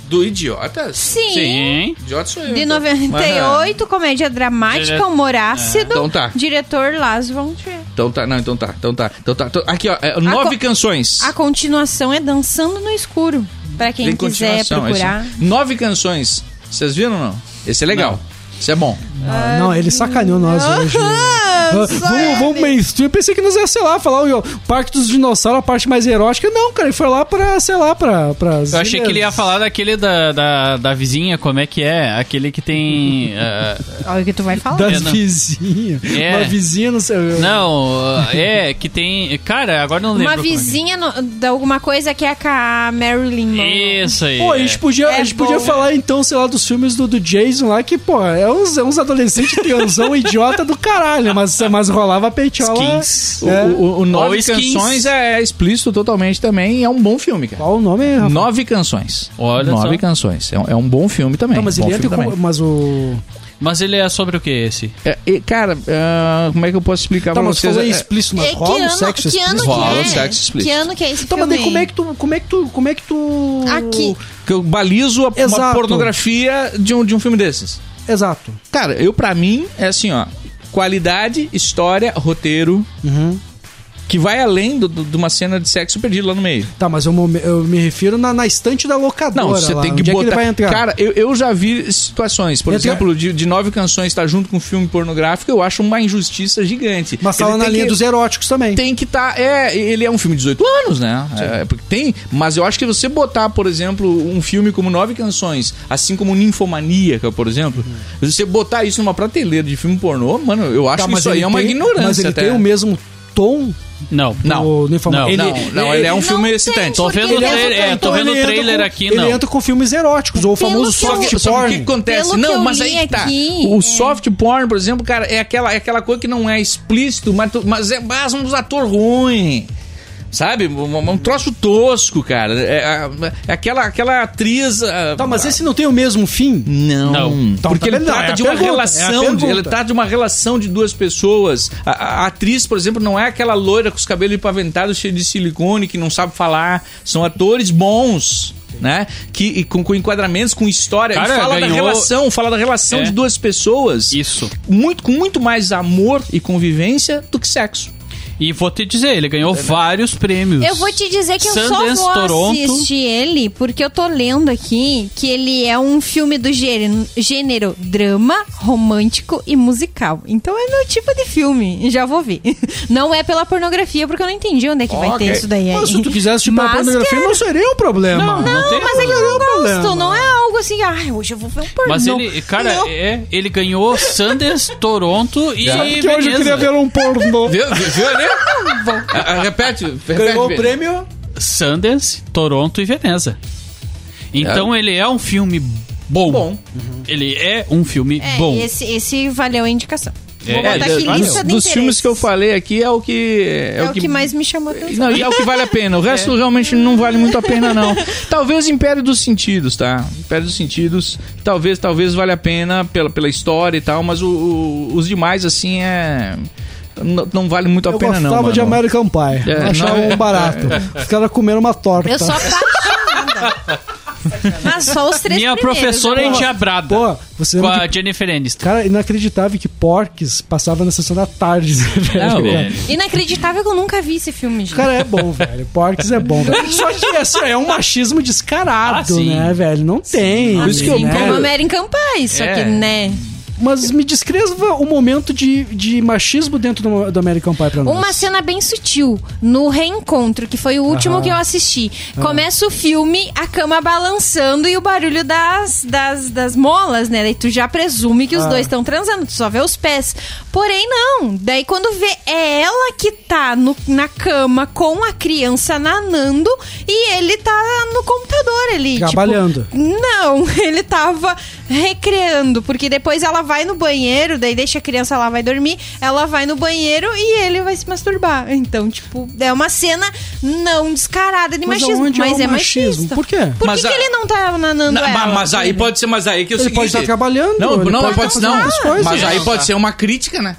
[SPEAKER 2] Do Idiotas?
[SPEAKER 6] Sim.
[SPEAKER 5] Ah, Sim.
[SPEAKER 2] Idiota sou eu.
[SPEAKER 6] De
[SPEAKER 2] então.
[SPEAKER 6] 98, comédia dramática,
[SPEAKER 5] Dire-
[SPEAKER 6] humor ácido.
[SPEAKER 2] Então tá.
[SPEAKER 6] Diretor Lars von Trier.
[SPEAKER 2] Então tá, não, então tá, então tá. Então tá. Então- aqui, ó, é, nove
[SPEAKER 6] co-
[SPEAKER 2] canções.
[SPEAKER 6] A continuação é Dançando no Escuro. Pra quem
[SPEAKER 2] Tem
[SPEAKER 6] quiser
[SPEAKER 2] continuação, é isso.
[SPEAKER 6] procurar.
[SPEAKER 2] Nove canções. Vocês viram ou não? Esse é legal. Esse é bom.
[SPEAKER 4] Ah, não, ele sacaneou nós hoje. Ah, Vamos, vamos mainstream. Eu pensei que nós ia, sei lá, falar o Parque dos Dinossauros, a parte mais erótica. Não, cara, ele foi lá pra, sei lá, pra. pra
[SPEAKER 5] Eu achei que ele ia falar daquele da, da, da vizinha, como é que é? Aquele que tem. ah,
[SPEAKER 6] Olha o que tu vai falar.
[SPEAKER 4] Das
[SPEAKER 5] É, não.
[SPEAKER 4] vizinhas.
[SPEAKER 5] É.
[SPEAKER 4] Uma vizinha, não sei.
[SPEAKER 5] não, ah, é, que tem. Cara, agora não lembro.
[SPEAKER 6] Uma
[SPEAKER 5] como é que é.
[SPEAKER 6] vizinha no- de alguma coisa que é com a Marilyn Monroe.
[SPEAKER 5] Isso aí.
[SPEAKER 4] Pô, a
[SPEAKER 5] é.
[SPEAKER 4] gente podia, a
[SPEAKER 6] É
[SPEAKER 4] gente podia
[SPEAKER 6] bom.
[SPEAKER 4] falar então, sei lá, dos filmes do, do Jason lá, que, pô, é uns, é uns adolescentes teãozão idiota do caralho, mas, mas rolava peitiola.
[SPEAKER 5] Skins.
[SPEAKER 2] O-
[SPEAKER 4] É.
[SPEAKER 2] O, o- o
[SPEAKER 5] Ou
[SPEAKER 2] Nove
[SPEAKER 5] Skins.
[SPEAKER 2] Canções é explícito totalmente também e é um bom filme, cara.
[SPEAKER 4] Qual o nome, Rafa?
[SPEAKER 2] Nove Canções.
[SPEAKER 5] Olha
[SPEAKER 2] Nove
[SPEAKER 5] só.
[SPEAKER 2] Canções. É um, é um bom filme também.
[SPEAKER 4] Não,
[SPEAKER 5] é
[SPEAKER 4] mas
[SPEAKER 2] bom
[SPEAKER 4] ele
[SPEAKER 2] filme
[SPEAKER 4] entra com.
[SPEAKER 2] também.
[SPEAKER 4] Mas o.
[SPEAKER 5] Mas ele é sobre o que esse?
[SPEAKER 2] É, e, cara, ah, como é que eu posso explicar
[SPEAKER 4] Tá,
[SPEAKER 2] pra
[SPEAKER 4] mas
[SPEAKER 2] vocês?
[SPEAKER 4] falou
[SPEAKER 2] É,
[SPEAKER 4] em explícito,
[SPEAKER 6] E
[SPEAKER 4] mas rola um sexo
[SPEAKER 6] que ano
[SPEAKER 4] explícito.
[SPEAKER 6] que
[SPEAKER 2] Rola
[SPEAKER 6] é?
[SPEAKER 2] o sexo
[SPEAKER 6] que
[SPEAKER 2] explícito.
[SPEAKER 6] ano que é esse
[SPEAKER 4] Então, mas
[SPEAKER 6] filme?
[SPEAKER 4] daí como é que tu. Como é que tu. Como é que tu.
[SPEAKER 6] Aqui.
[SPEAKER 2] que eu balizo a, uma
[SPEAKER 4] Exato.
[SPEAKER 2] pornografia de um, de um filme desses.
[SPEAKER 4] Exato.
[SPEAKER 2] Cara, eu pra mim é assim, ó. Qualidade, história, roteiro,
[SPEAKER 4] Uhum.
[SPEAKER 2] que vai além do- do- de uma cena de sexo perdido lá no meio.
[SPEAKER 4] Tá, mas eu, me- eu me refiro na, na estante da locadora.
[SPEAKER 2] Não, você
[SPEAKER 4] lá.
[SPEAKER 2] tem que
[SPEAKER 4] Onde é
[SPEAKER 2] botar.
[SPEAKER 4] ele vai entrar?
[SPEAKER 2] Cara, eu, eu já vi situações, por
[SPEAKER 4] Entra-
[SPEAKER 2] exemplo, de, de nove canções estar junto com um filme pornográfico, eu acho uma injustiça gigante.
[SPEAKER 4] mas
[SPEAKER 2] Ele
[SPEAKER 4] fala na
[SPEAKER 2] tem
[SPEAKER 4] linha
[SPEAKER 2] que-
[SPEAKER 4] dos eróticos também.
[SPEAKER 2] Tem que estar. é, ele é um filme de 18 anos, né? É, porque tem. Mas eu acho que você botar, por exemplo, um filme como Nove Canções, assim como Ninfomaníaca, por exemplo, você botar isso numa prateleira de filme pornô, mano, eu acho
[SPEAKER 4] Tá,
[SPEAKER 2] que isso aí
[SPEAKER 4] ele
[SPEAKER 2] é uma
[SPEAKER 4] tem-
[SPEAKER 2] ignorância.
[SPEAKER 4] Mas ele
[SPEAKER 2] até.
[SPEAKER 4] tem o mesmo tom
[SPEAKER 5] Não.
[SPEAKER 2] Não.
[SPEAKER 4] do Ninfomania.
[SPEAKER 5] Não,
[SPEAKER 4] ele,
[SPEAKER 2] não, não, ele, é um
[SPEAKER 6] ele
[SPEAKER 2] filme
[SPEAKER 6] não
[SPEAKER 2] excitante.
[SPEAKER 5] Tô vendo o
[SPEAKER 6] Porque ele
[SPEAKER 5] trailer,
[SPEAKER 6] entra-
[SPEAKER 5] é, tô
[SPEAKER 4] então
[SPEAKER 5] vendo o
[SPEAKER 4] ele entra
[SPEAKER 5] trailer
[SPEAKER 4] com-
[SPEAKER 5] aqui,
[SPEAKER 4] Ele
[SPEAKER 5] não.
[SPEAKER 4] entra com filmes eróticos, ou o
[SPEAKER 6] Pelo
[SPEAKER 4] famoso
[SPEAKER 6] que eu-
[SPEAKER 2] Só
[SPEAKER 4] soft
[SPEAKER 2] que, só que o que
[SPEAKER 4] porn.
[SPEAKER 2] acontece?
[SPEAKER 6] Pelo
[SPEAKER 2] não,
[SPEAKER 6] que eu
[SPEAKER 2] mas
[SPEAKER 6] li
[SPEAKER 2] aí que tá.
[SPEAKER 6] aqui,
[SPEAKER 2] o
[SPEAKER 6] é.
[SPEAKER 2] soft porn, por exemplo, é cara, é aquela, é aquela coisa que não é explícito, mas, tu- mas é mais um ator ruim. Sabe? Um, um troço tosco, cara. É, a- é aquela, aquela atriz. ah,
[SPEAKER 4] Tá, mas esse não tem o mesmo fim?
[SPEAKER 2] Não.
[SPEAKER 5] Não.
[SPEAKER 4] Então,
[SPEAKER 2] Porque
[SPEAKER 4] tá
[SPEAKER 2] ele
[SPEAKER 4] bem, não,
[SPEAKER 2] trata
[SPEAKER 4] é a
[SPEAKER 2] de uma
[SPEAKER 4] pergunta,
[SPEAKER 2] relação.
[SPEAKER 4] é a
[SPEAKER 2] de- ele tá-
[SPEAKER 4] pergunta.
[SPEAKER 2] trata de uma relação de duas pessoas. A, a- a atriz, por exemplo, não é aquela loira com os cabelos empaventados, cheia de silicone, que não sabe falar. São atores bons. Né? Que, e com, com enquadramentos, com história. E
[SPEAKER 5] Cara,
[SPEAKER 2] fala da
[SPEAKER 5] ganhou-
[SPEAKER 2] relação, fala da relação
[SPEAKER 5] É.
[SPEAKER 2] de duas pessoas.
[SPEAKER 5] Isso.
[SPEAKER 2] Muito, com muito mais amor e convivência do que sexo.
[SPEAKER 5] E vou te dizer, ele ganhou
[SPEAKER 4] é.
[SPEAKER 5] vários prêmios.
[SPEAKER 6] Eu vou te dizer que eu só
[SPEAKER 5] Sundance,
[SPEAKER 6] vou
[SPEAKER 5] Toronto.
[SPEAKER 6] assistir ele porque eu tô lendo aqui que ele é um filme do gênero, gênero drama, romântico e musical. Então é meu tipo de filme, já vou ver. Não é pela pornografia porque eu não entendi onde é que vai ter isso daí.
[SPEAKER 4] Mas
[SPEAKER 6] aí.
[SPEAKER 4] se tu quisesse tipo a
[SPEAKER 6] Mas,
[SPEAKER 4] pornografia,
[SPEAKER 6] cara,
[SPEAKER 4] não seria um problema.
[SPEAKER 5] Não, não, tem
[SPEAKER 6] mas é que eu não
[SPEAKER 4] problema.
[SPEAKER 6] gosto, não é algo assim, ai, hoje eu vou ver um pornô.
[SPEAKER 5] Mas ele, cara,
[SPEAKER 6] Não.
[SPEAKER 5] é, ele ganhou Sundance, Toronto e
[SPEAKER 2] Só
[SPEAKER 4] Porque hoje eu
[SPEAKER 5] Veneza.
[SPEAKER 4] queria ver um pornô.
[SPEAKER 2] Viu, viu, viu ali? Ah, ah, repete. repete
[SPEAKER 4] Ganhou o
[SPEAKER 2] Vini.
[SPEAKER 4] prêmio.
[SPEAKER 5] Sundance, Toronto e Veneza. Então ele é um filme bom.
[SPEAKER 2] Bom.
[SPEAKER 5] Ele é um filme
[SPEAKER 6] É,
[SPEAKER 5] bom.
[SPEAKER 6] esse, esse valeu a indicação. Vou
[SPEAKER 2] É,
[SPEAKER 6] botar Tá aqui
[SPEAKER 2] do-
[SPEAKER 6] lista de
[SPEAKER 2] dos filmes
[SPEAKER 6] interesses.
[SPEAKER 2] que eu falei aqui é o que.
[SPEAKER 6] É, o que... mais me chamou a atenção.
[SPEAKER 2] Não, e é o que vale a pena. O resto realmente não vale muito a pena, não. Talvez Império dos Sentidos, tá? Império dos Sentidos, talvez, talvez valha a pena pela, pela história e tal, mas o- o- os demais, assim, é. Não, não vale muito a
[SPEAKER 4] Eu
[SPEAKER 2] pena,
[SPEAKER 4] gostava
[SPEAKER 2] não. mano.
[SPEAKER 4] de American Pie.
[SPEAKER 2] É,
[SPEAKER 4] achava
[SPEAKER 2] não-
[SPEAKER 4] um barato. Os caras comeram uma torta.
[SPEAKER 6] Eu sou apaixonada. Mas só os três
[SPEAKER 5] Minha
[SPEAKER 6] primeiros,
[SPEAKER 5] professora é
[SPEAKER 6] né?
[SPEAKER 5] endiabrada
[SPEAKER 4] Pô, você
[SPEAKER 5] com
[SPEAKER 4] lembra
[SPEAKER 5] a
[SPEAKER 4] que...
[SPEAKER 5] Jennifer Aniston.
[SPEAKER 4] Cara, inacreditável que Porques passava na sessão da tarde, né,
[SPEAKER 1] É,
[SPEAKER 4] velho?
[SPEAKER 5] Não,
[SPEAKER 4] cara?
[SPEAKER 2] é.
[SPEAKER 5] velho.
[SPEAKER 6] Inacreditável que eu nunca vi esse filme, gente.
[SPEAKER 4] Cara, é bom, velho. Porques é bom, velho. Só que assim, ó, é um machismo
[SPEAKER 5] Ah,
[SPEAKER 4] descarado,
[SPEAKER 5] sim.
[SPEAKER 4] né, velho? Não tem.
[SPEAKER 2] Por isso que eu-
[SPEAKER 6] Sim,
[SPEAKER 4] né?
[SPEAKER 6] Assim, como American Pie, só
[SPEAKER 2] É.
[SPEAKER 6] que, né?
[SPEAKER 4] Mas me descreva o momento de, de machismo dentro do, do American Pie pra nós.
[SPEAKER 6] Uma cena bem sutil, no reencontro, que foi o último
[SPEAKER 4] Aham.
[SPEAKER 6] que eu assisti.
[SPEAKER 2] Ah.
[SPEAKER 6] Começa o filme, a cama balançando e o barulho das, das, das molas, né? Daí tu já presume que
[SPEAKER 2] Ah.
[SPEAKER 6] os dois estão transando, tu só vê os pés. Porém, não. Daí quando vê, é ela que tá no- na cama com a criança nanando e ele tá no computador ali. tipo,
[SPEAKER 4] Trabalhando.
[SPEAKER 6] Não, ele tava recreando, porque depois ela vai no banheiro, daí deixa a criança lá, vai dormir, ela vai no banheiro e ele vai se masturbar. Então, tipo, é uma cena não descarada de
[SPEAKER 4] Mas
[SPEAKER 6] machismo,
[SPEAKER 4] aonde é
[SPEAKER 6] mas
[SPEAKER 4] o
[SPEAKER 6] é,
[SPEAKER 4] machismo?
[SPEAKER 6] machista.
[SPEAKER 4] Por quê?
[SPEAKER 6] Por
[SPEAKER 2] Mas
[SPEAKER 6] que,
[SPEAKER 2] a-
[SPEAKER 6] que ele não tá nanando
[SPEAKER 2] Não,
[SPEAKER 6] ela?
[SPEAKER 2] mas, mas aí
[SPEAKER 6] sabe?
[SPEAKER 2] pode ser, mas aí que é eu
[SPEAKER 4] Ele pode estar trabalhando.
[SPEAKER 2] Não,
[SPEAKER 4] ele
[SPEAKER 2] não, pode, ser,
[SPEAKER 4] estar fazendo
[SPEAKER 2] não.
[SPEAKER 4] outras coisas.
[SPEAKER 2] Mas aí
[SPEAKER 5] Não,
[SPEAKER 2] pode
[SPEAKER 5] tá.
[SPEAKER 2] ser uma crítica, né?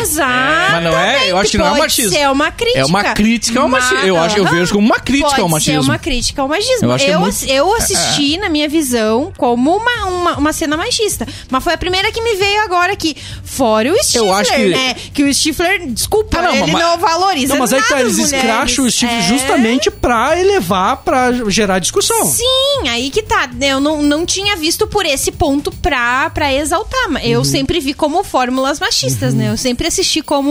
[SPEAKER 6] Exato.
[SPEAKER 2] Mas não é? Eu acho que não é machismo.
[SPEAKER 6] É uma crítica.
[SPEAKER 2] É uma crítica ao
[SPEAKER 6] Mas-
[SPEAKER 2] machismo. Eu acho que eu vejo como uma crítica
[SPEAKER 6] Pode
[SPEAKER 2] ao machismo.
[SPEAKER 6] Ser uma crítica ao machismo.
[SPEAKER 2] Eu
[SPEAKER 6] Eu,
[SPEAKER 2] acho que é muito- É,
[SPEAKER 6] eu assisti, na minha visão, como uma, uma, uma cena machista. Mas foi a primeira que me veio agora aqui. Fora o Stifler,
[SPEAKER 2] acho que-
[SPEAKER 6] né? Que o Stifler, desculpa,
[SPEAKER 2] Ah, não,
[SPEAKER 6] ele
[SPEAKER 2] mas- é
[SPEAKER 6] não valoriza
[SPEAKER 4] Não, mas aí
[SPEAKER 6] nada
[SPEAKER 4] que tá, eles
[SPEAKER 6] as mulheres.
[SPEAKER 4] escracham o Steve
[SPEAKER 6] É.
[SPEAKER 4] justamente pra elevar, pra gerar discussão.
[SPEAKER 6] Sim, aí que tá. Eu não, não tinha visto por esse ponto pra, pra exaltar. mas Eu
[SPEAKER 4] Uhum.
[SPEAKER 6] sempre vi como fórmulas machistas, né? Eu sempre assisti como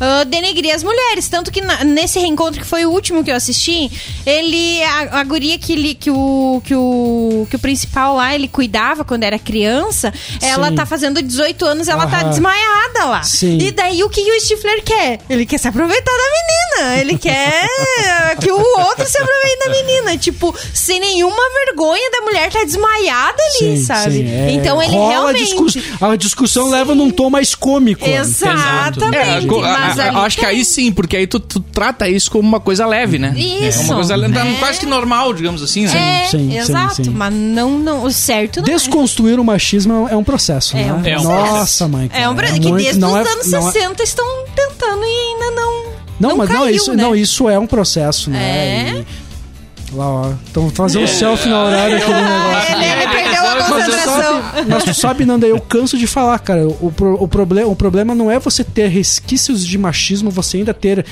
[SPEAKER 6] ah, denegrir as mulheres. Tanto que na- nesse reencontro, que foi o último que eu assisti, ele. A, a guria que, ele, que, o, que, o, que o principal lá ele cuidava quando era criança, ela
[SPEAKER 4] Sim.
[SPEAKER 6] tá fazendo 18 anos, ela tá
[SPEAKER 4] Aham.
[SPEAKER 6] desmaiada lá.
[SPEAKER 4] Sim.
[SPEAKER 6] E daí o que o Stifler quer? Ele quer se aproveitar da menina. Ele quer eh, que o outro se aproveite da menina. Tipo, sem nenhuma vergonha da mulher tá desmaiada ali,
[SPEAKER 4] Sim,
[SPEAKER 6] sabe?
[SPEAKER 4] sim, é.
[SPEAKER 6] então ele
[SPEAKER 4] Rola
[SPEAKER 6] realmente.
[SPEAKER 4] A, discuss- a discussão leva num tom mais cômico. né?
[SPEAKER 6] Exatamente.
[SPEAKER 2] É, co- a-
[SPEAKER 6] mas
[SPEAKER 2] a-
[SPEAKER 6] ali
[SPEAKER 2] acho que aí sim, porque aí tu, tu trata isso como uma coisa leve, né?
[SPEAKER 6] Isso.
[SPEAKER 2] É uma coisa leve, tá
[SPEAKER 6] É.
[SPEAKER 2] quase que normal, digamos assim, né?
[SPEAKER 6] É,
[SPEAKER 4] Sim, sim,
[SPEAKER 6] exato.
[SPEAKER 4] sim, sim.
[SPEAKER 6] Mas não, não, o certo não é.
[SPEAKER 4] Desconstruir o machismo é um processo,
[SPEAKER 6] É
[SPEAKER 4] né?
[SPEAKER 6] um processo.
[SPEAKER 4] Nossa, mãe. cara,
[SPEAKER 6] É um Brasil que
[SPEAKER 4] muito-
[SPEAKER 6] desde os
[SPEAKER 4] não é-
[SPEAKER 6] anos
[SPEAKER 4] não é-
[SPEAKER 6] 60 estão tentando e ainda não.
[SPEAKER 4] Não, mas não,
[SPEAKER 6] caiu,
[SPEAKER 4] isso,
[SPEAKER 6] né?
[SPEAKER 4] não, isso é um processo, né?
[SPEAKER 6] É.
[SPEAKER 4] E- Lá, ó. Então, fazer um selfie na horário aqui no
[SPEAKER 6] É,
[SPEAKER 4] negócio.
[SPEAKER 6] Ele, ele perdeu a
[SPEAKER 4] Mas tu
[SPEAKER 6] concentração.
[SPEAKER 4] sabe, mas tu sabe, Nanda, eu canso de falar, cara. O, pro- o, problema, o problema não é você ter resquícios de machismo, você ainda ter.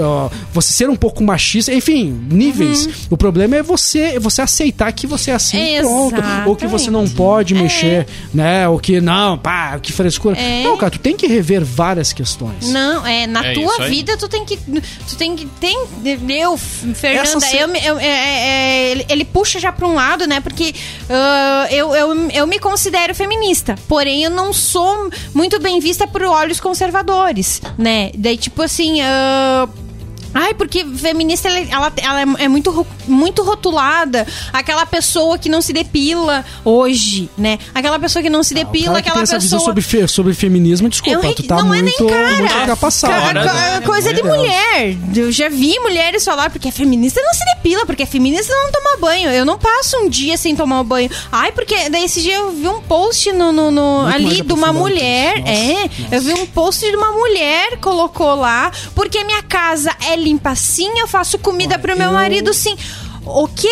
[SPEAKER 4] ó, você ser um pouco machista, enfim, níveis.
[SPEAKER 6] Uhum.
[SPEAKER 4] O problema é você você aceitar que você é assim e pronto. Ou que você não pode mexer, né? Ou que não, pá, que frescura.
[SPEAKER 6] É.
[SPEAKER 4] Não, cara, tu tem que rever várias questões.
[SPEAKER 6] Não, é, na
[SPEAKER 5] É isso
[SPEAKER 6] tua
[SPEAKER 5] aí.
[SPEAKER 6] vida tu tem que. Tu tem que. Tem. Eu, Fernanda,
[SPEAKER 4] Essa se-
[SPEAKER 6] eu, me- eu- é- é- é, ele, ele puxa já pra um lado, né? Porque ah, eu, eu, eu me considero feminista. Porém, eu não sou muito bem vista por olhos conservadores, né? Daí, tipo assim. ah, Ai, porque feminista ela, ela- ela é- é muito, ro- muito rotulada. Aquela pessoa que não se depila hoje, né? Aquela pessoa que não se
[SPEAKER 4] Tá, O
[SPEAKER 6] depila,
[SPEAKER 4] cara que
[SPEAKER 6] aquela
[SPEAKER 4] tem essa visão
[SPEAKER 6] pessoa.
[SPEAKER 4] sobre, fe- sobre feminismo, desculpa,
[SPEAKER 6] É um
[SPEAKER 4] tu
[SPEAKER 6] ri-
[SPEAKER 4] tá
[SPEAKER 6] não é nem
[SPEAKER 4] muito,
[SPEAKER 6] cara.
[SPEAKER 4] muito né?
[SPEAKER 6] Cara,
[SPEAKER 4] ultrapassado.
[SPEAKER 5] Fora
[SPEAKER 6] co-
[SPEAKER 5] da-
[SPEAKER 6] coisa de
[SPEAKER 4] Meu Deus.
[SPEAKER 6] mulher. Eu já vi mulheres falar porque é feminista não se depila, porque é feminista não toma banho. Eu não passo um dia sem tomar banho. Ai, porque daí esse dia eu vi um post no, no- no-
[SPEAKER 4] Muito mais
[SPEAKER 6] ali de uma
[SPEAKER 4] aprofundado que
[SPEAKER 6] mulher.
[SPEAKER 4] isso. Nossa,
[SPEAKER 6] é,
[SPEAKER 4] nossa.
[SPEAKER 6] eu vi um post de uma mulher colocou lá porque minha casa é limpa sim, eu faço comida pro meu
[SPEAKER 4] eu-
[SPEAKER 6] marido sim. Ok,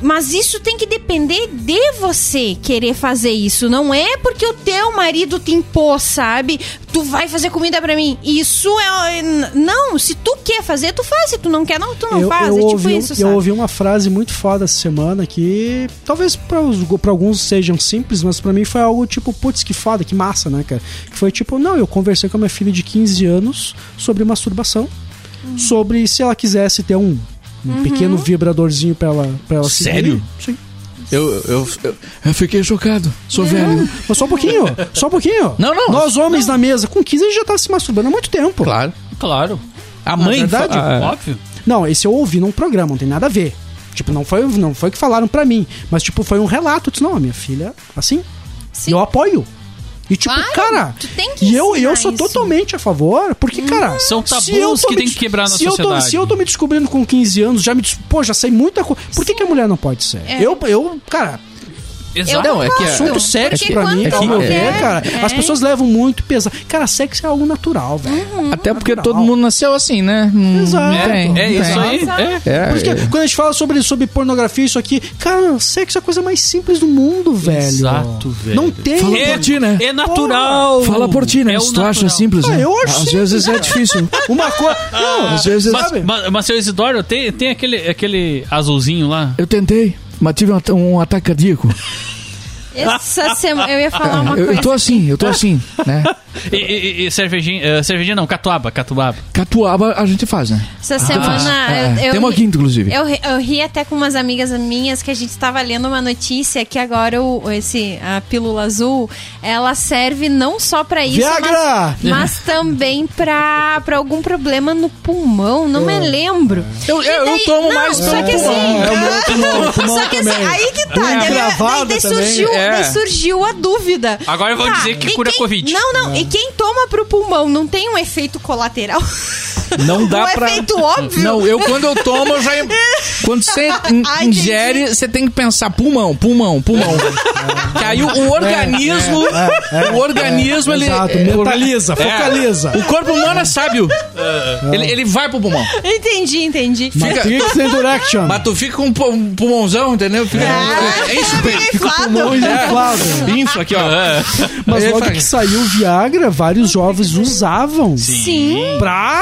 [SPEAKER 6] mas isso tem que depender de você querer fazer isso. Não é porque o teu marido te impôs, sabe? Tu vai fazer comida pra mim. Isso é. é, n- Não, se tu quer fazer, tu faz. Se tu não quer, não, tu não
[SPEAKER 4] eu,
[SPEAKER 6] faz.
[SPEAKER 4] eu
[SPEAKER 6] é tipo
[SPEAKER 4] ouvi, um-
[SPEAKER 6] isso,
[SPEAKER 4] eu
[SPEAKER 6] sabe?
[SPEAKER 4] ouvi uma frase muito foda essa semana que talvez pra os- pra alguns sejam simples, mas pra mim foi algo tipo, putz, que foda, que massa, né, cara? Que foi tipo, não, eu conversei com a minha filha de 15 anos sobre masturbação,
[SPEAKER 6] Uhum.
[SPEAKER 4] sobre se ela quisesse ter um, um pequeno vibradorzinho pra ela, pra ela se-
[SPEAKER 1] Sério?
[SPEAKER 4] Sim.
[SPEAKER 1] Eu, eu, eu, eu fiquei chocado. Sou velho.
[SPEAKER 4] Mas só um pouquinho, só um pouquinho.
[SPEAKER 1] Não, não.
[SPEAKER 4] Nós homens na mesa, com 15 a gente já tá se masturbando há muito tempo.
[SPEAKER 1] Claro.
[SPEAKER 5] Claro, é
[SPEAKER 1] A mãe.
[SPEAKER 4] verdade, é.
[SPEAKER 1] fa- ah,
[SPEAKER 5] óbvio.
[SPEAKER 4] Não, esse eu ouvi num programa, não tem nada a ver. Tipo, não foi, não foi o que falaram pra mim, mas tipo, foi um relato. Eu disse, não, a minha filha, assim,
[SPEAKER 6] Sim.
[SPEAKER 4] eu apoio. E tipo,
[SPEAKER 6] Claro,
[SPEAKER 4] cara,
[SPEAKER 6] tu tem que
[SPEAKER 4] e eu,
[SPEAKER 6] ensinar
[SPEAKER 4] eu sou
[SPEAKER 6] isso. Hum.
[SPEAKER 4] totalmente a favor, porque, cara...
[SPEAKER 5] São
[SPEAKER 4] se
[SPEAKER 5] tabus
[SPEAKER 4] eu tô
[SPEAKER 5] que
[SPEAKER 4] me
[SPEAKER 5] tem
[SPEAKER 4] des-
[SPEAKER 5] que quebrar na
[SPEAKER 4] se eu tô-
[SPEAKER 5] sociedade.
[SPEAKER 4] se eu tô me descobrindo com 15 anos, já me... des- Pô, já sei muita coisa. Por que, que a mulher não pode ser?
[SPEAKER 6] É. Então,
[SPEAKER 4] Eu, eu, cara,
[SPEAKER 5] Exato.
[SPEAKER 1] Não, é que é-
[SPEAKER 4] assunto
[SPEAKER 1] Não,
[SPEAKER 4] sexo
[SPEAKER 6] porque
[SPEAKER 4] pra mim,
[SPEAKER 6] quando
[SPEAKER 4] ao meu
[SPEAKER 1] é-
[SPEAKER 4] ver,
[SPEAKER 6] é,
[SPEAKER 4] cara,
[SPEAKER 6] é.
[SPEAKER 4] as pessoas levam muito pesado. Cara, sexo é algo natural, velho.
[SPEAKER 6] um
[SPEAKER 1] Até porque
[SPEAKER 4] Natural.
[SPEAKER 1] todo mundo nasceu assim, né? Hum,
[SPEAKER 4] Exato.
[SPEAKER 1] tem,
[SPEAKER 5] É
[SPEAKER 1] tem.
[SPEAKER 5] isso aí. É.
[SPEAKER 1] É,
[SPEAKER 4] Por isso que quando a gente fala sobre, sobre pornografia, isso aqui, cara, sexo é a coisa mais simples do mundo, velho.
[SPEAKER 5] Exato, velho.
[SPEAKER 4] Não tem.
[SPEAKER 1] Fala
[SPEAKER 5] É,
[SPEAKER 1] por ti, né?
[SPEAKER 5] é natural.
[SPEAKER 1] Fala por ti, né?
[SPEAKER 5] É o
[SPEAKER 1] Se tu acha
[SPEAKER 5] natural.
[SPEAKER 1] simples,
[SPEAKER 4] Ah,
[SPEAKER 1] né?
[SPEAKER 4] eu acho
[SPEAKER 1] Às
[SPEAKER 4] simples,
[SPEAKER 1] vezes é difícil.
[SPEAKER 4] Uma coisa. Não,
[SPEAKER 1] Às vezes...
[SPEAKER 5] Mas,
[SPEAKER 4] Sabe?
[SPEAKER 5] mas, mas, seu Isidoro, tem, tem aquele, aquele azulzinho lá?
[SPEAKER 1] Eu tentei, mas tive um, um ataque cardíaco.
[SPEAKER 6] Essa semana eu ia falar uma
[SPEAKER 1] Eu,
[SPEAKER 6] coisa.
[SPEAKER 1] eu tô assim, eu tô assim, né?
[SPEAKER 5] E, e- e cervejinha, eh, cervejinha não, catuaba, catuaba.
[SPEAKER 1] Catuaba a gente faz, né?
[SPEAKER 6] Essa semana.
[SPEAKER 2] Ah,
[SPEAKER 6] Ah, eu-
[SPEAKER 1] É,
[SPEAKER 6] eu
[SPEAKER 1] Tem uma
[SPEAKER 6] ri-
[SPEAKER 1] aqui, inclusive.
[SPEAKER 6] Eu, ri- eu ri até com umas amigas minhas que a gente estava lendo uma notícia que agora o, esse, a pílula azul ela serve não só para isso,
[SPEAKER 4] Viagra!
[SPEAKER 6] mas, mas também para algum problema no pulmão, não me lembro.
[SPEAKER 1] Eu, É, eu, eu
[SPEAKER 6] daí-
[SPEAKER 1] tomo
[SPEAKER 6] não,
[SPEAKER 1] mais
[SPEAKER 6] só
[SPEAKER 1] pelo
[SPEAKER 6] que
[SPEAKER 1] pulmão.
[SPEAKER 6] assim-
[SPEAKER 4] É o meu pulmão, o pulmão
[SPEAKER 6] Só que assim,
[SPEAKER 4] também.
[SPEAKER 6] aí que tá, daí,
[SPEAKER 4] Gravado
[SPEAKER 6] daí- daí
[SPEAKER 4] também.
[SPEAKER 6] surgiu,
[SPEAKER 1] É.
[SPEAKER 6] daí surgiu a dúvida.
[SPEAKER 5] Agora vão
[SPEAKER 6] Tá,
[SPEAKER 5] dizer que
[SPEAKER 6] e
[SPEAKER 5] cura
[SPEAKER 6] quem-
[SPEAKER 5] Covid.
[SPEAKER 6] Não, não, e quem toma pro pulmão não tem um efeito colateral?
[SPEAKER 1] Não dá
[SPEAKER 6] um
[SPEAKER 1] pra.
[SPEAKER 6] efeito óbvio?
[SPEAKER 1] Não, eu quando eu tomo, eu já. Quando você in-
[SPEAKER 6] Ah, entendi.
[SPEAKER 1] ingere, você tem que pensar pulmão, pulmão, pulmão. Que aí o, o organismo. o organismo, ele.
[SPEAKER 4] é,
[SPEAKER 1] tá
[SPEAKER 4] Exato, mentaliza, focaliza.
[SPEAKER 1] O corpo humano é sábio. Ele, ele vai pro pulmão.
[SPEAKER 6] Entendi, entendi.
[SPEAKER 1] Fica-
[SPEAKER 4] Matrix and Direction.
[SPEAKER 1] Mas tu fica com um pu- um pulmãozão, entendeu? Fica, é, isso, Pedro.
[SPEAKER 6] Fica um
[SPEAKER 4] Pulmão inflado.
[SPEAKER 1] Isso aqui, ó.
[SPEAKER 4] Mas
[SPEAKER 1] É,
[SPEAKER 4] logo
[SPEAKER 1] Fagner.
[SPEAKER 4] que saiu o Viagra, vários jovens usavam.
[SPEAKER 6] Sim.
[SPEAKER 4] Pra.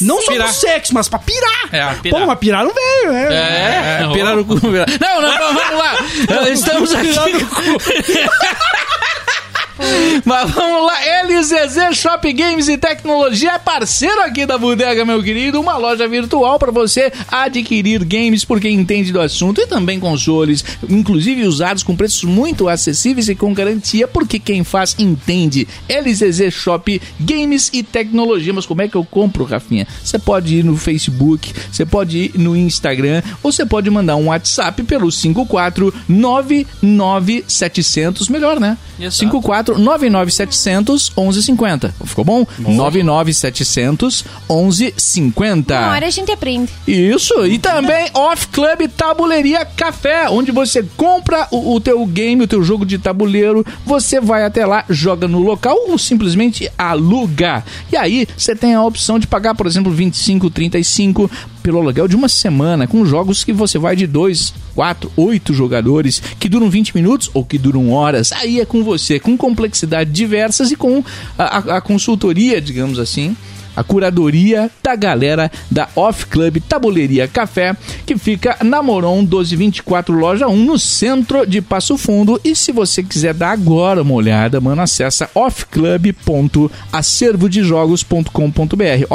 [SPEAKER 4] Não só
[SPEAKER 5] Pirar.
[SPEAKER 4] pro sexo, mas pra pirar.
[SPEAKER 5] É,
[SPEAKER 4] Pô, mas piraram velho, né?
[SPEAKER 5] É,
[SPEAKER 1] É, piraram o cu. piraram- Não, não, não, vamos lá. Estamos aqui.
[SPEAKER 2] Mas vamos lá, LZZ Shop Games e Tecnologia é parceiro aqui da Bodega, meu querido. Uma loja virtual para você adquirir games porque entende do assunto e também consoles, inclusive usados com preços muito acessíveis e com garantia, porque quem faz entende. LZZ Shop Games e Tecnologia. Mas como é que eu compro, Rafinha? Você pode ir no Facebook, você pode ir no Instagram ou você pode mandar um WhatsApp pelo 5499700, melhor, né?
[SPEAKER 5] Exato.
[SPEAKER 2] 5499700. 54 99700 1150. Ficou bom? 99700
[SPEAKER 4] Ah.
[SPEAKER 2] 1150.
[SPEAKER 6] Uma hora a gente aprende.
[SPEAKER 2] Isso, e também Off Club Tabuleiria Café, onde você compra o, o teu game, o teu jogo de tabuleiro, você vai até lá, joga no local ou simplesmente aluga. E aí você tem a opção de pagar, por exemplo, 25, 35 pelo aluguel de uma semana, com jogos que você vai de 2, 4, 8 jogadores, que duram 20 minutos ou que duram horas. Aí é com você, com complexidade diversas e com a- a- a consultoria, digamos assim, a curadoria da galera da Off Club Tabuleiria Café, que fica na Moron 1224, loja 1, no centro de Passo Fundo. E se você quiser dar agora uma olhada, mano, acessa offclub.acervodejogos.com.br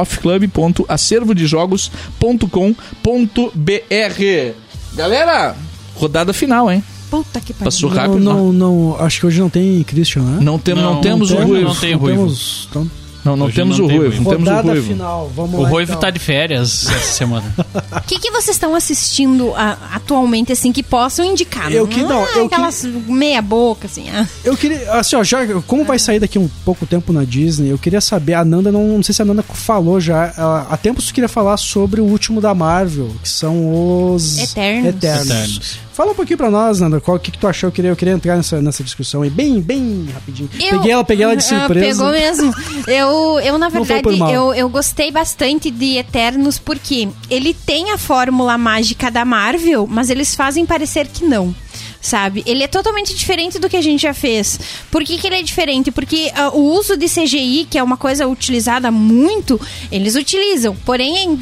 [SPEAKER 2] offclub.acervodejogos.com.br Galera, rodada final, hein?
[SPEAKER 6] Puta que pariu.
[SPEAKER 2] Passou
[SPEAKER 4] Não,
[SPEAKER 2] rápido, não?
[SPEAKER 4] não, não, acho que hoje não tem Christian, né?
[SPEAKER 2] Não, tem- não
[SPEAKER 5] Não,
[SPEAKER 2] temos
[SPEAKER 5] não
[SPEAKER 2] o
[SPEAKER 5] tem,
[SPEAKER 2] Ruivo.
[SPEAKER 5] não tem. ruivo.
[SPEAKER 4] temos- então,
[SPEAKER 2] Não, não
[SPEAKER 5] Hoje
[SPEAKER 2] temos
[SPEAKER 5] não
[SPEAKER 2] o
[SPEAKER 5] tem
[SPEAKER 2] Ruivo.
[SPEAKER 5] ruivo.
[SPEAKER 2] Não temos o
[SPEAKER 4] Rodada
[SPEAKER 2] Ruivo.
[SPEAKER 4] final, vamos
[SPEAKER 5] O
[SPEAKER 4] lá.
[SPEAKER 5] Ruivo
[SPEAKER 4] então.
[SPEAKER 5] tá de férias essa semana.
[SPEAKER 6] O que, que vocês estão assistindo a- atualmente, assim, que possam indicar?
[SPEAKER 4] Eu que não,
[SPEAKER 6] é
[SPEAKER 4] eu que-
[SPEAKER 6] aquelas meia boca, assim. ah.
[SPEAKER 4] Eu queria, assim, ó, já, como vai sair daqui um pouco tempo na Disney, eu queria saber, a Nanda, não, não sei se a Nanda falou já, ela- há tempos tu queria falar sobre o último da Marvel, que são os...
[SPEAKER 6] Eternos.
[SPEAKER 4] Eternos.
[SPEAKER 5] Eternos.
[SPEAKER 4] Fala um pouquinho pra nós, Nanda, qual- o que, que tu achou, eu queria, eu queria entrar nessa, nessa discussão aí, bem, bem rapidinho.
[SPEAKER 6] Eu-
[SPEAKER 4] Peguei ela, peguei ela de
[SPEAKER 6] Ah,
[SPEAKER 4] surpresa.
[SPEAKER 6] Pegou mesmo. Eu, eu na
[SPEAKER 4] Não foi
[SPEAKER 6] verdade,
[SPEAKER 4] por mal.
[SPEAKER 6] eu, eu gostei bastante de Eternos porque ele tem a fórmula mágica da Marvel, mas eles fazem parecer que não. Sabe? Ele é totalmente diferente do que a gente já fez. Por que, que ele é diferente? Porque ah, o uso de CGI, que é uma coisa utilizada muito, eles utilizam. Porém, é em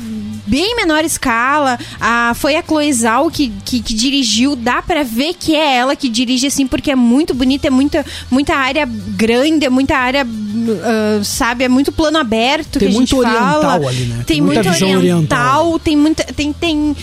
[SPEAKER 6] bem menor escala. Ah, foi a Chloe Zhao que, que, que dirigiu. Dá pra ver que é ela que dirige, assim, porque é muito bonita, é muita, muita área grande, é muita área, ah, sabe, é muito plano
[SPEAKER 4] Tem
[SPEAKER 6] aberto que a gente
[SPEAKER 4] muito oriental
[SPEAKER 6] fala.
[SPEAKER 4] ali, né?
[SPEAKER 6] Tem,
[SPEAKER 4] Tem muita
[SPEAKER 6] muito
[SPEAKER 4] visão
[SPEAKER 6] oriental,
[SPEAKER 4] oriental.
[SPEAKER 6] tem muita tem, tem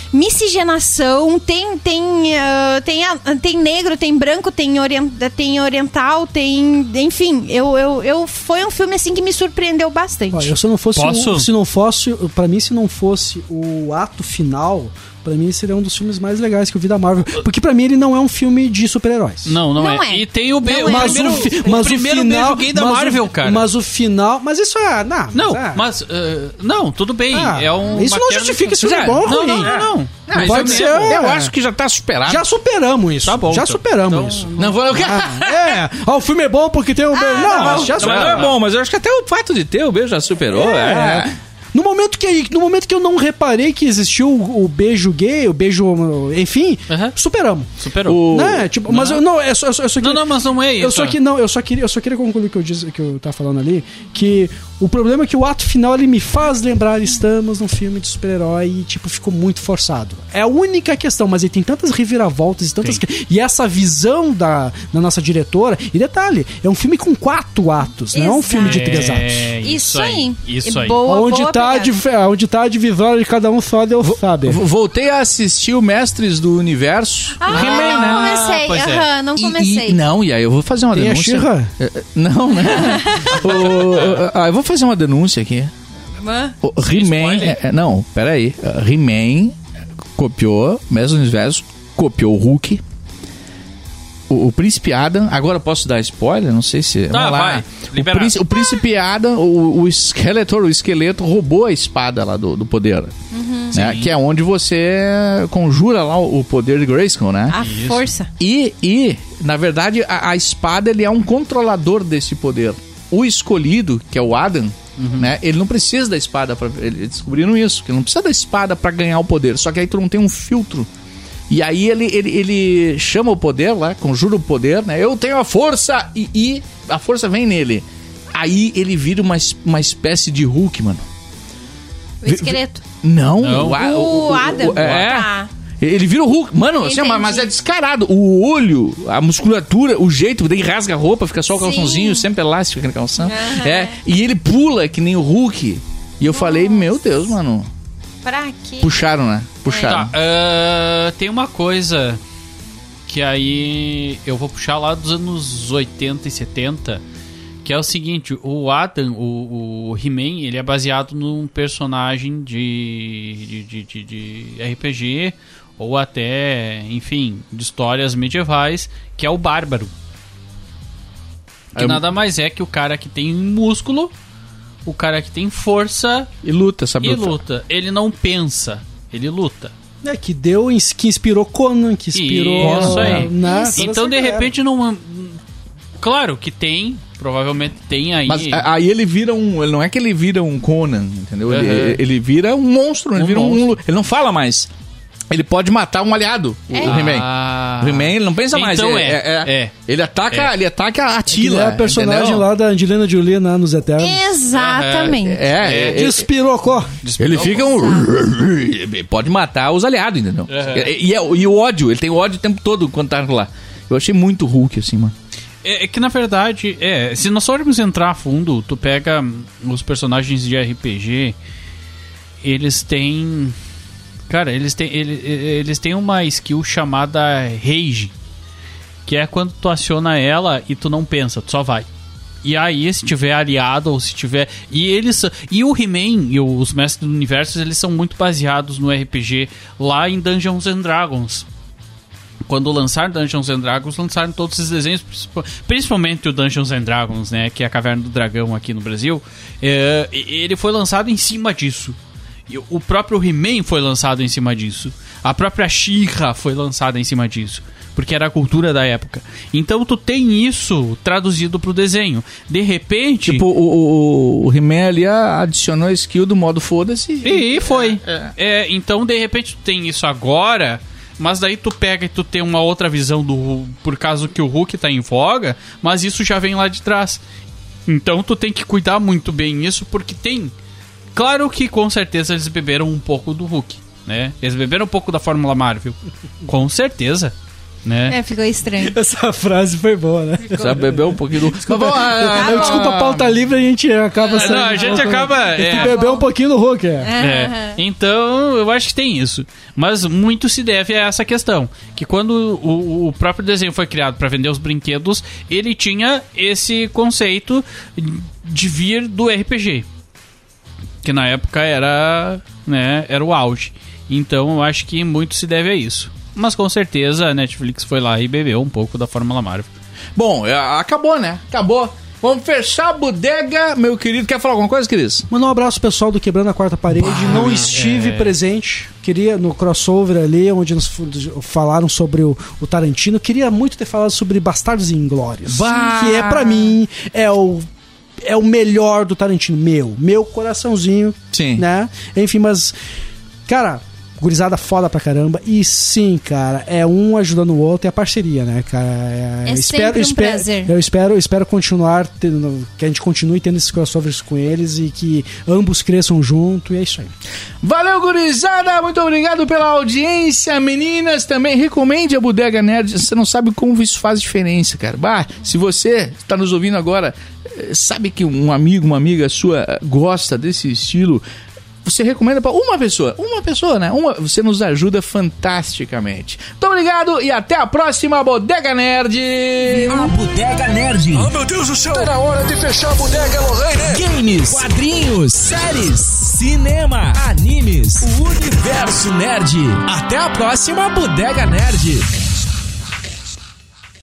[SPEAKER 6] miscigenação, tem tem ah, tem, a- tem negro, tem branco, tem, orien- tem oriental, tem, enfim, eu, eu, eu foi um filme assim que me surpreendeu bastante.
[SPEAKER 4] Ó, eu se não fosse,
[SPEAKER 5] Posso?
[SPEAKER 4] o- se não fosse, para mim se não fosse o ato final, pra mim seria um dos filmes mais legais que eu vi da Marvel, porque pra mim ele não é um filme de super-heróis.
[SPEAKER 5] Não, não,
[SPEAKER 6] Não
[SPEAKER 5] é.
[SPEAKER 6] é.
[SPEAKER 5] E tem o, be-
[SPEAKER 6] Não
[SPEAKER 5] o
[SPEAKER 6] é.
[SPEAKER 4] Mas
[SPEAKER 5] primeiro,
[SPEAKER 4] o, fi-
[SPEAKER 5] o
[SPEAKER 4] mas o
[SPEAKER 5] primeiro
[SPEAKER 4] final,
[SPEAKER 5] beijo gay da
[SPEAKER 4] mas o-
[SPEAKER 5] Marvel, cara.
[SPEAKER 4] Mas o final, mas isso é, não,
[SPEAKER 5] não,
[SPEAKER 4] é.
[SPEAKER 5] mas. eh, não, tudo bem.
[SPEAKER 4] Ah,
[SPEAKER 5] é um,
[SPEAKER 4] isso
[SPEAKER 5] uma
[SPEAKER 4] não
[SPEAKER 5] quebra
[SPEAKER 4] justifica
[SPEAKER 5] de-
[SPEAKER 4] se filme é bom ou
[SPEAKER 5] Não,
[SPEAKER 4] ruim.
[SPEAKER 5] não, não. não. Mas
[SPEAKER 4] pode
[SPEAKER 5] é
[SPEAKER 4] ser,
[SPEAKER 5] mesmo.
[SPEAKER 2] Eu
[SPEAKER 4] É.
[SPEAKER 2] acho que já tá superado.
[SPEAKER 4] já superamos isso.
[SPEAKER 5] Ah. Tá bom,
[SPEAKER 4] já
[SPEAKER 5] então.
[SPEAKER 4] superamos
[SPEAKER 5] Então,
[SPEAKER 4] isso.
[SPEAKER 2] Não vou.
[SPEAKER 4] Ah, é. Ah, o filme é bom porque tem o
[SPEAKER 5] Ah,
[SPEAKER 4] beijo. não, mas já
[SPEAKER 2] Não, mas não é
[SPEAKER 4] superamos.
[SPEAKER 2] bom, mas eu acho que até o fato de ter o beijo já superou.
[SPEAKER 4] É.
[SPEAKER 2] é.
[SPEAKER 4] No momento, que, no momento que eu não reparei que existiu o, o beijo gay, o beijo. Enfim,
[SPEAKER 5] Aham.
[SPEAKER 4] superamos.
[SPEAKER 5] Superou.
[SPEAKER 4] Né? Tipo, mas eu, não, é só, eu só, eu só
[SPEAKER 5] Não,
[SPEAKER 4] queria-
[SPEAKER 5] não, mas não é isso.
[SPEAKER 4] Eu só, que, não, eu, só queria, eu só queria concluir o que eu, disse, que eu tava falando ali, que o problema é que o ato final ele me faz lembrar estamos num filme de super-herói e tipo, ficou muito forçado. É a única questão, mas ele tem tantas reviravoltas e tantas... que- E essa visão da, da nossa diretora, e detalhe, é um filme com quatro atos, não é um
[SPEAKER 6] Exato.
[SPEAKER 4] filme de três atos.
[SPEAKER 5] É,
[SPEAKER 6] Isso aí.
[SPEAKER 5] Isso aí.
[SPEAKER 6] Boa,
[SPEAKER 4] onde,
[SPEAKER 6] boa
[SPEAKER 4] tá a
[SPEAKER 6] pegada.
[SPEAKER 4] dif- onde tá a divisória de cada um só Deus sabe.
[SPEAKER 2] V- Voltei a assistir o Mestres do Universo.
[SPEAKER 6] Ah,
[SPEAKER 5] He-Man,
[SPEAKER 6] não
[SPEAKER 5] né? Ah,
[SPEAKER 6] comecei.
[SPEAKER 5] pois é.
[SPEAKER 6] Aham, não
[SPEAKER 2] E-
[SPEAKER 6] comecei.
[SPEAKER 2] E, não, e aí eu vou fazer uma
[SPEAKER 4] Tem a
[SPEAKER 2] denúncia.
[SPEAKER 4] She-Ra?
[SPEAKER 2] Eh, eh, Não, né? O- ah, eu vou fazer uma denúncia aqui.
[SPEAKER 6] Hã?
[SPEAKER 2] O He-Man.
[SPEAKER 5] spoiler.
[SPEAKER 2] eh, eh, Não, peraí. Ah, He-Man copiou, mesmo universo, copiou o Hulk. O, o Príncipe Adam, agora eu posso dar spoiler? Não sei se.
[SPEAKER 5] Tá,
[SPEAKER 2] vamos lá.
[SPEAKER 5] vai,
[SPEAKER 2] O,
[SPEAKER 5] libera.
[SPEAKER 2] príncipe, o Príncipe Adam, o, o Skeletor, o esqueleto, roubou a espada lá do, do poder.
[SPEAKER 6] Uhum.
[SPEAKER 2] né? Que é onde você conjura lá o o poder de Grayskull, né?
[SPEAKER 6] A força.
[SPEAKER 2] E, e na verdade, a, a espada ele é um controlador desse poder. O escolhido, que é o Adam, né? Ele não precisa da espada para eles descobriram isso, que ele não precisa da espada para ganhar o poder. Só que aí tu não tem um filtro. E aí ele, ele, ele chama o poder lá, conjura o poder, né? Eu tenho a força e, e a força vem nele. Aí ele vira uma, es- uma espécie de Hulk, mano.
[SPEAKER 6] O esqueleto.
[SPEAKER 2] Não,
[SPEAKER 5] Não.
[SPEAKER 2] A-
[SPEAKER 6] O Adam.
[SPEAKER 2] é.
[SPEAKER 6] Tá.
[SPEAKER 2] Ele vira o Hulk. Mano, assim,
[SPEAKER 6] Entendi.
[SPEAKER 2] mas, mas é descarado. O olho, a musculatura, o jeito, daí rasga a roupa, fica só o
[SPEAKER 6] Sim.
[SPEAKER 2] calçãozinho, sempre elástico aquele calção.
[SPEAKER 6] Aham.
[SPEAKER 2] É. E ele pula que nem o Hulk. E eu falei, meu Deus, mano.
[SPEAKER 6] Pra quê?
[SPEAKER 2] Puxaram, né? Puxaram.
[SPEAKER 5] Tá, ah, tem uma coisa que aí eu vou puxar lá dos anos 80 e 70, que é o seguinte, o Adam, o, o He-Man, ele é baseado num personagem de, de, de, de- de RPG, ou até, enfim, de histórias medievais, que é o Bárbaro. Que
[SPEAKER 2] É um-
[SPEAKER 5] nada mais é que o cara que tem músculo, o cara que tem força
[SPEAKER 2] E luta, sabe?
[SPEAKER 5] e luta. Ele não pensa, ele luta.
[SPEAKER 4] É, que deu, ins- que inspirou Conan, que inspirou.
[SPEAKER 5] Isso aí.
[SPEAKER 4] né, toda
[SPEAKER 5] Então,
[SPEAKER 4] essa
[SPEAKER 5] de
[SPEAKER 4] galera.
[SPEAKER 5] repente, não. Claro que tem, provavelmente tem aí.
[SPEAKER 2] Mas a- aí ele vira um. Ele não é que ele vira um Conan, entendeu? Ele,
[SPEAKER 5] Aham.
[SPEAKER 2] ele vira um monstro, ele
[SPEAKER 5] Um
[SPEAKER 2] vira um.
[SPEAKER 5] monstro.
[SPEAKER 2] Ele não fala mais. Ele pode matar um aliado, o
[SPEAKER 6] É.
[SPEAKER 2] He-Man.
[SPEAKER 5] Ah.
[SPEAKER 2] O He-Man, ele não pensa mais.
[SPEAKER 5] Então
[SPEAKER 2] ele,
[SPEAKER 5] é, é.
[SPEAKER 2] Ele ataca, ele ataca a
[SPEAKER 4] Que
[SPEAKER 2] Atila.
[SPEAKER 4] é a personagem
[SPEAKER 2] entendeu?
[SPEAKER 4] lá da Angelina Jolie né, nos Eternos.
[SPEAKER 6] É, Exatamente.
[SPEAKER 2] É, é,
[SPEAKER 4] Despirocó.
[SPEAKER 2] Ele fica um. Pode matar os aliados, entendeu? E, e é- e o ódio, ele tem ódio o tempo todo quando tá lá. Eu achei muito Hulk, assim, mano.
[SPEAKER 5] É, é que na verdade, é, se nós formos entrar a fundo, tu pega hum, os personagens de RPG, eles têm. Cara, eles têm, ele- e- eles têm uma skill chamada Rage, que é quando tu aciona ela e tu não pensa, tu só vai. E aí, se tiver aliado ou se tiver. E eles. E o He-Man e os Mestres do Universo, eles são muito baseados no RPG lá em Dungeons and Dragons. Quando lançaram Dungeons and Dragons, lançaram todos esses desenhos, princip- principalmente o Dungeons and Dragons, né? Que é a Caverna do Dragão aqui no Brasil. É, e- ele foi lançado em cima disso. E o próprio He-Man foi lançado em cima disso. A própria She-Ra foi lançada em cima disso. Porque era a cultura da época. Então tu tem isso traduzido pro desenho. De repente.
[SPEAKER 2] Tipo, o, o, o He-Man ali ah, adicionou a skill do modo foda-se.
[SPEAKER 5] E e foi. É, então, de repente, tu tem isso agora, mas daí tu pega e tu tem uma outra visão do Hu- por causa que o Hulk tá em voga, mas isso já vem lá de trás. Então tu tem que cuidar muito bem isso, porque tem. Claro que com certeza eles beberam um pouco do Hulk, né? Eles beberam um pouco da Fórmula Marvel. Com certeza. Né?
[SPEAKER 6] É, ficou estranho.
[SPEAKER 4] Essa frase foi boa, né?
[SPEAKER 2] Sabe, bebeu um pouquinho do. Desculpa,
[SPEAKER 4] Ah, desculpa, pauta livre, a gente acaba
[SPEAKER 5] Ah, não, a gente acaba. é.
[SPEAKER 4] Beber um pouquinho do Hulk, é.
[SPEAKER 5] É. Então, eu acho que tem isso. Mas muito se deve a essa questão. Que quando o, o próprio desenho foi criado para vender os brinquedos, ele tinha esse conceito de vir do RPG. Que na época era, né, era o auge. Então, eu acho que muito se deve a isso. Mas com certeza a Netflix foi lá e bebeu um pouco da Fórmula Marvel.
[SPEAKER 2] Bom, é, acabou, né? Acabou. Vamos fechar a bodega, meu querido. Quer falar alguma coisa, Cris?
[SPEAKER 4] Mandar um abraço pessoal do Quebrando a Quarta Parede. não estive presente. Queria no crossover ali, onde nos fu- falaram sobre o, o Tarantino. Queria muito ter falado sobre Bastardos e Inglórios.
[SPEAKER 2] Bah!
[SPEAKER 4] Que é pra mim, é o. É o melhor do Tarantino, meu. Meu coraçãozinho.
[SPEAKER 2] Sim.
[SPEAKER 4] Né? Enfim, mas. Cara, gurizada foda pra caramba. E sim, cara, é um ajudando o outro e a parceria, né, cara?
[SPEAKER 6] É sempre um prazer.
[SPEAKER 4] Eu espero, espero continuar tendo, que a gente continue tendo esses crossovers com eles e que ambos cresçam junto e é isso aí.
[SPEAKER 2] Valeu, gurizada! Muito obrigado pela audiência. Meninas, também recomende a Bodega Nerd. Você não sabe como isso faz diferença, cara. Bah, se você está nos ouvindo agora, eh, sabe que um amigo, uma amiga sua eh, gosta desse estilo, você recomenda para uma pessoa. Uma pessoa, né? Uma, você nos ajuda fantasticamente. Muito obrigado e até a próxima Bodega Nerd!
[SPEAKER 7] A Bodega Nerd.
[SPEAKER 8] Oh, meu Deus do céu! Tá na hora de fechar a bodega, Lorraine!
[SPEAKER 7] Games, quadrinhos, séries, cinema, animes, o universo nerd. Até a próxima Bodega Nerd.